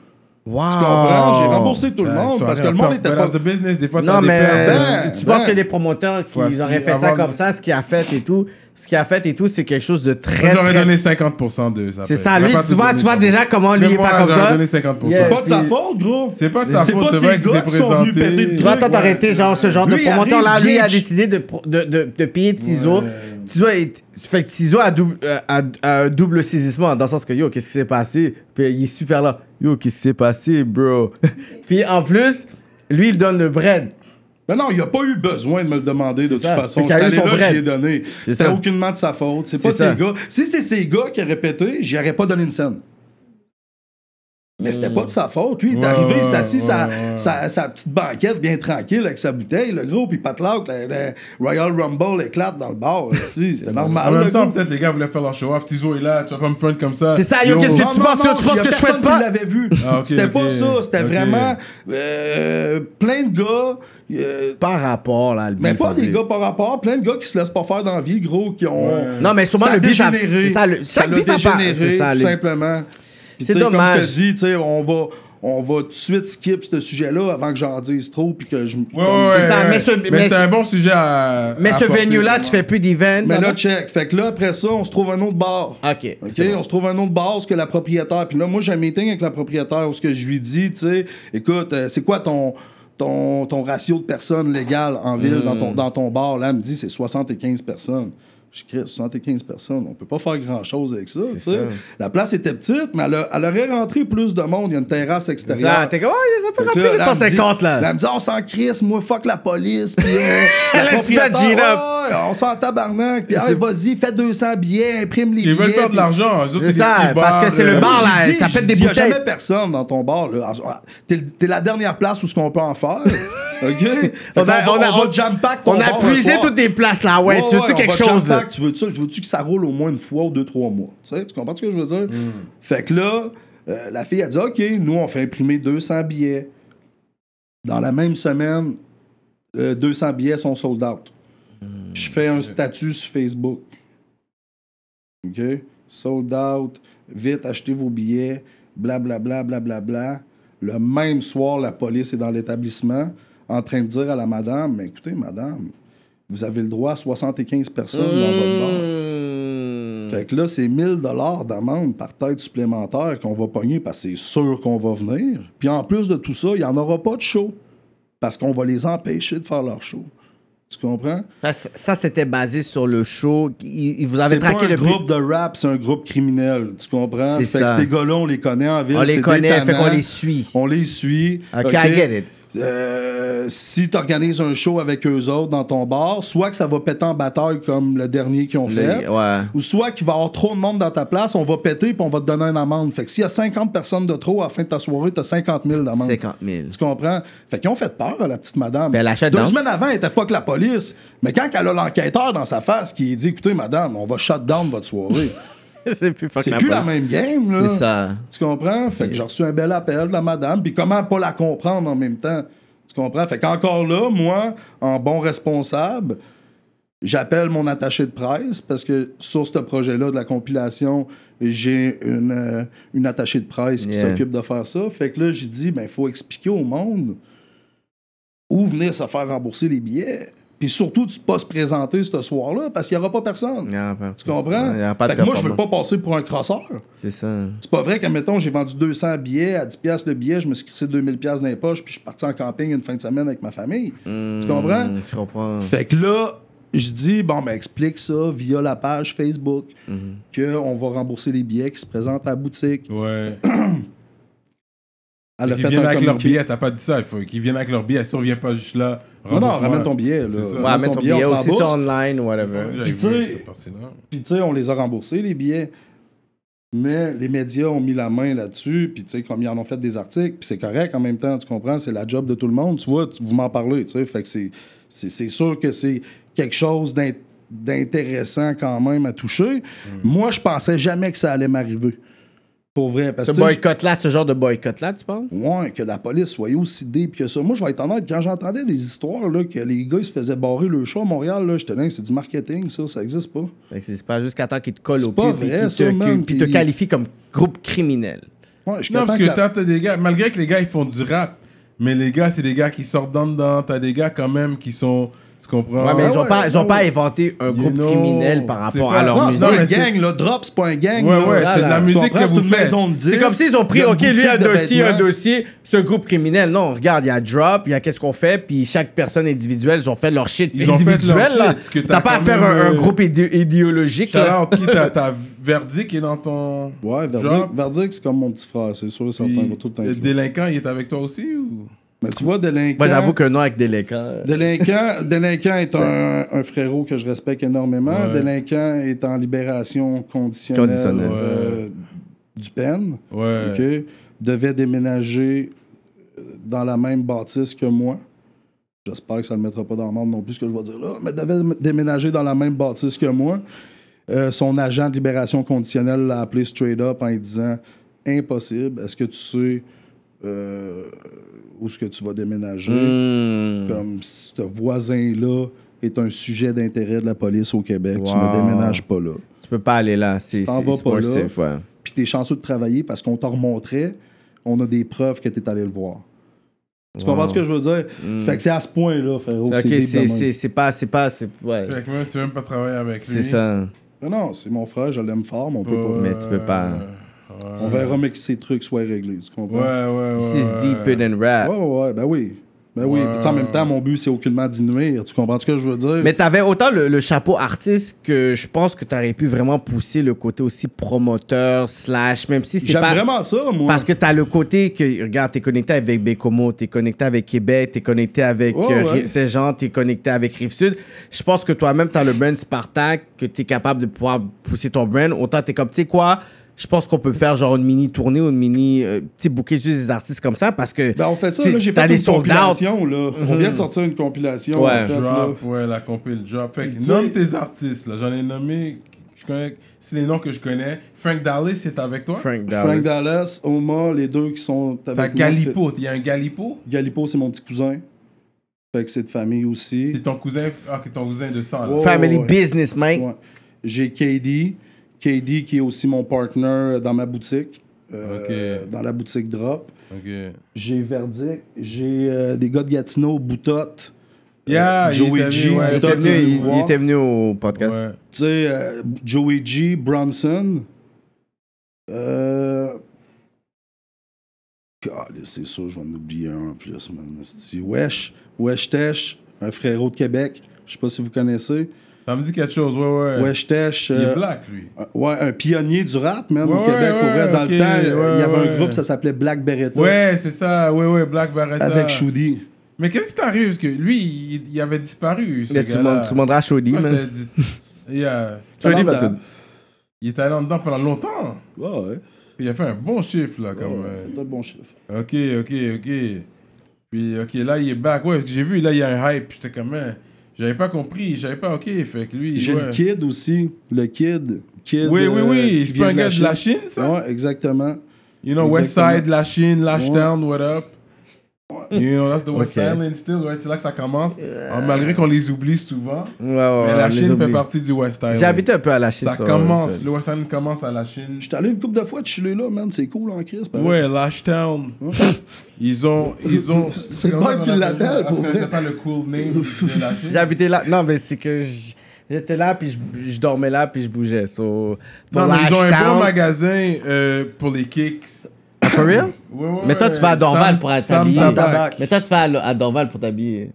Speaker 4: Wow.
Speaker 5: Tu comprends? J'ai remboursé tout le
Speaker 4: Ben,
Speaker 5: monde parce que le monde était pas...
Speaker 3: dans business, des fois,
Speaker 4: Non,
Speaker 3: t'as des
Speaker 4: mais
Speaker 3: pertes.
Speaker 5: Ben,
Speaker 4: tu
Speaker 5: ben.
Speaker 4: penses que les promoteurs qui
Speaker 3: Faut
Speaker 4: ils auraient
Speaker 3: assi-
Speaker 4: fait ça
Speaker 3: avoir
Speaker 4: comme
Speaker 3: le-
Speaker 4: ça, ce qu'il a fait et tout, ce qu'il a fait et tout, c'est quelque chose de très.
Speaker 3: Moi, j'aurais
Speaker 4: très-
Speaker 3: donné 50% de ça.
Speaker 4: C'est ça, lui, tu vois, tu vois déjà comment lui
Speaker 3: Même
Speaker 4: est pas
Speaker 3: moi,
Speaker 4: comme
Speaker 3: j'aurais
Speaker 4: toi.
Speaker 3: donné 50%.
Speaker 4: Yeah.
Speaker 5: C'est pas de sa
Speaker 4: Puis-
Speaker 5: faute, gros.
Speaker 3: C'est pas de sa faute, c'est
Speaker 5: ces
Speaker 3: vrai qu'il
Speaker 5: gars
Speaker 3: s'est
Speaker 5: qui sont venus
Speaker 3: présenté.
Speaker 5: péter le
Speaker 4: Tu vois,
Speaker 5: truc.
Speaker 4: toi, t'aurais
Speaker 5: ouais.
Speaker 4: été genre ce genre de
Speaker 5: Lui, il
Speaker 4: promoteur là,
Speaker 5: arrive,
Speaker 4: lui, il a
Speaker 5: bitch.
Speaker 4: décidé de, pro- de, de, de payer Tizo. Tizo est- fait que Tizo a, double, euh, a- a un double saisissement dans le sens que yo, qu'est-ce qui s'est passé? Puis il est super là. Yo, qu'est-ce qui s'est passé, bro? Puis en plus, lui, il donne le bread.
Speaker 5: Mais Ben non, il a pas eu besoin de me le demander de toute
Speaker 4: ça.
Speaker 5: façon.
Speaker 4: Fait qu'il a
Speaker 5: J'étais
Speaker 4: eu
Speaker 5: allé
Speaker 4: son
Speaker 5: là,
Speaker 4: bread.
Speaker 5: j'y ai donné.
Speaker 4: C'est
Speaker 5: C'était
Speaker 4: ça.
Speaker 5: aucunement de sa faute. C'est pas
Speaker 4: C'est ça.
Speaker 5: ces gars. Si c'est ces gars qui auraient pété, j'y aurais pas donné une scène. Mais c'était pas de sa faute. Lui, il est
Speaker 3: Ouais,
Speaker 5: arrivé, il
Speaker 3: ouais,
Speaker 5: s'est assis
Speaker 3: ouais,
Speaker 5: sa,
Speaker 3: ouais.
Speaker 5: sa- sa petite banquette bien tranquille avec sa bouteille, le gros, puis patlac, le, le Royal Rumble éclate dans le bar. esti. C'était normal.
Speaker 3: En
Speaker 5: le
Speaker 3: même temps,
Speaker 5: gros.
Speaker 3: peut-être les gars voulaient faire leur show off. Tizo est là, tu vas pas me friend comme ça.
Speaker 4: C'est ça, yo, qu'est-ce que
Speaker 5: Non,
Speaker 4: tu
Speaker 5: non,
Speaker 4: penses?
Speaker 5: non,
Speaker 4: tu penses
Speaker 5: y a
Speaker 4: que je
Speaker 5: personne
Speaker 4: souhaite pas?
Speaker 5: qui l'avait vu.
Speaker 3: Ah, ok,
Speaker 5: c'était pas
Speaker 3: ok.
Speaker 5: ça. C'était
Speaker 3: Ok.
Speaker 5: vraiment euh, plein de gars. euh,
Speaker 4: Par rapport, là, le
Speaker 5: mais
Speaker 4: beef,
Speaker 5: pas
Speaker 4: en
Speaker 5: des
Speaker 4: plus.
Speaker 5: gars par rapport, plein de gars qui se laissent pas faire dans la vie, gros, qui ont.
Speaker 4: Non, mais sûrement
Speaker 5: ça a
Speaker 4: le beef a-
Speaker 5: dégénéré.
Speaker 4: c'est ça, le-
Speaker 5: ça
Speaker 4: chaque
Speaker 5: l'a
Speaker 4: beef a pas-
Speaker 5: dégénéré,
Speaker 4: c'est ça,
Speaker 5: tout
Speaker 4: le-
Speaker 5: simplement. Puis,
Speaker 4: C'est
Speaker 5: tu sais, Comme
Speaker 4: dommage.
Speaker 5: je te dis, tu sais, on va, on va tout de suite skip ce sujet-là avant que j'en dise trop, puis que je.
Speaker 3: Ouais,
Speaker 5: comme-
Speaker 3: ouais,
Speaker 4: C'est ça,
Speaker 3: ouais,
Speaker 4: mais
Speaker 3: ouais.
Speaker 4: ce- mais
Speaker 3: Mais c'est
Speaker 4: ce-
Speaker 3: un bon sujet à.
Speaker 4: Mais
Speaker 3: à
Speaker 4: ce
Speaker 3: apporter.
Speaker 4: venue-là, tu fais plus d'events.
Speaker 5: Mais là,
Speaker 4: là-bas?
Speaker 5: check. Fait que là, après ça, on se trouve un autre bar.
Speaker 4: Ok,
Speaker 5: OK,
Speaker 4: c'est bon.
Speaker 5: on se trouve un autre bar, ce que la propriétaire. Puis là, moi, j'ai un meeting avec la propriétaire où ce que je lui dis, tu sais, écoute, euh, c'est quoi ton, ton, ton ratio de personnes légales en ville dans,
Speaker 4: Hmm.
Speaker 5: ton, dans ton bar? Là, elle me dit, c'est 75 personnes. Je crée 75 personnes. On peut pas faire grand-chose avec ça, tu sais.
Speaker 4: ça.
Speaker 5: La place était petite, mais elle, a- elle aurait rentré plus de monde. Il y a une terrasse
Speaker 4: Ça,
Speaker 5: extérieure.
Speaker 4: t'es comme, oh, ça peut
Speaker 5: Fait que
Speaker 4: rentrer les
Speaker 5: là, elle me dit-
Speaker 4: 150, là.
Speaker 5: Elle me dit, on s'en crisse, moi, fuck la police. Puis, euh, la
Speaker 4: Let's
Speaker 5: propriétaire,
Speaker 4: badge it up.
Speaker 5: ouais, on s'en tabarnak. Puis, hey, vas-y, fais 200 billets, imprime les billets.
Speaker 3: Ils veulent faire de
Speaker 5: puis-
Speaker 3: l'argent. eux autres,
Speaker 4: C'est
Speaker 3: des
Speaker 4: ça,
Speaker 3: petits
Speaker 4: parce
Speaker 3: bars,
Speaker 4: que c'est le
Speaker 3: euh,
Speaker 4: bar, là.
Speaker 5: J'ai dit,
Speaker 4: ça
Speaker 5: j'ai
Speaker 4: pète des
Speaker 5: dit, y a
Speaker 4: bouteilles.
Speaker 5: jamais personne dans ton bar. Là. Ah, T'es, t'es la dernière place où ce qu'on peut en faire. OK?
Speaker 4: On a- on a-
Speaker 5: on,
Speaker 4: on-
Speaker 5: jam pack
Speaker 4: On a puisé toutes les places là, Ah ouais. tu veux-tu quelque chose? là?
Speaker 5: Tu veux-tu, je veux-tu que ça roule au moins une fois ou deux, trois mois? Tu, sais, tu comprends ce que je veux dire?
Speaker 4: Hmm.
Speaker 5: Fait que là, euh, la fille a dit OK, nous, on fait imprimer 200 billets. Dans la même semaine, euh, 200 billets sont sold out.
Speaker 4: Hmm,
Speaker 5: Je fais un statut sur Facebook. OK? Sold out. Vite, achetez vos billets. Blablabla, blablabla. Le même soir, la police est dans l'établissement en train de dire à la madame Mais écoutez, madame, vous avez le droit à 75 personnes dans votre bar. Fait que là, c'est 1000 d'amende par tête supplémentaire qu'on va pogner parce que c'est sûr qu'on va venir. Puis en plus de tout ça, il n'y en aura pas de show parce qu'on va les empêcher de faire leur show. Tu comprends?
Speaker 4: Ça, c'est- ça, c'était basé sur le show. Ils, ils vous avaient
Speaker 5: C'est pas
Speaker 4: traqué
Speaker 5: un
Speaker 4: le
Speaker 5: groupe de rap, c'est un groupe criminel. Tu comprends?
Speaker 4: C'est
Speaker 5: Fait
Speaker 4: ça.
Speaker 5: que ces gars-là, on les connaît en ville.
Speaker 4: On les
Speaker 5: c'est
Speaker 4: connaît,
Speaker 5: des
Speaker 4: fait qu'on
Speaker 5: tannants.
Speaker 4: les suit.
Speaker 5: On les suit.
Speaker 4: Ok,
Speaker 5: ok?
Speaker 4: I get it.
Speaker 5: euh, si tu organises un show avec eux autres dans ton bar, soit que ça va péter en bataille comme le dernier qu'ils ont fait,
Speaker 4: ouais.
Speaker 5: ou soit qu'il va y avoir trop de monde dans ta place, on va péter puis on va te donner une amende. Fait que s'il y a 50 personnes de trop à la fin de ta soirée, t'as 50 000 d'amende.
Speaker 4: 50 000.
Speaker 5: Tu comprends? Fait qu'ils ont fait peur à la petite madame.
Speaker 4: Ben, elle achète
Speaker 5: Deux
Speaker 4: donc.
Speaker 5: semaines avant, elle était fuck la police. Mais quand elle a l'enquêteur dans sa face qui dit Écoutez, madame, on va shut down votre soirée,
Speaker 4: c'est plus fucking
Speaker 5: c'est plus la même game, là.
Speaker 4: C'est ça.
Speaker 5: Tu comprends? Fait que j'ai reçu un bel appel de la madame, puis comment pas la comprendre en même temps? Tu comprends? Fait qu'encore là, moi, en bon responsable, j'appelle mon attaché de presse parce que sur ce projet-là de la compilation, j'ai une, euh, une attachée de presse qui
Speaker 4: Yeah.
Speaker 5: s'occupe de faire ça. Fait que là, j'ai dit, ben, faut expliquer au monde où venir se faire rembourser les billets. Puis surtout, tu peux pas se présenter ce soir-là parce qu'il n'y aura pas personne.
Speaker 4: Non, pas-
Speaker 5: Tu comprends?
Speaker 4: Il y a pas de
Speaker 5: fait que moi, je veux
Speaker 4: performance.
Speaker 5: pas passer pour un crosseur.
Speaker 4: C'est ça.
Speaker 5: C'est pas vrai qu'admettons, j'ai vendu 200 billets à 10 pièces le billet, je me suis crissé 2000 pièces dans les poches, puis je suis parti en camping une fin de semaine avec ma famille.
Speaker 3: Hmm.
Speaker 5: Tu comprends?
Speaker 4: Hum, Je comprends.
Speaker 5: Fait que là, je dis, bon, ben explique ça via la page Facebook,
Speaker 3: Hmm.
Speaker 5: qu'on va rembourser les billets qui se présentent à la boutique.
Speaker 3: Ouais.
Speaker 5: Elle a
Speaker 3: Qu'ils
Speaker 5: fait
Speaker 3: viennent
Speaker 5: un
Speaker 3: avec leur
Speaker 5: communiqué.
Speaker 3: billet, t'as pas dit ça. Il faut qu'ils viennent avec leur billet. Si on vient pas juste là,
Speaker 5: Non, non,
Speaker 3: rembourse-moi.
Speaker 5: ramène ton billet. Là.
Speaker 3: C'est ça.
Speaker 5: Ramène
Speaker 3: Ouais,
Speaker 4: Ouais, mettre ton billet
Speaker 5: on te
Speaker 4: aussi
Speaker 5: rembourse.
Speaker 4: sur online ou whatever.
Speaker 3: J'avais
Speaker 5: Puis tu
Speaker 3: vu
Speaker 5: sais-
Speaker 3: cette partie-là.
Speaker 5: Puis tu sais, on les a remboursés, les billets. Mais les médias ont mis la main là-dessus, puis tu sais, comme ils en ont fait des articles, puis c'est correct en même temps, tu comprends, c'est la job de tout le monde, tu vois, tu- vous m'en parlez, tu sais, fait que c'est- c'est c'est sûr que c'est quelque chose d'in- d'intéressant quand même à toucher.
Speaker 3: Hmm.
Speaker 5: Moi, je pensais jamais que ça allait m'arriver, pour vrai, parce
Speaker 4: Ce
Speaker 5: que tu sais,
Speaker 4: boycott-là, ce genre de boycott-là, tu parles?
Speaker 5: Ouais, que la police soit aussi dé que ça. Moi, je vais être honnête, quand j'entendais des histoires là, que les gars ils se faisaient barrer le show à Montréal, là, j'étais là, c'est du marketing, ça, ça existe pas.
Speaker 4: Fait que c'est pas jusqu'à temps qu'ils te collent au
Speaker 5: pas
Speaker 4: cul puis
Speaker 5: vrai,
Speaker 4: qu'ils
Speaker 5: ça,
Speaker 4: te,
Speaker 5: man,
Speaker 4: qu'ils- puis te
Speaker 5: puis-
Speaker 4: qualifient comme groupe criminel.
Speaker 5: Ouais, je suis
Speaker 3: Non, parce
Speaker 5: content
Speaker 3: que
Speaker 5: que la-
Speaker 3: t'as t'as des gars, malgré que les gars ils font du rap, mais les gars c'est des gars qui sortent dans dedans, t'as des gars quand même qui sont, tu comprends?
Speaker 4: Ouais, mais ils ont
Speaker 5: ouais,
Speaker 4: pas, ils ont
Speaker 5: ouais,
Speaker 4: pas
Speaker 5: ouais.
Speaker 4: inventé un groupe
Speaker 3: know,
Speaker 4: criminel par
Speaker 3: c'est
Speaker 4: rapport
Speaker 3: pas-
Speaker 4: à leur
Speaker 3: Non,
Speaker 5: Non, c'est
Speaker 4: musique.
Speaker 3: non,
Speaker 5: pas
Speaker 3: mais
Speaker 5: un
Speaker 3: c'est-
Speaker 5: gang, là. Drop, c'est pas un gang.
Speaker 3: Ouais,
Speaker 5: là.
Speaker 3: ouais,
Speaker 5: Là,
Speaker 3: c'est de
Speaker 5: là,
Speaker 3: la
Speaker 5: tu
Speaker 3: musique que
Speaker 5: comprends? C'est
Speaker 3: vous
Speaker 5: une
Speaker 3: faites.
Speaker 5: maison de
Speaker 4: C'est
Speaker 5: disques,
Speaker 4: comme s'ils ont pris,
Speaker 5: il y une
Speaker 4: OK, lui, un
Speaker 5: boutique de
Speaker 4: dossier, un
Speaker 5: vêtements.
Speaker 4: dossier, ce groupe criminel. Non, regarde, il y a Drop, il y a qu'est-ce qu'on fait, puis chaque personne individuelle, ils ont fait leur shit
Speaker 3: Ils ont fait
Speaker 4: individuel.
Speaker 3: leur
Speaker 4: là.
Speaker 3: shit, ce que
Speaker 4: T'as
Speaker 3: t'as
Speaker 4: pas à
Speaker 3: quand
Speaker 4: faire
Speaker 3: même,
Speaker 4: un, un
Speaker 3: euh,
Speaker 4: groupe idé- idéologique. là.
Speaker 3: Alors, qui t'as t'as Verdi qui est dans ton. Genre,
Speaker 5: Ouais, Verdict, Verdict, c'est comme mon petit frère, c'est sûr, ça va
Speaker 3: puis
Speaker 5: prendre tout le temps.
Speaker 3: le délinquant, il est avec toi aussi ou?
Speaker 5: Mais tu vois, Délinquant.
Speaker 4: Moi, j'avoue que non, avec Déléquant.
Speaker 3: Euh,
Speaker 5: Délinquant, Délinquant est un, un frérot que je respecte énormément.
Speaker 3: Ouais.
Speaker 5: Délinquant est en libération conditionnelle,
Speaker 4: Conditionnelle.
Speaker 5: euh, du peine.
Speaker 3: Ouais.
Speaker 5: OK? Devait déménager euh, dans la même bâtisse que moi. J'espère que ça ne le mettra pas dans le monde non plus ce que je vais dire là. Mais devait m- déménager dans la même bâtisse que moi. Euh, son agent de libération conditionnelle l'a appelé straight up en lui disant Impossible, est-ce que tu sais euh, où est-ce que tu vas déménager
Speaker 3: Hmm.
Speaker 5: Hmm. Comme si ce voisin-là est un sujet d'intérêt de la police au Québec. Tu
Speaker 4: Wow.
Speaker 5: ne déménages pas là
Speaker 4: Tu peux pas aller là. C'est
Speaker 5: t'en
Speaker 4: c'est-
Speaker 5: vas
Speaker 4: c'est
Speaker 5: pas
Speaker 4: pas
Speaker 5: là.
Speaker 4: safe, ouais.
Speaker 5: puis t'es chanceux de travailler parce qu'on t'en remontrait, on a des preuves que t'es allé le voir. Tu comprends ce que je veux dire? Fait que c'est à ce point-là, frérot. que
Speaker 4: Ok,
Speaker 5: c'est
Speaker 4: c'est-
Speaker 5: deep de
Speaker 4: c'est
Speaker 5: même.
Speaker 4: c'est pas. C'est pas. c'est- Ouais.
Speaker 3: Fait que même, tu veux même pas travailler avec lui.
Speaker 4: Euh, C'est ça.
Speaker 5: Non, non, c'est mon frère, je l'aime fort, mais on peut
Speaker 3: Ouais,
Speaker 5: pas.
Speaker 4: Mais tu peux pas.
Speaker 3: Ouais,
Speaker 5: On verra, mais que ces trucs soient réglés, tu
Speaker 3: ouais,
Speaker 5: comprends?
Speaker 3: ouais. ouais,
Speaker 4: This is deeper than rap.
Speaker 5: Ouais, ouais, ouais, ben oui. Ben oui.
Speaker 3: Ouais.
Speaker 5: Puis tu sais, en même temps, mon but, c'est aucunement d'y nuire. Tu comprends ce que je veux dire?
Speaker 4: Mais t'avais autant le, le chapeau artiste que je pense que t'aurais pu vraiment pousser le côté aussi promoteur, slash, même si c'est
Speaker 5: J'aime
Speaker 4: pas.
Speaker 5: vraiment ça, moi.
Speaker 4: Parce que t'as le côté que, regarde, t'es connecté avec Bécomo, t'es connecté avec Québec, t'es connecté avec
Speaker 5: Ouais,
Speaker 4: euh,
Speaker 5: Oh, ouais.
Speaker 4: Ri- Saint-Jean, t'es connecté avec Rive-Sud. Je pense que toi-même, t'as le brand Spartak, que t'es capable de pouvoir pousser ton brand. Autant t'es comme, tu sais quoi, je pense qu'on peut faire genre une mini tournée ou une mini, euh, petit bouquet juste des artistes comme ça parce que.
Speaker 5: Ben, on fait ça,
Speaker 4: t'sais,
Speaker 5: là. J'ai
Speaker 4: t'as
Speaker 5: fait
Speaker 4: des
Speaker 5: une
Speaker 4: sold out.
Speaker 5: compilation, là. On vient de sortir une compilation.
Speaker 4: Mhm. Ouais.
Speaker 5: en fait, là.
Speaker 3: Drop, ouais, la compil drop. Fait que
Speaker 5: Tu
Speaker 3: nomme
Speaker 5: sais-
Speaker 3: tes artistes, là. J'en ai nommé, je connais, c'est les noms que je connais. Frank Dallas, c'est avec toi?
Speaker 4: Frank Dallas.
Speaker 5: Frank Dallas, Oma, les deux qui sont avec
Speaker 3: T'as
Speaker 5: moi.
Speaker 3: Galipo, il y a un Galipo?
Speaker 5: Galipo, c'est mon petit cousin. Fait que c'est de famille aussi.
Speaker 3: C'est ton cousin, ah, que ton cousin de sang, là.
Speaker 5: Ouais.
Speaker 4: Oh, Family
Speaker 5: ouais.
Speaker 4: business, mate.
Speaker 5: Ouais. J'ai KD. KD qui est aussi mon partner dans ma boutique. euh,
Speaker 3: Ok.
Speaker 5: Dans la boutique Drop.
Speaker 3: Ok.
Speaker 5: J'ai Verdict. J'ai euh, des gars de Gatineau, Boutotte.
Speaker 3: Yeah, il
Speaker 5: Joey
Speaker 3: était
Speaker 5: G,
Speaker 3: venu, ouais,
Speaker 4: Il, était
Speaker 5: Boutotte,
Speaker 4: venu,
Speaker 5: le
Speaker 4: il-
Speaker 5: voir.
Speaker 4: il était venu au podcast.
Speaker 3: Ouais.
Speaker 5: Tu sais, euh, Joey G, Bronson. Euh... Calais, c'est sûr, je vais en oublier un en plus, man. Esti. Wesh, Wesh Tesh, un frérot de Québec. Je sais pas si vous connaissez.
Speaker 3: Ça me dit quelque chose, ouais, ouais.
Speaker 5: Ouais, j'étais. je-
Speaker 3: Il est black, lui.
Speaker 5: euh, Ouais, un pionnier du rap, man,
Speaker 3: Ouais,
Speaker 5: au Québec.
Speaker 3: ouais,
Speaker 5: pour vrai,
Speaker 3: ouais,
Speaker 5: dans
Speaker 3: ok,
Speaker 5: le temps, euh, il y avait
Speaker 3: ouais,
Speaker 5: un
Speaker 3: ouais.
Speaker 5: groupe, ça s'appelait Black Beretta.
Speaker 3: Ouais, c'est ça, ouais, ouais, Black Barretta.
Speaker 5: Avec Shudi.
Speaker 3: Mais qu'est-ce qui t'arrive? Parce que lui, il, il avait disparu. Ce
Speaker 4: Mais tu
Speaker 3: gars-là.
Speaker 4: m'en- tu demandes à Chaudi,
Speaker 3: Ouais,
Speaker 4: man.
Speaker 3: c'était du- Yeah.
Speaker 4: Chaudi va
Speaker 5: Talent
Speaker 4: te-
Speaker 3: Il était allé en dedans pendant longtemps.
Speaker 5: Ouais, ouais.
Speaker 3: Il a fait un bon chiffre, là, comme. euh,
Speaker 5: T'as de bons chiffres.
Speaker 3: Ok, ok, ok. Puis, ok, là, il est back. Ouais, j'ai vu, là, il y a un hype. J'étais comme, hein, j'avais pas compris. J'avais pas, ok. Fait que lui,
Speaker 5: J'ai
Speaker 3: ouais.
Speaker 5: le Kid aussi. Le Kid. Kid euh,
Speaker 3: Oui, oui, oui,
Speaker 5: qui
Speaker 3: c'est
Speaker 5: vient
Speaker 3: pas un gars de la Chine, ça?
Speaker 5: Ouais, exactement.
Speaker 3: You know, West
Speaker 5: Exactement.
Speaker 3: Side, la Chine,
Speaker 5: Ouais.
Speaker 3: Lashdown, what up? You know, that's the West
Speaker 4: Ok.
Speaker 3: Island still, right? C'est là que ça commence. Ah, malgré qu'on les oublie souvent.
Speaker 4: Ouais, ouais,
Speaker 3: mais
Speaker 4: ouais, on
Speaker 3: la
Speaker 4: les
Speaker 3: Chine fait
Speaker 4: oublie.
Speaker 3: partie du West Island.
Speaker 4: J'ai habité un peu à la Chine.
Speaker 3: Ça commence. Le West Island commence à la Chine.
Speaker 5: J'étais allé une couple de fois chiller là, man. C'est cool en crise. pareil.
Speaker 3: Ouais, Lashtown. Ils ont. Ils ont
Speaker 5: C'est le mec qui l'appelle,
Speaker 3: Parce
Speaker 5: pour
Speaker 3: que
Speaker 5: vrai.
Speaker 3: c'est pas le cool name de la Chine.
Speaker 4: J'ai habité là. Non, mais c'est que j- j'étais là, puis je, je dormais là, puis je bougeais. So,
Speaker 3: Non,
Speaker 4: pour
Speaker 3: mais ils ont un
Speaker 4: Lashtown-
Speaker 3: bon magasin euh, pour les kicks.
Speaker 4: Ah, For real?
Speaker 3: Ouais, ouais,
Speaker 6: Mais toi,
Speaker 3: ouais.
Speaker 6: tu vas à Dorval
Speaker 3: Sam-
Speaker 6: pour aller
Speaker 3: Sam
Speaker 6: t'habiller.
Speaker 3: Tabac.
Speaker 6: Mais toi, tu vas à, à Dorval pour t'habiller.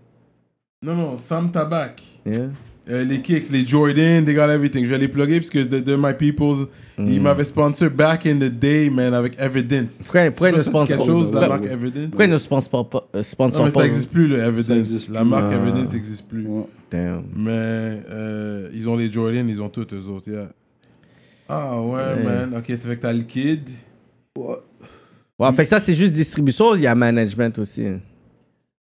Speaker 3: Non, non, Sam Tabac.
Speaker 4: Yeah.
Speaker 3: Euh, les kicks, les Jordan, they got everything. Je vais les plugger parce que de, de My Peoples, ils m'avaient sponsor back in the day, man, avec Evidence.
Speaker 4: Pourquoi- pourquoi
Speaker 3: Je sais
Speaker 4: ils nous
Speaker 3: pas si c'est quelque
Speaker 4: sponsorent,
Speaker 3: chose, la
Speaker 4: ouais.
Speaker 3: marque Evidence.
Speaker 6: Pourquoi ils ne sponsorent pas euh,
Speaker 3: Non, mais
Speaker 6: sponsorent
Speaker 3: ça
Speaker 6: pas
Speaker 3: n'existe plus, le Evidence.
Speaker 5: existe
Speaker 3: La marque
Speaker 4: Ah.
Speaker 3: Evidence n'existe plus.
Speaker 5: Ouais.
Speaker 4: Damn.
Speaker 3: Mais euh, ils ont les Jordan, ils ont toutes eux autres, yeah. Ah ouais, man. Ok, tu fais que t'as le kid.
Speaker 4: Ouais, fait que ça, c'est juste distribution. Il y a management aussi.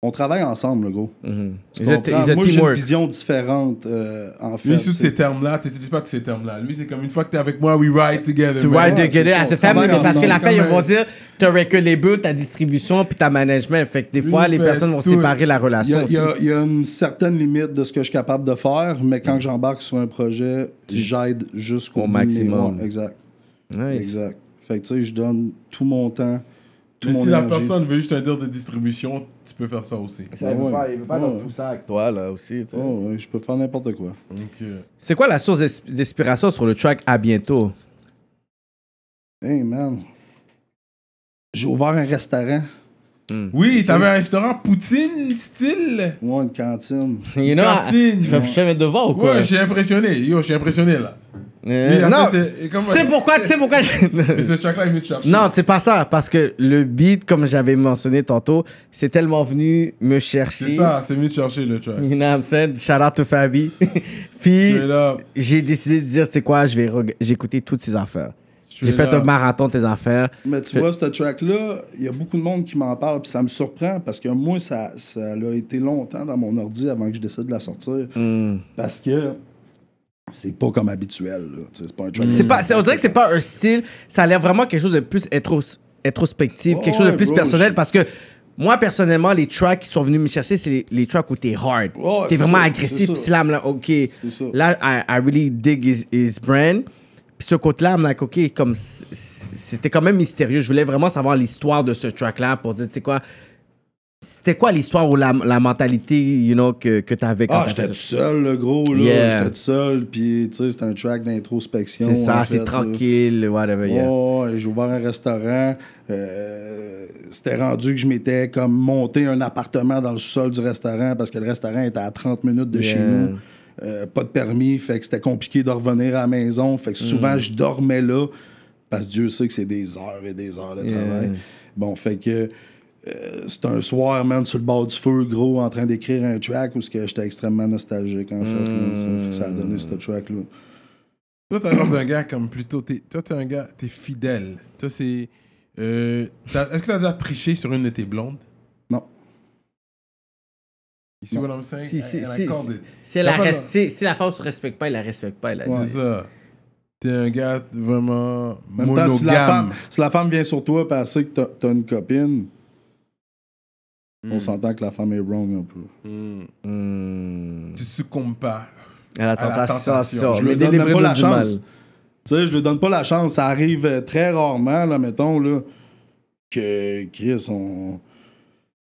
Speaker 5: On travaille ensemble, le gros.
Speaker 4: Mhm.
Speaker 5: Tu
Speaker 4: Ils ont
Speaker 5: comprends?
Speaker 4: ils ont
Speaker 5: Moi, j'ai une
Speaker 4: teamwork.
Speaker 5: vision différente, euh, en fait.
Speaker 3: Lui, sous
Speaker 5: tu sais.
Speaker 3: ces termes-là, t'utilises pas tous ces termes-là. Lui, c'est comme une fois que t'es avec moi, we ride together.
Speaker 4: Tu
Speaker 3: man.
Speaker 4: vois, de
Speaker 5: Ouais,
Speaker 4: gueuler
Speaker 5: c'est
Speaker 4: à
Speaker 5: ça,
Speaker 4: se
Speaker 5: on
Speaker 4: faire, mais
Speaker 5: travaille
Speaker 4: parce que
Speaker 5: ensemble,
Speaker 4: la fin, ils
Speaker 3: quand même.
Speaker 4: vont dire t'aurais que les bulles, ta distribution, puis ta management. Fait que des
Speaker 3: Lui,
Speaker 4: fois,
Speaker 3: il
Speaker 4: les
Speaker 3: fait
Speaker 4: personnes vont
Speaker 3: tout.
Speaker 4: séparer la
Speaker 5: Il y,
Speaker 4: relation.
Speaker 5: a, il
Speaker 4: aussi.
Speaker 5: y a- il y a une certaine limite de ce que je suis capable de faire, mais quand j'embarque sur un projet, j'aide jusqu'au
Speaker 4: Au
Speaker 5: bout de mes-
Speaker 4: maximum.
Speaker 5: ouais, exact.
Speaker 4: Nice.
Speaker 5: Exact. Fait que tu sais, je donne tout mon temps, tout
Speaker 3: Mais
Speaker 5: mon
Speaker 3: si la
Speaker 5: énergie.
Speaker 3: personne veut juste un deal de distribution, tu peux faire ça aussi.
Speaker 5: Ça, il veut pas- il veut pas dans tout
Speaker 4: ça avec toi, là aussi.
Speaker 5: Oh, ouais, je peux faire n'importe quoi.
Speaker 3: Ok.
Speaker 4: C'est quoi la source d'ins- d'inspiration sur le track À bientôt
Speaker 5: Hey man, j'ai ouvert un restaurant,
Speaker 3: Oui, t'avais un restaurant poutine style.
Speaker 5: moi une cantine.
Speaker 6: You know,
Speaker 3: Cantine.
Speaker 6: je fais je fais mes devoirs ou quoi
Speaker 3: Ouais, je suis impressionné. Yo, je suis impressionné là.
Speaker 4: Euh,
Speaker 3: Lui, après,
Speaker 4: Non,
Speaker 3: c'est- et comme- euh,
Speaker 4: c'est pourquoi, tu sais pourquoi je-
Speaker 3: Et ce track-là est venu te chercher.
Speaker 4: Non, c'est pas ça, parce que le beat, comme j'avais mentionné tantôt, c'est tellement venu me chercher.
Speaker 3: c'est ça, c'est venu te chercher le track.
Speaker 4: You know what I'm saying? Shout out to Fabi. Puis,
Speaker 3: Straight up.
Speaker 4: j'ai décidé de dire, c'est quoi, je vais reg- j'ai écouté toutes ces affaires. J'ai
Speaker 3: Straight
Speaker 4: fait un
Speaker 3: up.
Speaker 4: marathon de tes affaires.
Speaker 5: Mais tu
Speaker 4: Fait-
Speaker 5: vois, ce track-là, il y a beaucoup de monde qui m'en parle, puis ça me surprend parce que moi, ça, ça a été longtemps dans mon ordi avant que je décide de la sortir.
Speaker 4: Hmm.
Speaker 5: Parce que c'est pas comme habituel. là. Tu sais, C'est pas un track.
Speaker 4: C'est pas, c'est- on dirait que c'est pas un style, ça a l'air vraiment quelque chose de plus intros- introspectif, quelque chose de
Speaker 5: Ouais,
Speaker 4: plus
Speaker 5: Oh, bro,
Speaker 4: personnel,
Speaker 5: je-
Speaker 4: parce que moi, personnellement, les tracks qui sont venus me chercher, c'est les, les tracks où t'es hard.
Speaker 5: Ouais,
Speaker 4: t'es
Speaker 5: Oh, c'est
Speaker 4: vraiment
Speaker 5: ça, c'est
Speaker 4: agressif,
Speaker 5: ça.
Speaker 4: pis là, I'm like,
Speaker 5: ça.
Speaker 4: OK, là, I, I really dig his, his brand. Puis ce côté-là, I'm like, OK, comme, c- c'était quand même mystérieux. Je voulais vraiment savoir l'histoire de ce track-là pour dire, tu sais quoi, c'était quoi l'histoire ou la, la mentalité, you know, que, que t'avais quand
Speaker 5: Ah,
Speaker 4: t'as
Speaker 5: j'étais
Speaker 4: fait
Speaker 5: tout
Speaker 4: ce-
Speaker 5: seul, le gros, là.
Speaker 4: Yeah.
Speaker 5: J'étais tout seul, puis tu sais, c'était un track d'introspection.
Speaker 4: C'est ça,
Speaker 5: en fait,
Speaker 4: c'est
Speaker 5: là.
Speaker 4: tranquille, whatever, yeah.
Speaker 5: Oh, j'ai ouvert un restaurant. euh, c'était rendu que je m'étais comme monté un appartement dans le sol du restaurant parce que le restaurant était à 30 minutes de chez
Speaker 4: Yeah.
Speaker 5: nous. Euh, pas de permis, fait que c'était compliqué de revenir à la maison. Fait que
Speaker 4: Mm.
Speaker 5: souvent, je dormais là parce que Dieu sait que c'est des heures et des heures de travail. Bon, fait que euh, c'était un soir, man, sur le bord du feu, gros, en train d'écrire un track où ce que j'étais extrêmement nostalgique, en fait. là. Ça, fait que ça a donné ce track-là.
Speaker 3: Toi, t'as l'air d'un gars comme plutôt. t'es- toi, t'es un gars, t'es fidèle. Toi, c'est. euh, t'as- Est-ce que t'as déjà triché sur une de tes blondes
Speaker 5: Non.
Speaker 3: You see what I'm saying?
Speaker 4: Si, si,
Speaker 3: And I
Speaker 4: si,
Speaker 3: called
Speaker 4: si.
Speaker 3: it.
Speaker 4: Si la,
Speaker 3: T'as pas
Speaker 4: res-
Speaker 3: le-
Speaker 4: si, si la femme se respecte pas, il la respecte pas. Il a dit.
Speaker 3: C'est ça. T'es un gars vraiment
Speaker 5: En même temps, si la, femme,
Speaker 3: monogame.
Speaker 5: si la femme vient sur toi et elle sait que t'as- t'as une copine,
Speaker 4: Hmm.
Speaker 5: on s'entend que la femme est wrong un peu.
Speaker 3: Hmm. Tu succombes pas.
Speaker 4: Hmm. Elle a
Speaker 3: la tentation.
Speaker 4: tentation.
Speaker 5: Je
Speaker 4: Le
Speaker 5: lui donne même
Speaker 4: délivrez-nous
Speaker 5: pas la
Speaker 4: du
Speaker 5: chance.
Speaker 4: mal.
Speaker 5: Tu sais, je lui donne pas la chance. Ça arrive euh, très rarement, là, mettons, là, que Chris, on...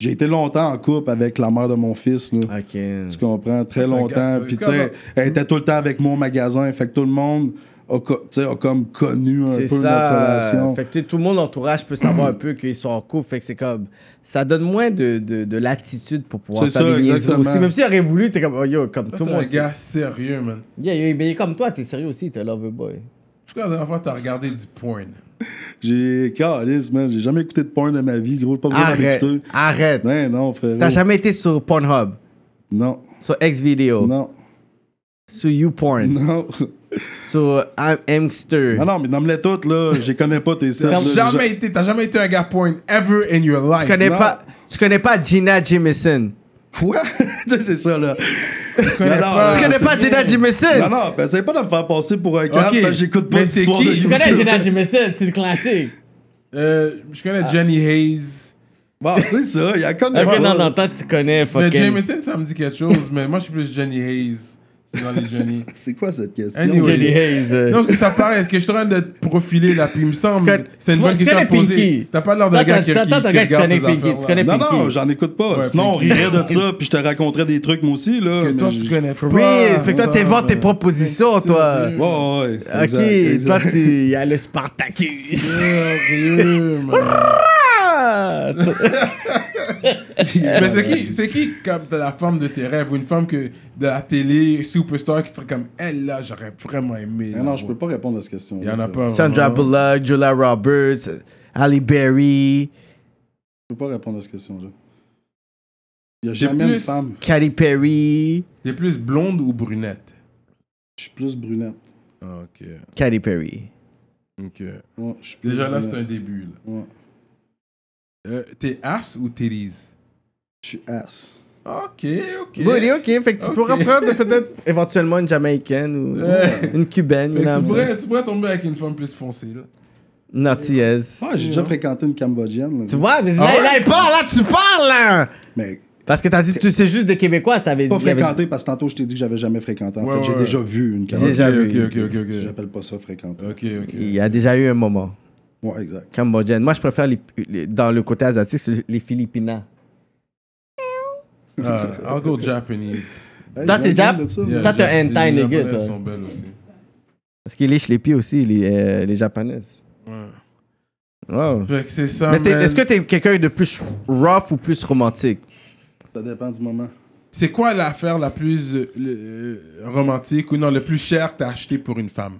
Speaker 5: J'ai été longtemps en couple avec la mère de mon fils, là.
Speaker 4: Ok.
Speaker 5: Tu comprends? Très
Speaker 3: C'est un
Speaker 5: longtemps.
Speaker 3: gars,
Speaker 5: Puis, tu
Speaker 3: c'est un Hmm. gars.
Speaker 5: sais, elle était tout le temps avec moi au magasin. Fait que tout le monde, a, co- tu sais, a comme connu un peu
Speaker 4: C'est
Speaker 5: notre
Speaker 4: ça.
Speaker 5: relation.
Speaker 4: Fait que tu sais, tout le monde, l'entourage peut savoir un peu qu'ils sont en couple. Fait que c'est comme. Ça donne moins de, de, de latitude pour pouvoir
Speaker 5: C'est
Speaker 4: faire
Speaker 5: ça,
Speaker 4: des niaiseries
Speaker 5: exactement.
Speaker 4: aussi. Même s'il aurait voulu, t'es comme, oh, yo, comme tout
Speaker 3: Tout
Speaker 4: le monde.
Speaker 3: un gars sérieux, man.
Speaker 6: Yeah, yeah, mais comme toi, t'es sérieux aussi, t'es love boy.
Speaker 3: Je crois que la dernière fois, t'as regardé du porn.
Speaker 5: J'ai. Calisse, man, j'ai jamais écouté de porn de ma vie, gros. Pas besoin d'en
Speaker 4: Arrête.
Speaker 5: écouter.
Speaker 4: Arrête.
Speaker 5: Mais non, frérot.
Speaker 4: T'as jamais été sur Pornhub,
Speaker 5: Non,
Speaker 4: sur
Speaker 3: Oh.
Speaker 4: Xvideo,
Speaker 5: non,
Speaker 4: sur YouPorn,
Speaker 5: non.
Speaker 4: sur Am- Amster.
Speaker 5: Non, non, mais nomme-les toutes, là. Je les connais pas, tes sets.
Speaker 3: T'as
Speaker 5: là,
Speaker 3: jamais été, t'as jamais été un gars porn ever in your life.
Speaker 4: Tu connais
Speaker 5: non.
Speaker 4: pas. Tu connais pas Gina Jameson.
Speaker 5: déjà- Quoi? tu sais, c'est ça, là.
Speaker 3: Tu connais
Speaker 5: Non, non,
Speaker 3: pas.
Speaker 4: Tu
Speaker 5: Ah,
Speaker 4: connais
Speaker 5: c'est
Speaker 4: pas Gina
Speaker 5: Non,
Speaker 4: Jameson.
Speaker 5: non, ben, essaye pas de me faire passer pour un cap,
Speaker 3: Ok,
Speaker 5: là, j'écoute pas
Speaker 3: mais c'est
Speaker 5: l'histoire
Speaker 3: qui?
Speaker 5: de
Speaker 3: Tu
Speaker 6: Tu connais
Speaker 5: YouTube.
Speaker 6: Gina Jameson, c'est le classique.
Speaker 3: Euh, je connais
Speaker 6: Ah.
Speaker 3: Jenny Hayes.
Speaker 5: Bon, c'est ça, il y a comme
Speaker 6: Ok, non, non, toi, tu connais
Speaker 3: Eh, Mais
Speaker 6: fucking.
Speaker 3: Jameson, ça me dit quelque chose, mais moi, je suis plus Jenny Hayes. C'est dans les Jenny.
Speaker 5: C'est quoi cette question?
Speaker 3: Anyway.
Speaker 6: Jenny Hayes. euh.
Speaker 3: Non, parce que ça paraît que je suis en train de te profiler là, puis il me semble.
Speaker 6: Tu connais-
Speaker 3: C'est une
Speaker 6: tu
Speaker 3: bonne
Speaker 6: vois- tu
Speaker 3: question à
Speaker 6: connais
Speaker 3: poser.
Speaker 6: Pinky.
Speaker 3: T'as pas l'air d'un
Speaker 6: Toi,
Speaker 3: gars
Speaker 6: t'as-
Speaker 3: qui,
Speaker 6: t'as-
Speaker 3: qui-
Speaker 6: t'as un
Speaker 3: qui
Speaker 6: gars qui
Speaker 3: regarde
Speaker 6: connaît
Speaker 3: ces
Speaker 6: Pinky, tu
Speaker 3: affaires-là.
Speaker 6: connais
Speaker 5: Non,
Speaker 6: Pinky.
Speaker 5: non, j'en écoute pas.
Speaker 3: Ouais,
Speaker 5: Sinon, on
Speaker 3: Pinky.
Speaker 5: rirait de ça, puis je te raconterais des trucs, moi aussi, là.
Speaker 3: Parce que toi,
Speaker 5: mais
Speaker 3: tu
Speaker 5: je-
Speaker 3: connais pas.
Speaker 4: Oui, fait que toi,
Speaker 3: ça,
Speaker 4: t'inventes tes
Speaker 3: mais-
Speaker 4: propositions, toi.
Speaker 3: Sérieux.
Speaker 5: Ouais, ouais, ouais.
Speaker 4: Ok,
Speaker 5: exact, exact.
Speaker 4: toi, tu. Il y a le Spartacus.
Speaker 3: Sérieux, man.
Speaker 6: Ah,
Speaker 3: Mais c'est qui, c'est qui comme t'as la femme de tes rêves ou une femme que de la télé superstar qui serait comme elle là, j'aurais vraiment aimé.
Speaker 5: Ah
Speaker 3: là,
Speaker 5: non, je
Speaker 3: ouais.
Speaker 5: peux pas répondre à cette question.
Speaker 3: Il y en a pas.
Speaker 4: Sandra
Speaker 3: vraiment.
Speaker 4: Bullock, Julia Roberts, Halle Berry,
Speaker 5: Je peux pas répondre à cette question-là. Il y a
Speaker 3: J'ai
Speaker 5: jamais
Speaker 3: plus-
Speaker 5: une femme.
Speaker 4: Katy Perry.
Speaker 3: T'es plus blonde ou brunette
Speaker 5: Je suis plus brunette.
Speaker 3: Ok.
Speaker 4: Katy Perry.
Speaker 3: Ok.
Speaker 5: Ouais, je suis plus
Speaker 3: Déjà là, c'est un
Speaker 5: brunette.
Speaker 3: début. là.
Speaker 5: Ouais.
Speaker 3: Euh, t'es ass ou titties
Speaker 5: Je suis ass.
Speaker 3: Ok, ok.
Speaker 4: Bon, allez, ok, fait que tu
Speaker 3: Ok.
Speaker 4: pourras prendre peut-être éventuellement une Jamaïcaine ou
Speaker 3: Ouais.
Speaker 4: une Cubaine.
Speaker 3: Fait
Speaker 4: une
Speaker 3: que tu,
Speaker 4: Am-
Speaker 3: pourrais, tu pourrais tomber avec une femme plus foncée là.
Speaker 4: Naughty-aise.
Speaker 5: Ah, j'ai déjà fréquenté une Cambodgienne. là.
Speaker 6: tu vois, mais là,
Speaker 3: Ah ouais?
Speaker 6: là,
Speaker 4: Hey,
Speaker 6: il parle.
Speaker 4: parle, là, tu parles, là!
Speaker 5: Mais
Speaker 4: Parce que t'as dit, tu
Speaker 6: C'est juste des Québécois, t'avais dit.
Speaker 5: pas
Speaker 6: qu'il y avait-
Speaker 5: fréquenté parce que tantôt je t'ai dit que j'avais jamais fréquenté. En
Speaker 3: Ouais,
Speaker 5: fait, j'ai
Speaker 3: ouais.
Speaker 5: déjà vu une Cambodgienne.
Speaker 4: Déjà-
Speaker 3: Ok,
Speaker 4: vu.
Speaker 3: ok, ok, ok.
Speaker 5: J'appelle pas ça fréquenter.
Speaker 3: Ok, ok.
Speaker 4: Il y a déjà eu un moment.
Speaker 5: Ouais, exact.
Speaker 4: Cambodgienne. Moi, je préfère les, les- dans le côté asiatique, c'est les Philippinas.
Speaker 3: Ah, I'll go Japanese.
Speaker 5: Hey,
Speaker 6: Toi, t'es
Speaker 5: j'aime
Speaker 6: Jap?
Speaker 5: bien de ça,
Speaker 3: Yeah,
Speaker 5: moi.
Speaker 6: Toi, t'es
Speaker 3: Jap-
Speaker 6: hentai,
Speaker 3: les
Speaker 6: nigga,
Speaker 3: Japonaises
Speaker 6: toi.
Speaker 3: sont belles aussi.
Speaker 4: Parce qu'ils lèchent les pieds aussi, les, euh, les japonaises.
Speaker 3: Ouais.
Speaker 4: Wow.
Speaker 3: Fait que c'est ça,
Speaker 4: Mais t'es-
Speaker 3: man.
Speaker 4: est-ce que t'es quelqu'un de plus rough ou plus romantique?
Speaker 5: Ça dépend du moment.
Speaker 3: C'est quoi l'affaire la plus euh, le- euh, romantique ou non, le plus cher que t'as acheté pour une femme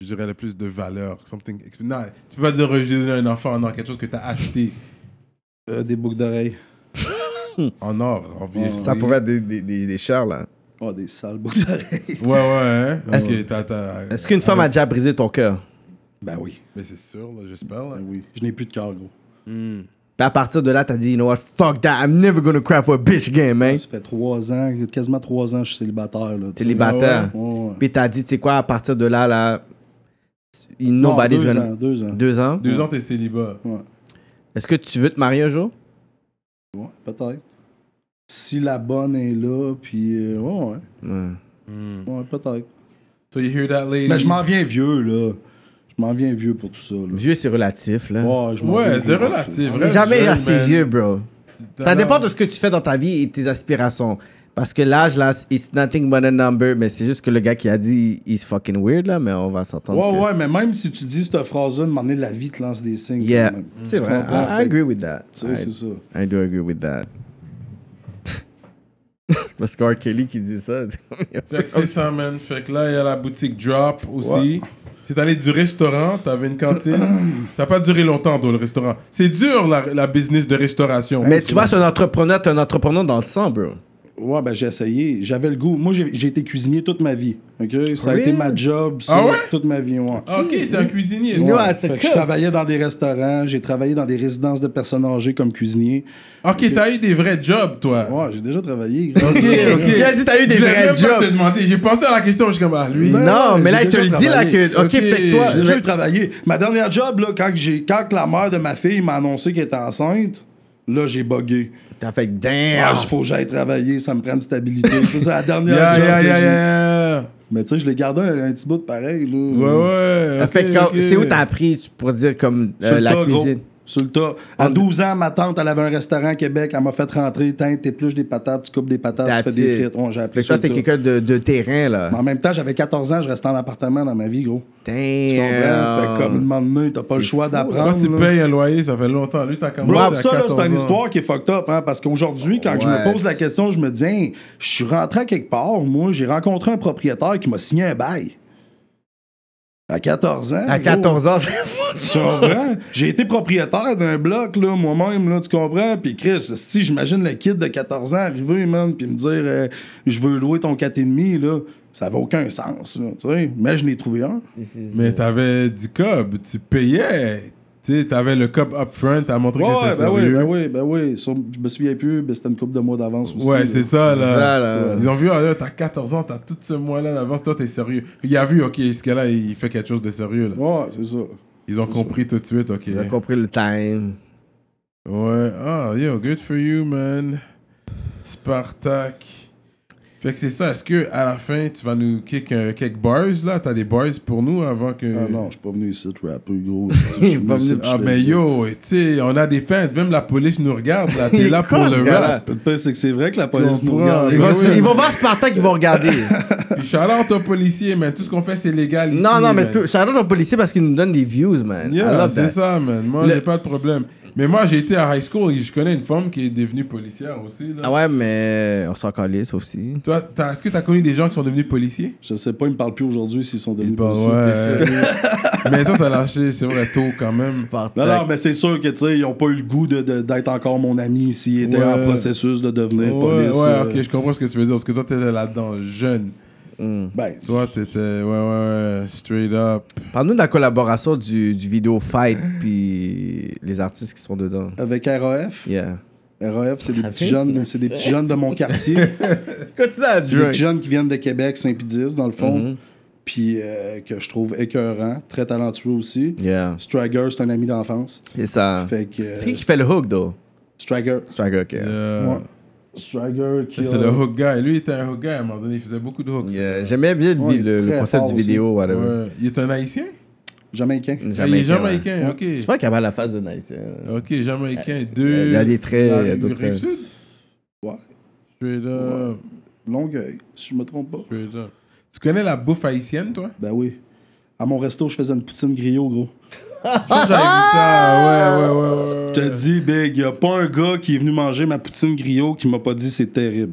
Speaker 3: Je dirais le plus de valeur. Something... exp- Non, tu peux pas dire euh, j'ai donné à un enfant, non, quelque chose que t'as acheté
Speaker 5: Euh, des boucles d'oreilles.
Speaker 3: en or, en vieillissant.
Speaker 4: Ça pourrait être des, des, des, des chars, là.
Speaker 5: Oh, des sales boucles d'oreilles.
Speaker 3: Ouais, ouais, hein.
Speaker 4: Est-ce-
Speaker 3: Ok, t'as. t'as-
Speaker 4: Est-ce qu'une femme a déjà brisé ton cœur?
Speaker 5: ben oui.
Speaker 3: Mais c'est sûr, là, j'espère. là.
Speaker 5: Ben oui. Je n'ai plus de cœur, gros.
Speaker 6: Hmm.
Speaker 4: Puis à partir de là, t'as dit, you know what, fuck that, I'm never gonna cry for a bitch again, man.
Speaker 5: Ça fait trois ans, quasiment trois ans, que je suis célibataire. Là, tu sais.
Speaker 4: Célibataire.
Speaker 5: Ouais, ouais.
Speaker 4: Puis t'as dit, tu sais quoi, à partir de là, là,
Speaker 5: Non,
Speaker 4: nobody's
Speaker 5: deux
Speaker 4: gonna.
Speaker 5: ans, deux ans.
Speaker 4: Deux ans.
Speaker 3: Deux ans, t'es célibat.
Speaker 5: Ouais.
Speaker 4: Est-ce que tu veux te marier un jour?
Speaker 5: Ouais, peut-être. Si la bonne est là, puis. euh, ouais,
Speaker 4: Ouais.
Speaker 5: ouais, ouais, peut-être.
Speaker 3: Hmm. So you hear that, lady
Speaker 5: Mais Ben, je m'en viens vieux, là. Je m'en viens vieux pour tout ça, là.
Speaker 4: Vieux, c'est relatif, là.
Speaker 5: Ouais, je m'en viens
Speaker 3: Ouais,
Speaker 5: vieux
Speaker 3: c'est
Speaker 5: pour
Speaker 3: relatif.
Speaker 5: ça.
Speaker 3: Reste
Speaker 4: Jamais
Speaker 3: jeune,
Speaker 4: assez
Speaker 3: man.
Speaker 4: vieux, bro. Ça
Speaker 3: T'as l'air-
Speaker 4: dépend de ce que tu fais dans ta vie et tes aspirations. Parce que l'âge, là, it's nothing but a number, mais c'est juste que le gars qui a dit, he's fucking weird, là, mais on va s'entendre.
Speaker 5: Ouais,
Speaker 4: que-
Speaker 5: ouais, mais même si tu dis cette phrase-là, de m'emmener la vie te lance des signes.
Speaker 4: Yeah,
Speaker 5: quand même.
Speaker 4: c'est
Speaker 5: Tu
Speaker 4: vrai.
Speaker 5: comprends?
Speaker 4: I, I
Speaker 5: Fait que,
Speaker 4: agree with that.
Speaker 5: Tu sais, c'est
Speaker 4: I,
Speaker 5: ça.
Speaker 4: I do agree with that. Parce que R. Kelly qui dit ça.
Speaker 5: Ben,
Speaker 3: Fait que c'est ça, man. Fait que là, il y a la boutique Drop aussi. T'es allé du restaurant, t'avais une cantine. ça n'a pas duré longtemps, dans le restaurant. C'est dur, la, la business de restauration.
Speaker 4: Mais tu vois, c'est un entrepreneur, t'es un entrepreneur dans le sang, bro.
Speaker 5: Ouais, ben j'ai essayé. J'avais le goût. Moi, j'ai j'ai été cuisinier toute ma vie. OK? Ça a
Speaker 4: Really?
Speaker 5: été ma job ça,
Speaker 3: Ah ouais?
Speaker 5: toute ma vie. Ouais.
Speaker 3: Ah, ok, t'es un cuisinier.
Speaker 4: Ouais.
Speaker 3: toi.
Speaker 5: Ouais,
Speaker 4: c'est
Speaker 5: fait que je
Speaker 4: cool.
Speaker 5: travaillais dans des restaurants, j'ai travaillé dans des résidences de personnes âgées comme cuisinier.
Speaker 3: Ok, t'as eu des vrais jobs, toi.
Speaker 5: Ouais, j'ai déjà travaillé.
Speaker 3: Ok, ok.
Speaker 4: Il a dit, t'as eu des
Speaker 3: Je voulais
Speaker 4: vrais
Speaker 3: même
Speaker 4: jobs.
Speaker 3: pas te demander. J'ai pensé à la question, je suis comme, ah, lui.
Speaker 5: Ben,
Speaker 4: non,
Speaker 5: ouais,
Speaker 4: mais là,
Speaker 5: j'ai
Speaker 4: il te le
Speaker 5: déjà
Speaker 4: dit, là, que. Ok,
Speaker 3: Ok,
Speaker 4: fait que toi.
Speaker 5: J'ai déjà eu
Speaker 4: mais-
Speaker 5: travaillé. Ma dernière job, là, quand, j'ai, quand la mère de ma fille m'a annoncé qu'elle était enceinte, là, j'ai bugué.
Speaker 4: T'as fait que
Speaker 5: Ah,
Speaker 4: damn.
Speaker 5: il faut que j'aille travailler, ça me prend de stabilité. Ça, c'est la dernière
Speaker 3: Yeah,
Speaker 5: job.
Speaker 3: yeah,
Speaker 5: que
Speaker 3: yeah,
Speaker 5: j'ai-
Speaker 3: yeah.
Speaker 5: Mais tu sais, je l'ai gardé un, un petit bout de pareil. Là.
Speaker 3: Ouais, ouais.
Speaker 4: Fait
Speaker 3: ok,
Speaker 4: que quand-
Speaker 3: ok.
Speaker 4: c'est où t'as appris tu- pour dire comme euh,
Speaker 5: Sur le
Speaker 4: la
Speaker 5: tas, gros.
Speaker 4: cuisine Hum.
Speaker 5: Sur le tas. À 12 ans, ma tante, elle avait un restaurant à Québec. Elle m'a fait rentrer. Tiens, t'épluches des patates, tu coupes des patates, tu fais des frites. Ouais, j'ai appris
Speaker 4: Fait que toi,
Speaker 5: sur le
Speaker 4: t'es
Speaker 5: tas.
Speaker 4: quelqu'un de, de terrain, là.
Speaker 5: Mais en même temps, j'avais 14 ans, je restais en appartement dans ma vie, gros. Tu comprends?
Speaker 4: Damn.
Speaker 5: Fait comme une moment donné, t'as pas le choix
Speaker 3: Quand
Speaker 5: d'apprendre.
Speaker 3: tu
Speaker 5: là.
Speaker 3: payes un loyer, ça fait longtemps. Lui, t'as commencé
Speaker 5: Bro,
Speaker 3: à
Speaker 5: ça, là,
Speaker 3: 14
Speaker 5: c'est une
Speaker 3: ans.
Speaker 5: histoire qui est fucked up, hein, parce qu'aujourd'hui, quand je
Speaker 4: Ouais.
Speaker 5: me pose la question, je me dis, Hein, je suis rentré à quelque part, moi, j'ai rencontré un propriétaire qui m'a signé un bail. À 14 ans.
Speaker 4: À
Speaker 5: gros.
Speaker 4: 14 ans, c'est
Speaker 5: Tu comprends? J'ai été propriétaire d'un bloc, là, moi-même, là, tu comprends? Puis Chris, si j'imagine le kid de 14 ans arriver, man, puis me dire euh, je veux louer ton 4,5, là, ça avait aucun sens, là, tu sais. Mais je l'ai trouvé un.
Speaker 3: Mais t'avais du cob, tu payais. Tu sais, t'avais le cob upfront, t'as montré que
Speaker 5: ouais,
Speaker 3: t'étais
Speaker 5: ben oui,
Speaker 3: sérieux. hein.
Speaker 5: ben oui, ben oui. Sur- je me souviens plus, mais c'était une couple de mois d'avance aussi.
Speaker 3: Ouais,
Speaker 5: là.
Speaker 3: c'est ça, là.
Speaker 4: ça, là.
Speaker 3: Ils ont vu, ah, là, t'as 14 ans, t'as tout ce mois-là d'avance, toi, t'es sérieux. Il a vu, ok, ce gars-là, il fait quelque chose de sérieux, là.
Speaker 5: Ouais, c'est ça.
Speaker 3: Ils ont compris tout de suite, ok.
Speaker 4: J'ai compris le time.
Speaker 3: Ouais, ah, yo, good for you, man. Spartak. Fait que c'est ça, est-ce que à la fin, tu vas nous kick un- quelques bars, là T'as des bars pour nous avant que.
Speaker 5: Ah non, je suis pas venu ici te rapper, gros. Je suis
Speaker 4: pas
Speaker 5: venu ici
Speaker 4: venu-
Speaker 5: te
Speaker 3: Ah,
Speaker 5: chill.
Speaker 3: mais yo, tu sais, on a des fans, même la police nous regarde, là, t'es
Speaker 4: Il
Speaker 3: là
Speaker 4: est
Speaker 3: pour
Speaker 4: con, ce
Speaker 3: le
Speaker 4: gars-là.
Speaker 3: rap.
Speaker 5: Le pire, c'est que c'est vrai que la
Speaker 3: Ah, Tu
Speaker 5: police nous
Speaker 3: comprends,
Speaker 5: regarde.
Speaker 3: les
Speaker 4: Ils
Speaker 3: Ben
Speaker 4: vont,
Speaker 3: oui.
Speaker 4: ils vont voir Spartak, ils vont regarder.
Speaker 3: Puis shout-out aux policiers, man, tout ce qu'on fait, c'est légal ici,
Speaker 4: non, non, mais
Speaker 3: man.
Speaker 4: tout, shout out aux policiers parce qu'ils nous donnent des views, man. I
Speaker 3: Yeah,
Speaker 4: love
Speaker 3: c'est
Speaker 4: that.
Speaker 3: ça, man. Moi,
Speaker 4: Le-
Speaker 3: j'ai pas de problème. Mais moi, j'ai été à high school et je connais une femme qui est devenue policière aussi. Là.
Speaker 4: Ah ouais, mais on s'en calisse aussi.
Speaker 3: Toi, t'as- est-ce que t'as connu des gens qui sont devenus policiers
Speaker 5: Je sais pas, ils me parlent plus aujourd'hui s'ils sont devenus
Speaker 3: Bah,
Speaker 5: policiers.
Speaker 3: ouais. mais toi, t'as lâché, c'est vrai, tôt quand même.
Speaker 5: Non, non,
Speaker 4: Spartak.
Speaker 5: mais c'est sûr que, tu sais, ils ont pas eu le goût de- de- d'être encore mon ami s'ils étaient
Speaker 3: Ouais.
Speaker 5: en processus de devenir
Speaker 3: Ouais,
Speaker 5: police.
Speaker 3: ouais,
Speaker 5: euh,
Speaker 3: ok, je comprends ce que tu veux dire parce que toi, t'étais là-dedans, jeune.
Speaker 5: Ben,
Speaker 3: Toi, t'étais, ouais, ouais, ouais, straight up.
Speaker 4: Parle-nous de la collaboration du, du vidéo Fight puis les artistes qui sont dedans.
Speaker 5: avec RAF.
Speaker 4: Yeah.
Speaker 5: RAF, c'est des, petits
Speaker 6: fait-
Speaker 5: jeunes, c'est des petits jeunes de mon quartier.
Speaker 4: Continue à
Speaker 5: c'est des petits jeunes qui viennent de Québec, Saint-Pédis, dans le fond. Puis euh, que je trouve écœurant, très talentueux aussi.
Speaker 4: Yeah. Ah.
Speaker 5: Striker, c'est un ami d'enfance.
Speaker 4: C'est ça.
Speaker 5: Fait que. euh,
Speaker 4: C'est qui qui fait le hook, though?
Speaker 5: Striker.
Speaker 4: Striker, ok.
Speaker 3: Euh,
Speaker 5: Ouais. Striker qui.
Speaker 3: C'est
Speaker 5: a-
Speaker 3: le hook guy. Lui, il était un hook guy à un moment donné, il faisait beaucoup de hooks.
Speaker 4: Yeah, J'aimais bien le,
Speaker 5: Ouais,
Speaker 4: le- le
Speaker 5: très
Speaker 4: concept
Speaker 5: fort
Speaker 4: du
Speaker 5: aussi.
Speaker 4: vidéo, whatever.
Speaker 3: Ouais. Il est un haïtien
Speaker 5: Jamaïcain.
Speaker 3: Il est
Speaker 4: ouais.
Speaker 3: jamaïcain, ok.
Speaker 4: Je crois qu'il avait la face de Nice.
Speaker 3: Ok, jamaïcain, deux.
Speaker 4: il y a des traits,
Speaker 3: dans
Speaker 4: il y a
Speaker 3: la
Speaker 4: d'autres
Speaker 3: rive
Speaker 4: traits.
Speaker 3: sud.
Speaker 5: Ouais.
Speaker 3: Straight up,
Speaker 5: Longueuil, si je me trompe pas.
Speaker 3: straight up. Tu connais la bouffe haïtienne, toi
Speaker 5: Ben oui. À mon resto, je faisais une poutine griot, gros.
Speaker 3: Je
Speaker 4: Ah,
Speaker 3: pense que J'avais vu ça, ouais, ouais, ouais. ouais, ouais.
Speaker 5: Je te dis, Big, y a pas un gars qui est venu manger ma poutine griot qui m'a pas dit c'est terrible.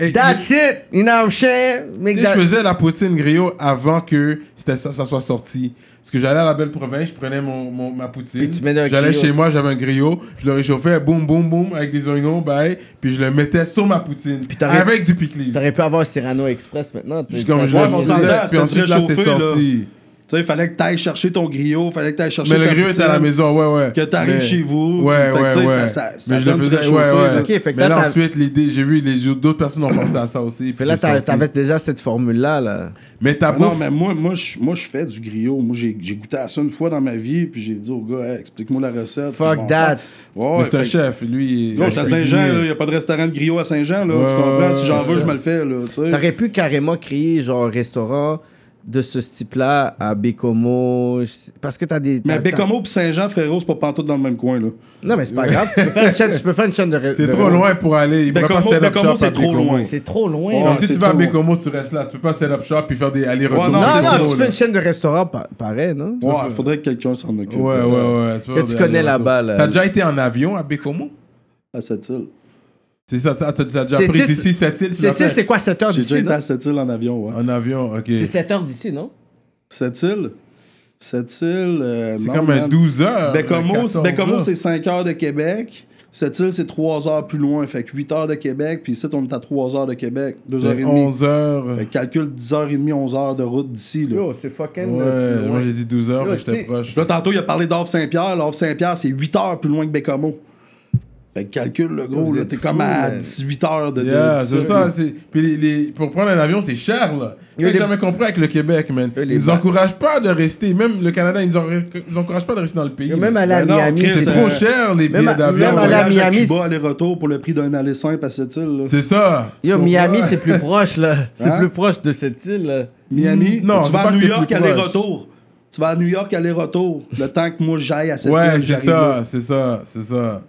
Speaker 3: Hey,
Speaker 4: That's it! You know what I'm saying?
Speaker 3: Tu
Speaker 4: Make
Speaker 3: sais,
Speaker 4: that...
Speaker 3: je faisais la poutine griot avant que c'était ça, ça soit sorti. Parce que j'allais à la belle province, je prenais mon, mon- ma poutine.
Speaker 4: Puis tu mets dans un
Speaker 3: J'allais
Speaker 4: griot.
Speaker 3: chez moi, j'avais un griot, je le réchauffais, boum, boum, boum, avec des oignons, bye. Puis je le mettais sur ma poutine.
Speaker 4: t'aurais-
Speaker 3: avec du pickles.
Speaker 6: T'aurais pu avoir Cyrano Express maintenant. t'es-
Speaker 3: Juste comme je
Speaker 5: Ouais,
Speaker 3: le
Speaker 5: mais on
Speaker 3: faisais,
Speaker 5: s'entend,
Speaker 3: puis
Speaker 5: c'était
Speaker 3: ensuite là, c'est
Speaker 5: réchauffé, là.
Speaker 3: sorti.
Speaker 5: Tu sais, fallait que t'ailles chercher ton griot, fallait que t'ailles chercher
Speaker 3: Mais le
Speaker 5: ta
Speaker 3: griot était à la
Speaker 5: poutine.
Speaker 3: maison, ouais, ouais.
Speaker 5: Que t'arrives
Speaker 3: Mais-
Speaker 5: chez vous,
Speaker 3: Ouais,
Speaker 5: puis fait que,
Speaker 3: ouais,
Speaker 5: tu
Speaker 3: ouais.
Speaker 5: sais, ça- ça- ça
Speaker 3: Mais je le
Speaker 5: donne
Speaker 3: faisais,
Speaker 5: très
Speaker 3: ouais,
Speaker 5: chauffé,
Speaker 3: ouais.
Speaker 5: là.
Speaker 4: Ok, fait que
Speaker 3: Mais
Speaker 4: là,
Speaker 3: là,
Speaker 4: ça-
Speaker 3: ensuite, l'idée, j'ai vu, les d'autres personnes ont pensé à ça aussi.
Speaker 4: Fait
Speaker 3: puis
Speaker 4: là,
Speaker 3: c'est
Speaker 4: t'as-
Speaker 3: sorti.
Speaker 4: t'avais déjà cette formule-là, là.
Speaker 3: Mais ta
Speaker 5: Ah Non,
Speaker 3: bouffe,
Speaker 5: mais moi, moi, je, moi, je fais du griot. Moi, j'ai, j'ai goûté à ça une fois dans ma vie, puis j'ai dit au gars, Hey, explique-moi la recette.
Speaker 4: Fuck
Speaker 5: Puis mon
Speaker 4: that.
Speaker 5: frère- Ouais,
Speaker 3: mais
Speaker 5: ouais,
Speaker 3: c'est un
Speaker 5: fait-
Speaker 3: chef, lui. il-
Speaker 5: Gros, j'étais à
Speaker 3: cuisinier.
Speaker 5: Saint-Jean, il n'y a pas de restaurant de griot à Saint-Jean, là.
Speaker 3: Ouais,
Speaker 5: tu comprends?
Speaker 3: ouais,
Speaker 5: Si j'en
Speaker 3: c'est
Speaker 5: veux,
Speaker 3: ça.
Speaker 5: je me le fais, là. tu sais.
Speaker 4: T'aurais pu carrément créer, genre, un restaurant de ce type-là à Bécomo. je- Parce que t'as des.
Speaker 5: Mais
Speaker 4: t'as-
Speaker 5: Bécomo puis Saint-Jean, frérot, c'est pas pantoute dans le même coin, là.
Speaker 4: t'as- Non, mais c'est pas grave. tu, peux faire une chaîne, tu peux faire une chaîne de. re-
Speaker 3: C'est
Speaker 4: de-
Speaker 3: trop loin pour aller. Il pourrait
Speaker 5: Bécomo-
Speaker 3: pas set up
Speaker 5: Bécomo,
Speaker 3: shop
Speaker 5: c'est
Speaker 3: à
Speaker 5: trop
Speaker 3: Bécomo.
Speaker 5: loin.
Speaker 6: C'est trop loin.
Speaker 5: Ouais.
Speaker 3: Comme
Speaker 6: là.
Speaker 3: si
Speaker 5: c'est
Speaker 3: tu vas à
Speaker 5: trop
Speaker 3: Bécomo, tu restes là. Tu peux pas set up shop puis faire des allers-retours.
Speaker 5: Ouais, non,
Speaker 4: Non,
Speaker 5: c'est
Speaker 4: non,
Speaker 5: trop,
Speaker 4: tu fais une chaîne de restaurant par- pareil, non?
Speaker 5: Ouais, faudrait que quelqu'un s'en occupe.
Speaker 3: Ouais, ouais, ouais. peux
Speaker 4: Que
Speaker 3: faire
Speaker 4: tu
Speaker 3: des
Speaker 4: connais
Speaker 3: allers-retours.
Speaker 4: là-bas, là.
Speaker 3: T'as déjà été en avion à Bécomo
Speaker 5: À cette île.
Speaker 3: C'est ça, t'as t'as- t'as déjà
Speaker 4: C'est-
Speaker 3: pris
Speaker 4: c'est-
Speaker 3: d'ici cette île. tu l'as
Speaker 4: C'était,
Speaker 3: fait
Speaker 4: c'est quoi, 7 heures
Speaker 5: J'ai déjà
Speaker 4: d'ici?
Speaker 5: été
Speaker 4: non?
Speaker 5: à cette île en avion, ouais.
Speaker 3: En avion, ok.
Speaker 6: C'est 7 heures d'ici, non?
Speaker 5: Cette île? Cette île. euh,
Speaker 3: C'est
Speaker 5: non,
Speaker 3: comme un
Speaker 5: man. Ben,
Speaker 3: 12 heures.
Speaker 5: Bécomo,
Speaker 3: 14 heures.
Speaker 5: Bécomo, c'est 5 heures de Québec. Cette île, c'est 3 heures plus loin. Fait que 8 heures de Québec. Puis ici, on est à 3 heures de Québec. 2 heures et
Speaker 3: C'est
Speaker 5: demie.
Speaker 3: 11 heures.
Speaker 5: Fait que calcule 10h30, 11h de route d'ici. Là.
Speaker 4: Yo, c'est fucking. euh,
Speaker 3: Ouais,
Speaker 4: plus
Speaker 3: moi
Speaker 4: loin.
Speaker 3: j'ai dit 12 heures,
Speaker 4: Yo,
Speaker 3: fait que j'étais
Speaker 4: t'sais-
Speaker 3: proche.
Speaker 5: Là, tantôt, il a parlé d'Orve Saint-Pierre. L'Orve Saint-Pierre, c'est 8 heures plus loin que Bécomo. Fait que calcule, le gros.
Speaker 4: Vous
Speaker 5: Là,
Speaker 4: êtes
Speaker 5: t'es
Speaker 4: fous,
Speaker 5: comme à
Speaker 4: man.
Speaker 5: 18 heures de de-
Speaker 3: Yeah,
Speaker 5: d'ici,
Speaker 3: c'est
Speaker 5: là.
Speaker 3: ça. c'est- Puis les, les- pour prendre un avion, c'est cher, là. Ça,
Speaker 4: Eux,
Speaker 3: J'ai
Speaker 4: les-
Speaker 3: jamais compris avec le Québec, man.
Speaker 4: Eux, les
Speaker 3: Ils nous
Speaker 4: ba-
Speaker 3: encouragent pas de rester. Même le Canada, ils nous, en- ils nous encouragent pas de rester dans le pays.
Speaker 4: Yo, Même
Speaker 3: là.
Speaker 4: à la
Speaker 5: Ben non,
Speaker 4: Miami,
Speaker 5: Chris,
Speaker 3: c'est
Speaker 5: euh,
Speaker 3: trop cher, les
Speaker 4: même à-
Speaker 3: billets
Speaker 4: même
Speaker 3: d'avion.
Speaker 4: à
Speaker 5: Voyage
Speaker 4: la
Speaker 3: ouais.
Speaker 5: à
Speaker 4: Miami,
Speaker 5: Cuba,
Speaker 4: c'est-
Speaker 5: aller-retour pour le prix d'un aller simple à cette île. là.
Speaker 3: C'est ça.
Speaker 4: Yo,
Speaker 5: Tu
Speaker 4: Miami,
Speaker 5: comprends?
Speaker 4: c'est plus proche, là. C'est
Speaker 5: Hein?
Speaker 4: plus proche de cette île, là.
Speaker 5: Miami,
Speaker 3: Non,
Speaker 5: tu
Speaker 3: c'est
Speaker 5: vas
Speaker 3: pas
Speaker 5: à
Speaker 3: que
Speaker 5: New
Speaker 3: c'est
Speaker 5: York
Speaker 3: plus proche.
Speaker 5: aller-retour. Tu vas à New York aller-retour, le temps que moi j'aille à cette
Speaker 3: Ouais, c'est ça, c'est ça, c'est ça.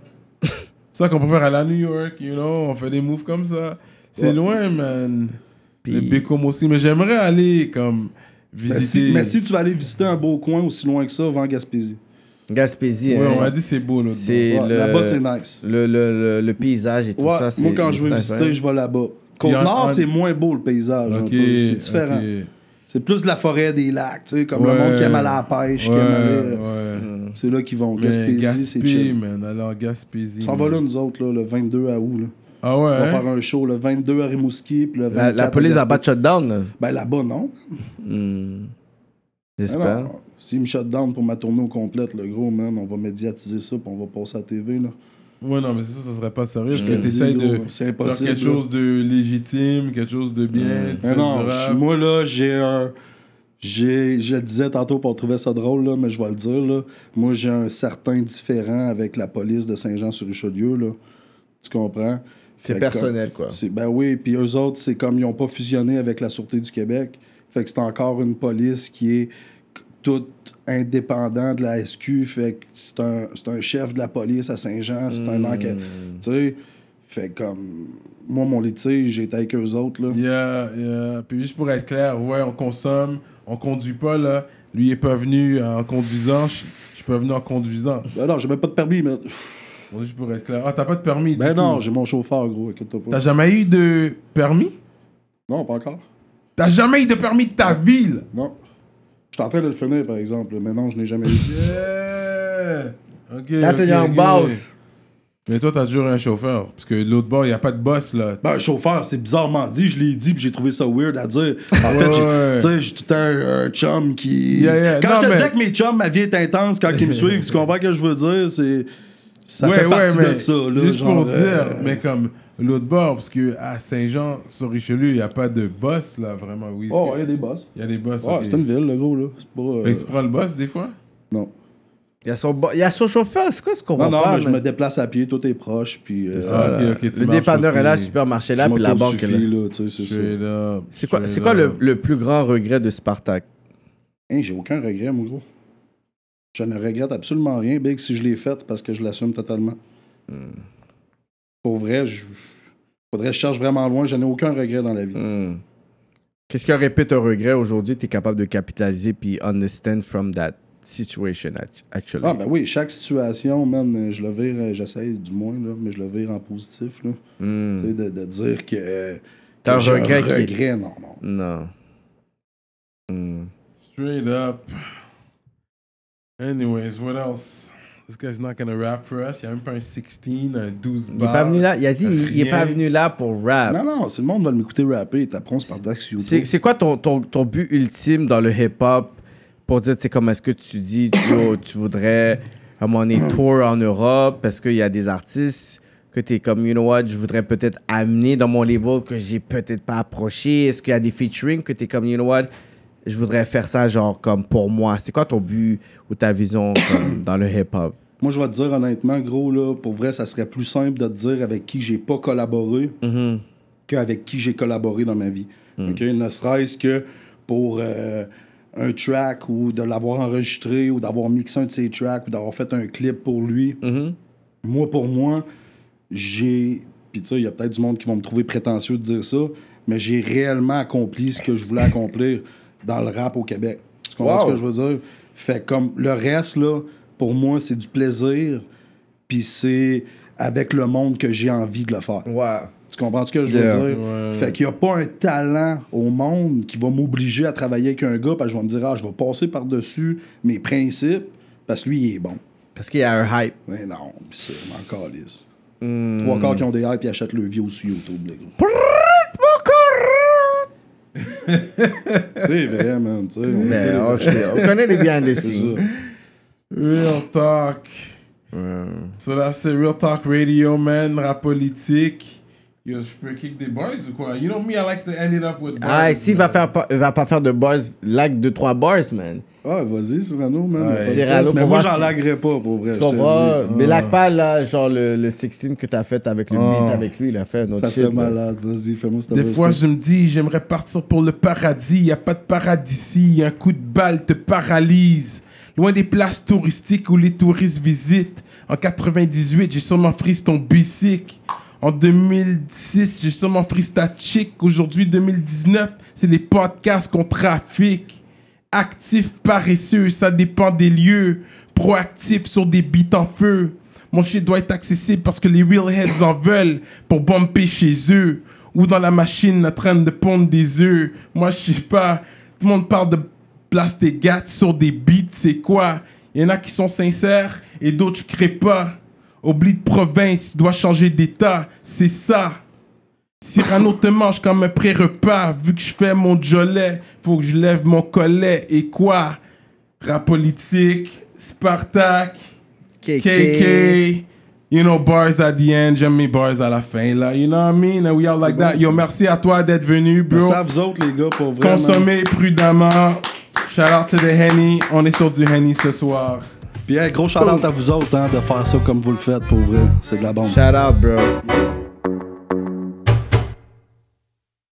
Speaker 3: C'est ça qu'on peut faire aller à New York, you know, on fait des moves comme ça. C'est loin, man. Le Bécom aussi, mais j'aimerais aller comme
Speaker 5: Mais si,
Speaker 3: visiter.
Speaker 5: mais si tu vas aller visiter un beau coin aussi loin que ça, vends Gaspésie.
Speaker 6: Gaspésie,
Speaker 3: Ouais,
Speaker 6: hein,
Speaker 3: on m'a dit c'est beau là.
Speaker 6: c'est
Speaker 5: Ouais,
Speaker 6: le,
Speaker 5: Là-bas, euh, c'est nice.
Speaker 6: le, le, le, le paysage et tout
Speaker 5: Ouais,
Speaker 6: ça. c'est-
Speaker 5: moi, quand je veux
Speaker 6: c'est
Speaker 5: visiter,
Speaker 6: incroyable.
Speaker 5: je vais là-bas. Côte-Nord,
Speaker 3: un- un-
Speaker 5: c'est moins beau le paysage. un
Speaker 3: Ok.
Speaker 5: peu. C'est différent.
Speaker 3: ok.
Speaker 5: C'est plus la forêt des lacs, tu sais, comme
Speaker 3: Ouais,
Speaker 5: le monde qui aime aller à la pêche, qui aime aller.
Speaker 3: Ouais, ouais.
Speaker 5: C'est là qu'ils vont.
Speaker 3: Mais
Speaker 5: Gaspésie, c'est
Speaker 3: Gaspé,
Speaker 5: chill.
Speaker 3: man. Alors, Gaspésie.
Speaker 5: Ça va
Speaker 3: man.
Speaker 5: là, nous autres, là, le 22 à août. Là.
Speaker 3: Ah ouais?
Speaker 5: On va faire
Speaker 3: hein?
Speaker 5: un show le 22 à Rimouski. Puis le 24
Speaker 4: La, la
Speaker 5: à
Speaker 4: police a
Speaker 5: Gaspé.
Speaker 4: pas de shutdown. là.
Speaker 5: Ben là-bas, non.
Speaker 6: Hmm.
Speaker 5: Ah
Speaker 6: J'espère.
Speaker 5: non. S'ils me shut down pour ma tournée au complète, le gros, man, on va médiatiser ça, puis on va passer à la TV. Là.
Speaker 3: Ouais, non, mais ça, ça serait pas sérieux. Parce
Speaker 5: te
Speaker 3: que
Speaker 5: dis,
Speaker 3: t'essayes
Speaker 5: gros,
Speaker 3: de
Speaker 5: c'est
Speaker 3: faire
Speaker 5: impossible,
Speaker 3: quelque
Speaker 5: là.
Speaker 3: chose de légitime, quelque chose de bien. tu
Speaker 5: Mais
Speaker 3: fais
Speaker 5: non,
Speaker 3: du
Speaker 5: je-
Speaker 3: rap.
Speaker 5: moi, là, j'ai un. J'ai, je le disais tantôt, pour trouver ça drôle, là, mais je vais le dire. Là. Moi, j'ai un certain différent avec la police de Saint-Jean-sur-Richelieu. Là. Tu comprends?
Speaker 4: C'est
Speaker 5: Fait que-
Speaker 4: personnel, quoi.
Speaker 5: C'est- ben oui, puis eux autres, c'est comme ils n'ont pas fusionné avec la Sûreté du Québec. Fait que c'est encore une police qui est c- toute indépendante de la SQ. Fait que c'est un, c'est un chef de la police à Saint-Jean, c'est un enquête. Tu sais, fait comme. Moi, mon litige, j'étais avec eux autres, là.
Speaker 3: Yeah, yeah. Puis juste pour être clair, ouais, on consomme, on conduit pas, là. Lui, il est pas venu euh, en conduisant, je je suis pas venu en conduisant.
Speaker 5: Ben non, j'ai même pas de permis, mais.
Speaker 3: Bon, Juste pour être clair. Ah, t'as pas de permis
Speaker 5: Ben
Speaker 3: du
Speaker 5: non,
Speaker 3: tout.
Speaker 5: j'ai mon chauffeur, gros, inquiète-toi pas.
Speaker 3: T'as jamais eu de permis?
Speaker 5: Non, pas encore.
Speaker 3: T'as jamais eu de permis de ta ville?
Speaker 5: Non. Je suis en train de le finir, par exemple, mais non, je n'ai jamais eu.
Speaker 3: Yeah! Ok,
Speaker 4: That's a
Speaker 3: ok,
Speaker 4: young
Speaker 3: ok.
Speaker 4: boss.
Speaker 3: Mais toi, t'as toujours un chauffeur. Parce que de l'autre bord, il n'y a pas de boss, là.
Speaker 5: Ben, un chauffeur, c'est bizarrement dit, je l'ai dit, puis j'ai trouvé ça weird à dire. En fait, j'ai-
Speaker 3: ouais.
Speaker 5: tu sais, j'ai tout le temps un, un chum qui.
Speaker 3: Yeah, yeah.
Speaker 5: Quand
Speaker 3: Non,
Speaker 5: je te
Speaker 3: mais-
Speaker 5: disais que mes chums, ma vie est intense quand ils me suivent, tu comprends ce que je veux dire? C'est. Ça fait partie de ça, là.
Speaker 3: juste
Speaker 5: genre,
Speaker 3: pour dire,
Speaker 5: euh,
Speaker 3: mais comme l'autre bord, parce que à Saint-Jean, sur Richelieu, il n'y a pas de boss, là, vraiment, oui.
Speaker 5: Oh, il y a des boss.
Speaker 3: Il y a des boss,
Speaker 5: Ouais,
Speaker 3: ok.
Speaker 5: c'est une ville, le gros, là. C'est pas. euh,
Speaker 3: Fait que tu prends le boss, des fois?
Speaker 5: Non.
Speaker 4: Il y a son, bo- il y a son chauffeur, c'est quoi ce qu'on
Speaker 5: Non,
Speaker 4: va
Speaker 5: non,
Speaker 4: pas,
Speaker 5: mais je me
Speaker 4: man?
Speaker 5: déplace à pied, tout est proche, puis. euh,
Speaker 3: ça.
Speaker 5: voilà.
Speaker 3: Ah, Ok, ok, tu
Speaker 4: Le
Speaker 3: marches
Speaker 4: dépanneur
Speaker 3: aussi.
Speaker 4: est là, le supermarché est là,
Speaker 5: Je
Speaker 4: puis la banque est
Speaker 5: m'autosuffis,
Speaker 4: là.
Speaker 5: là, tu sais, c'est
Speaker 3: Je
Speaker 5: ça.
Speaker 3: suis là.
Speaker 4: C'est
Speaker 3: je
Speaker 4: quoi,
Speaker 3: suis
Speaker 4: c'est quoi
Speaker 3: là.
Speaker 4: le, le plus grand regret de Spartak
Speaker 5: Hein, j'ai aucun regret, mon gros. Je ne regrette absolument rien, Big, si je l'ai fait, c'est parce que je l'assume totalement.
Speaker 4: Hmm.
Speaker 5: Pour vrai, je... faudrait que je cherche vraiment loin, je n'ai aucun regret dans la vie.
Speaker 4: Hmm. Qu'est-ce qui aurait pu être un regret aujourd'hui Tu es capable de capitaliser puis understand from that situation, act- actually.
Speaker 5: Ah, ben oui, chaque situation, man, je le vire, euh, j'essaie du moins, là, mais je le vire en positif, là.
Speaker 4: Hmm.
Speaker 5: Tu sais, de, de dire que. euh,
Speaker 4: T'as
Speaker 5: que
Speaker 4: un
Speaker 5: j'ai
Speaker 4: regret qui-
Speaker 5: regret, non, non.
Speaker 4: Non. Hmm.
Speaker 3: Straight up. Anyways, what else? This guy's not gonna rap for us. Il n'y a même pas un 16, un 12
Speaker 4: Il est
Speaker 3: bar.
Speaker 4: pas venu là. Il a dit, il, il est
Speaker 3: Bah, rien.
Speaker 4: pas venu là pour rap.
Speaker 5: Non, non, si le monde va m'écouter rapper, t'apprends ce par sur
Speaker 4: Ah. C'est
Speaker 5: YouTube.
Speaker 4: c'est quoi ton, ton, ton but ultime dans le hip-hop pour dire, tu sais, comme est-ce que tu dis, yo, tu voudrais un money tour en Europe parce qu'il y a des artistes que tu es comme, you know what, je voudrais peut-être amener dans mon label que j'ai peut-être pas approché. Est-ce qu'il y a des featuring que tu es comme, you know what, je voudrais faire ça genre comme pour moi. C'est quoi ton but ou ta vision comme, dans le hip-hop?
Speaker 5: Moi, je vais te dire honnêtement, gros, là, pour vrai, ça serait plus simple de te dire avec qui j'ai pas collaboré qu'avec qui j'ai collaboré dans ma vie. OK? Ne serait-ce que pour euh, un track ou de l'avoir enregistré ou d'avoir mixé un de ses tracks ou d'avoir fait un clip pour lui. Moi, pour moi, j'ai. Puis, tu sais, il y a peut-être du monde qui vont me trouver prétentieux de dire ça, mais j'ai réellement accompli ce que je voulais accomplir dans le rap au Québec. Tu comprends ce que je veux dire? Fait comme le reste, là, pour moi, c'est du plaisir, puis c'est avec le monde que j'ai envie de le faire.
Speaker 4: Ouais.
Speaker 5: Tu comprends ce que je veux
Speaker 4: Yeah.
Speaker 5: dire? Fait qu'il n'y a pas un talent au monde qui va m'obliger à travailler avec un gars, parce que je vais me dire, ah, je vais passer par-dessus mes principes, parce que lui, il est bon.
Speaker 4: Parce qu'il y a un hype.
Speaker 5: Mais non, pis ça, je m'en calisse.
Speaker 6: Hmm.
Speaker 5: Trois quarts qui ont des hype, ils achètent le vieux sur YouTube, les gars. c'est vrai, man, tu sais. on
Speaker 4: Mais
Speaker 6: ah,
Speaker 5: dit-
Speaker 4: oh, je sais, on connaît les behind the
Speaker 5: C'est ça.
Speaker 4: scenes.
Speaker 3: Real Talk. So that's it, Real Talk Radio, man, rap politique. Yo, je peux kick des boys ou quoi? You know me, I like to end it up with boys.
Speaker 6: Ah, s'il va, faire pas- va pas faire de bars, lag de 3 bars, man.
Speaker 5: Ah, vas-y, Cyrano, man.
Speaker 3: Ouais.
Speaker 5: pas de
Speaker 6: Cyrano,
Speaker 5: stress. mais
Speaker 6: pour
Speaker 5: moi,
Speaker 6: voir
Speaker 5: j'en
Speaker 6: si-
Speaker 5: laguerais pas, pour vrai.
Speaker 6: Tu
Speaker 5: je te le
Speaker 6: comprends?
Speaker 5: dis. Ah.
Speaker 6: Mais lag pas, là, genre le, le 16 que t'as fait avec le
Speaker 3: Oh.
Speaker 6: beat, avec lui, il a fait un autre
Speaker 5: Ça
Speaker 6: shit.
Speaker 5: serait
Speaker 6: là.
Speaker 5: malade, vas-y, fais-moi cette
Speaker 3: Des fois, je me dis, j'aimerais partir pour le paradis. Y a pas de paradis ici. Un coup de balle te paralyse. Loin des places touristiques où les touristes visitent. En 98, j'ai sûrement frise ton bicycle. En 2006, j'ai sûrement frise ta chick. Aujourd'hui, 2019, c'est les podcasts qu'on trafique. Actif, paresseux, ça dépend des lieux. Proactif sur des beats en feu. Mon shit doit être accessible parce que les real heads en veulent pour bumper chez eux. Ou dans la machine en train de pondre des œufs. Moi, je sais pas. Tout le monde parle de place des gâtes sur des beats, c'est quoi? Il y en a qui sont sincères et d'autres, je crée pas. Oublie de province, tu dois changer d'état, c'est ça. Cyrano te mange comme un pré-repas. Vu que je fais mon jolet, faut que je lève mon collet. Et quoi Rap politique, Spartak, KK. You know, bars at the end. J'aime mes bars à la fin, là. You know what I mean? And we all like that. Yo, merci à toi d'être venu, bro.
Speaker 5: Ben, Ça, vous autres, les gars, pour vrai. man.
Speaker 3: Consommez prudemment. Shout out to the Henny. On est sur du Henny ce soir.
Speaker 5: Puis, hey, gros shout-out à vous autres, hein, de faire ça comme vous le faites, pour vrai. C'est de la bombe.
Speaker 6: Shout out, bro.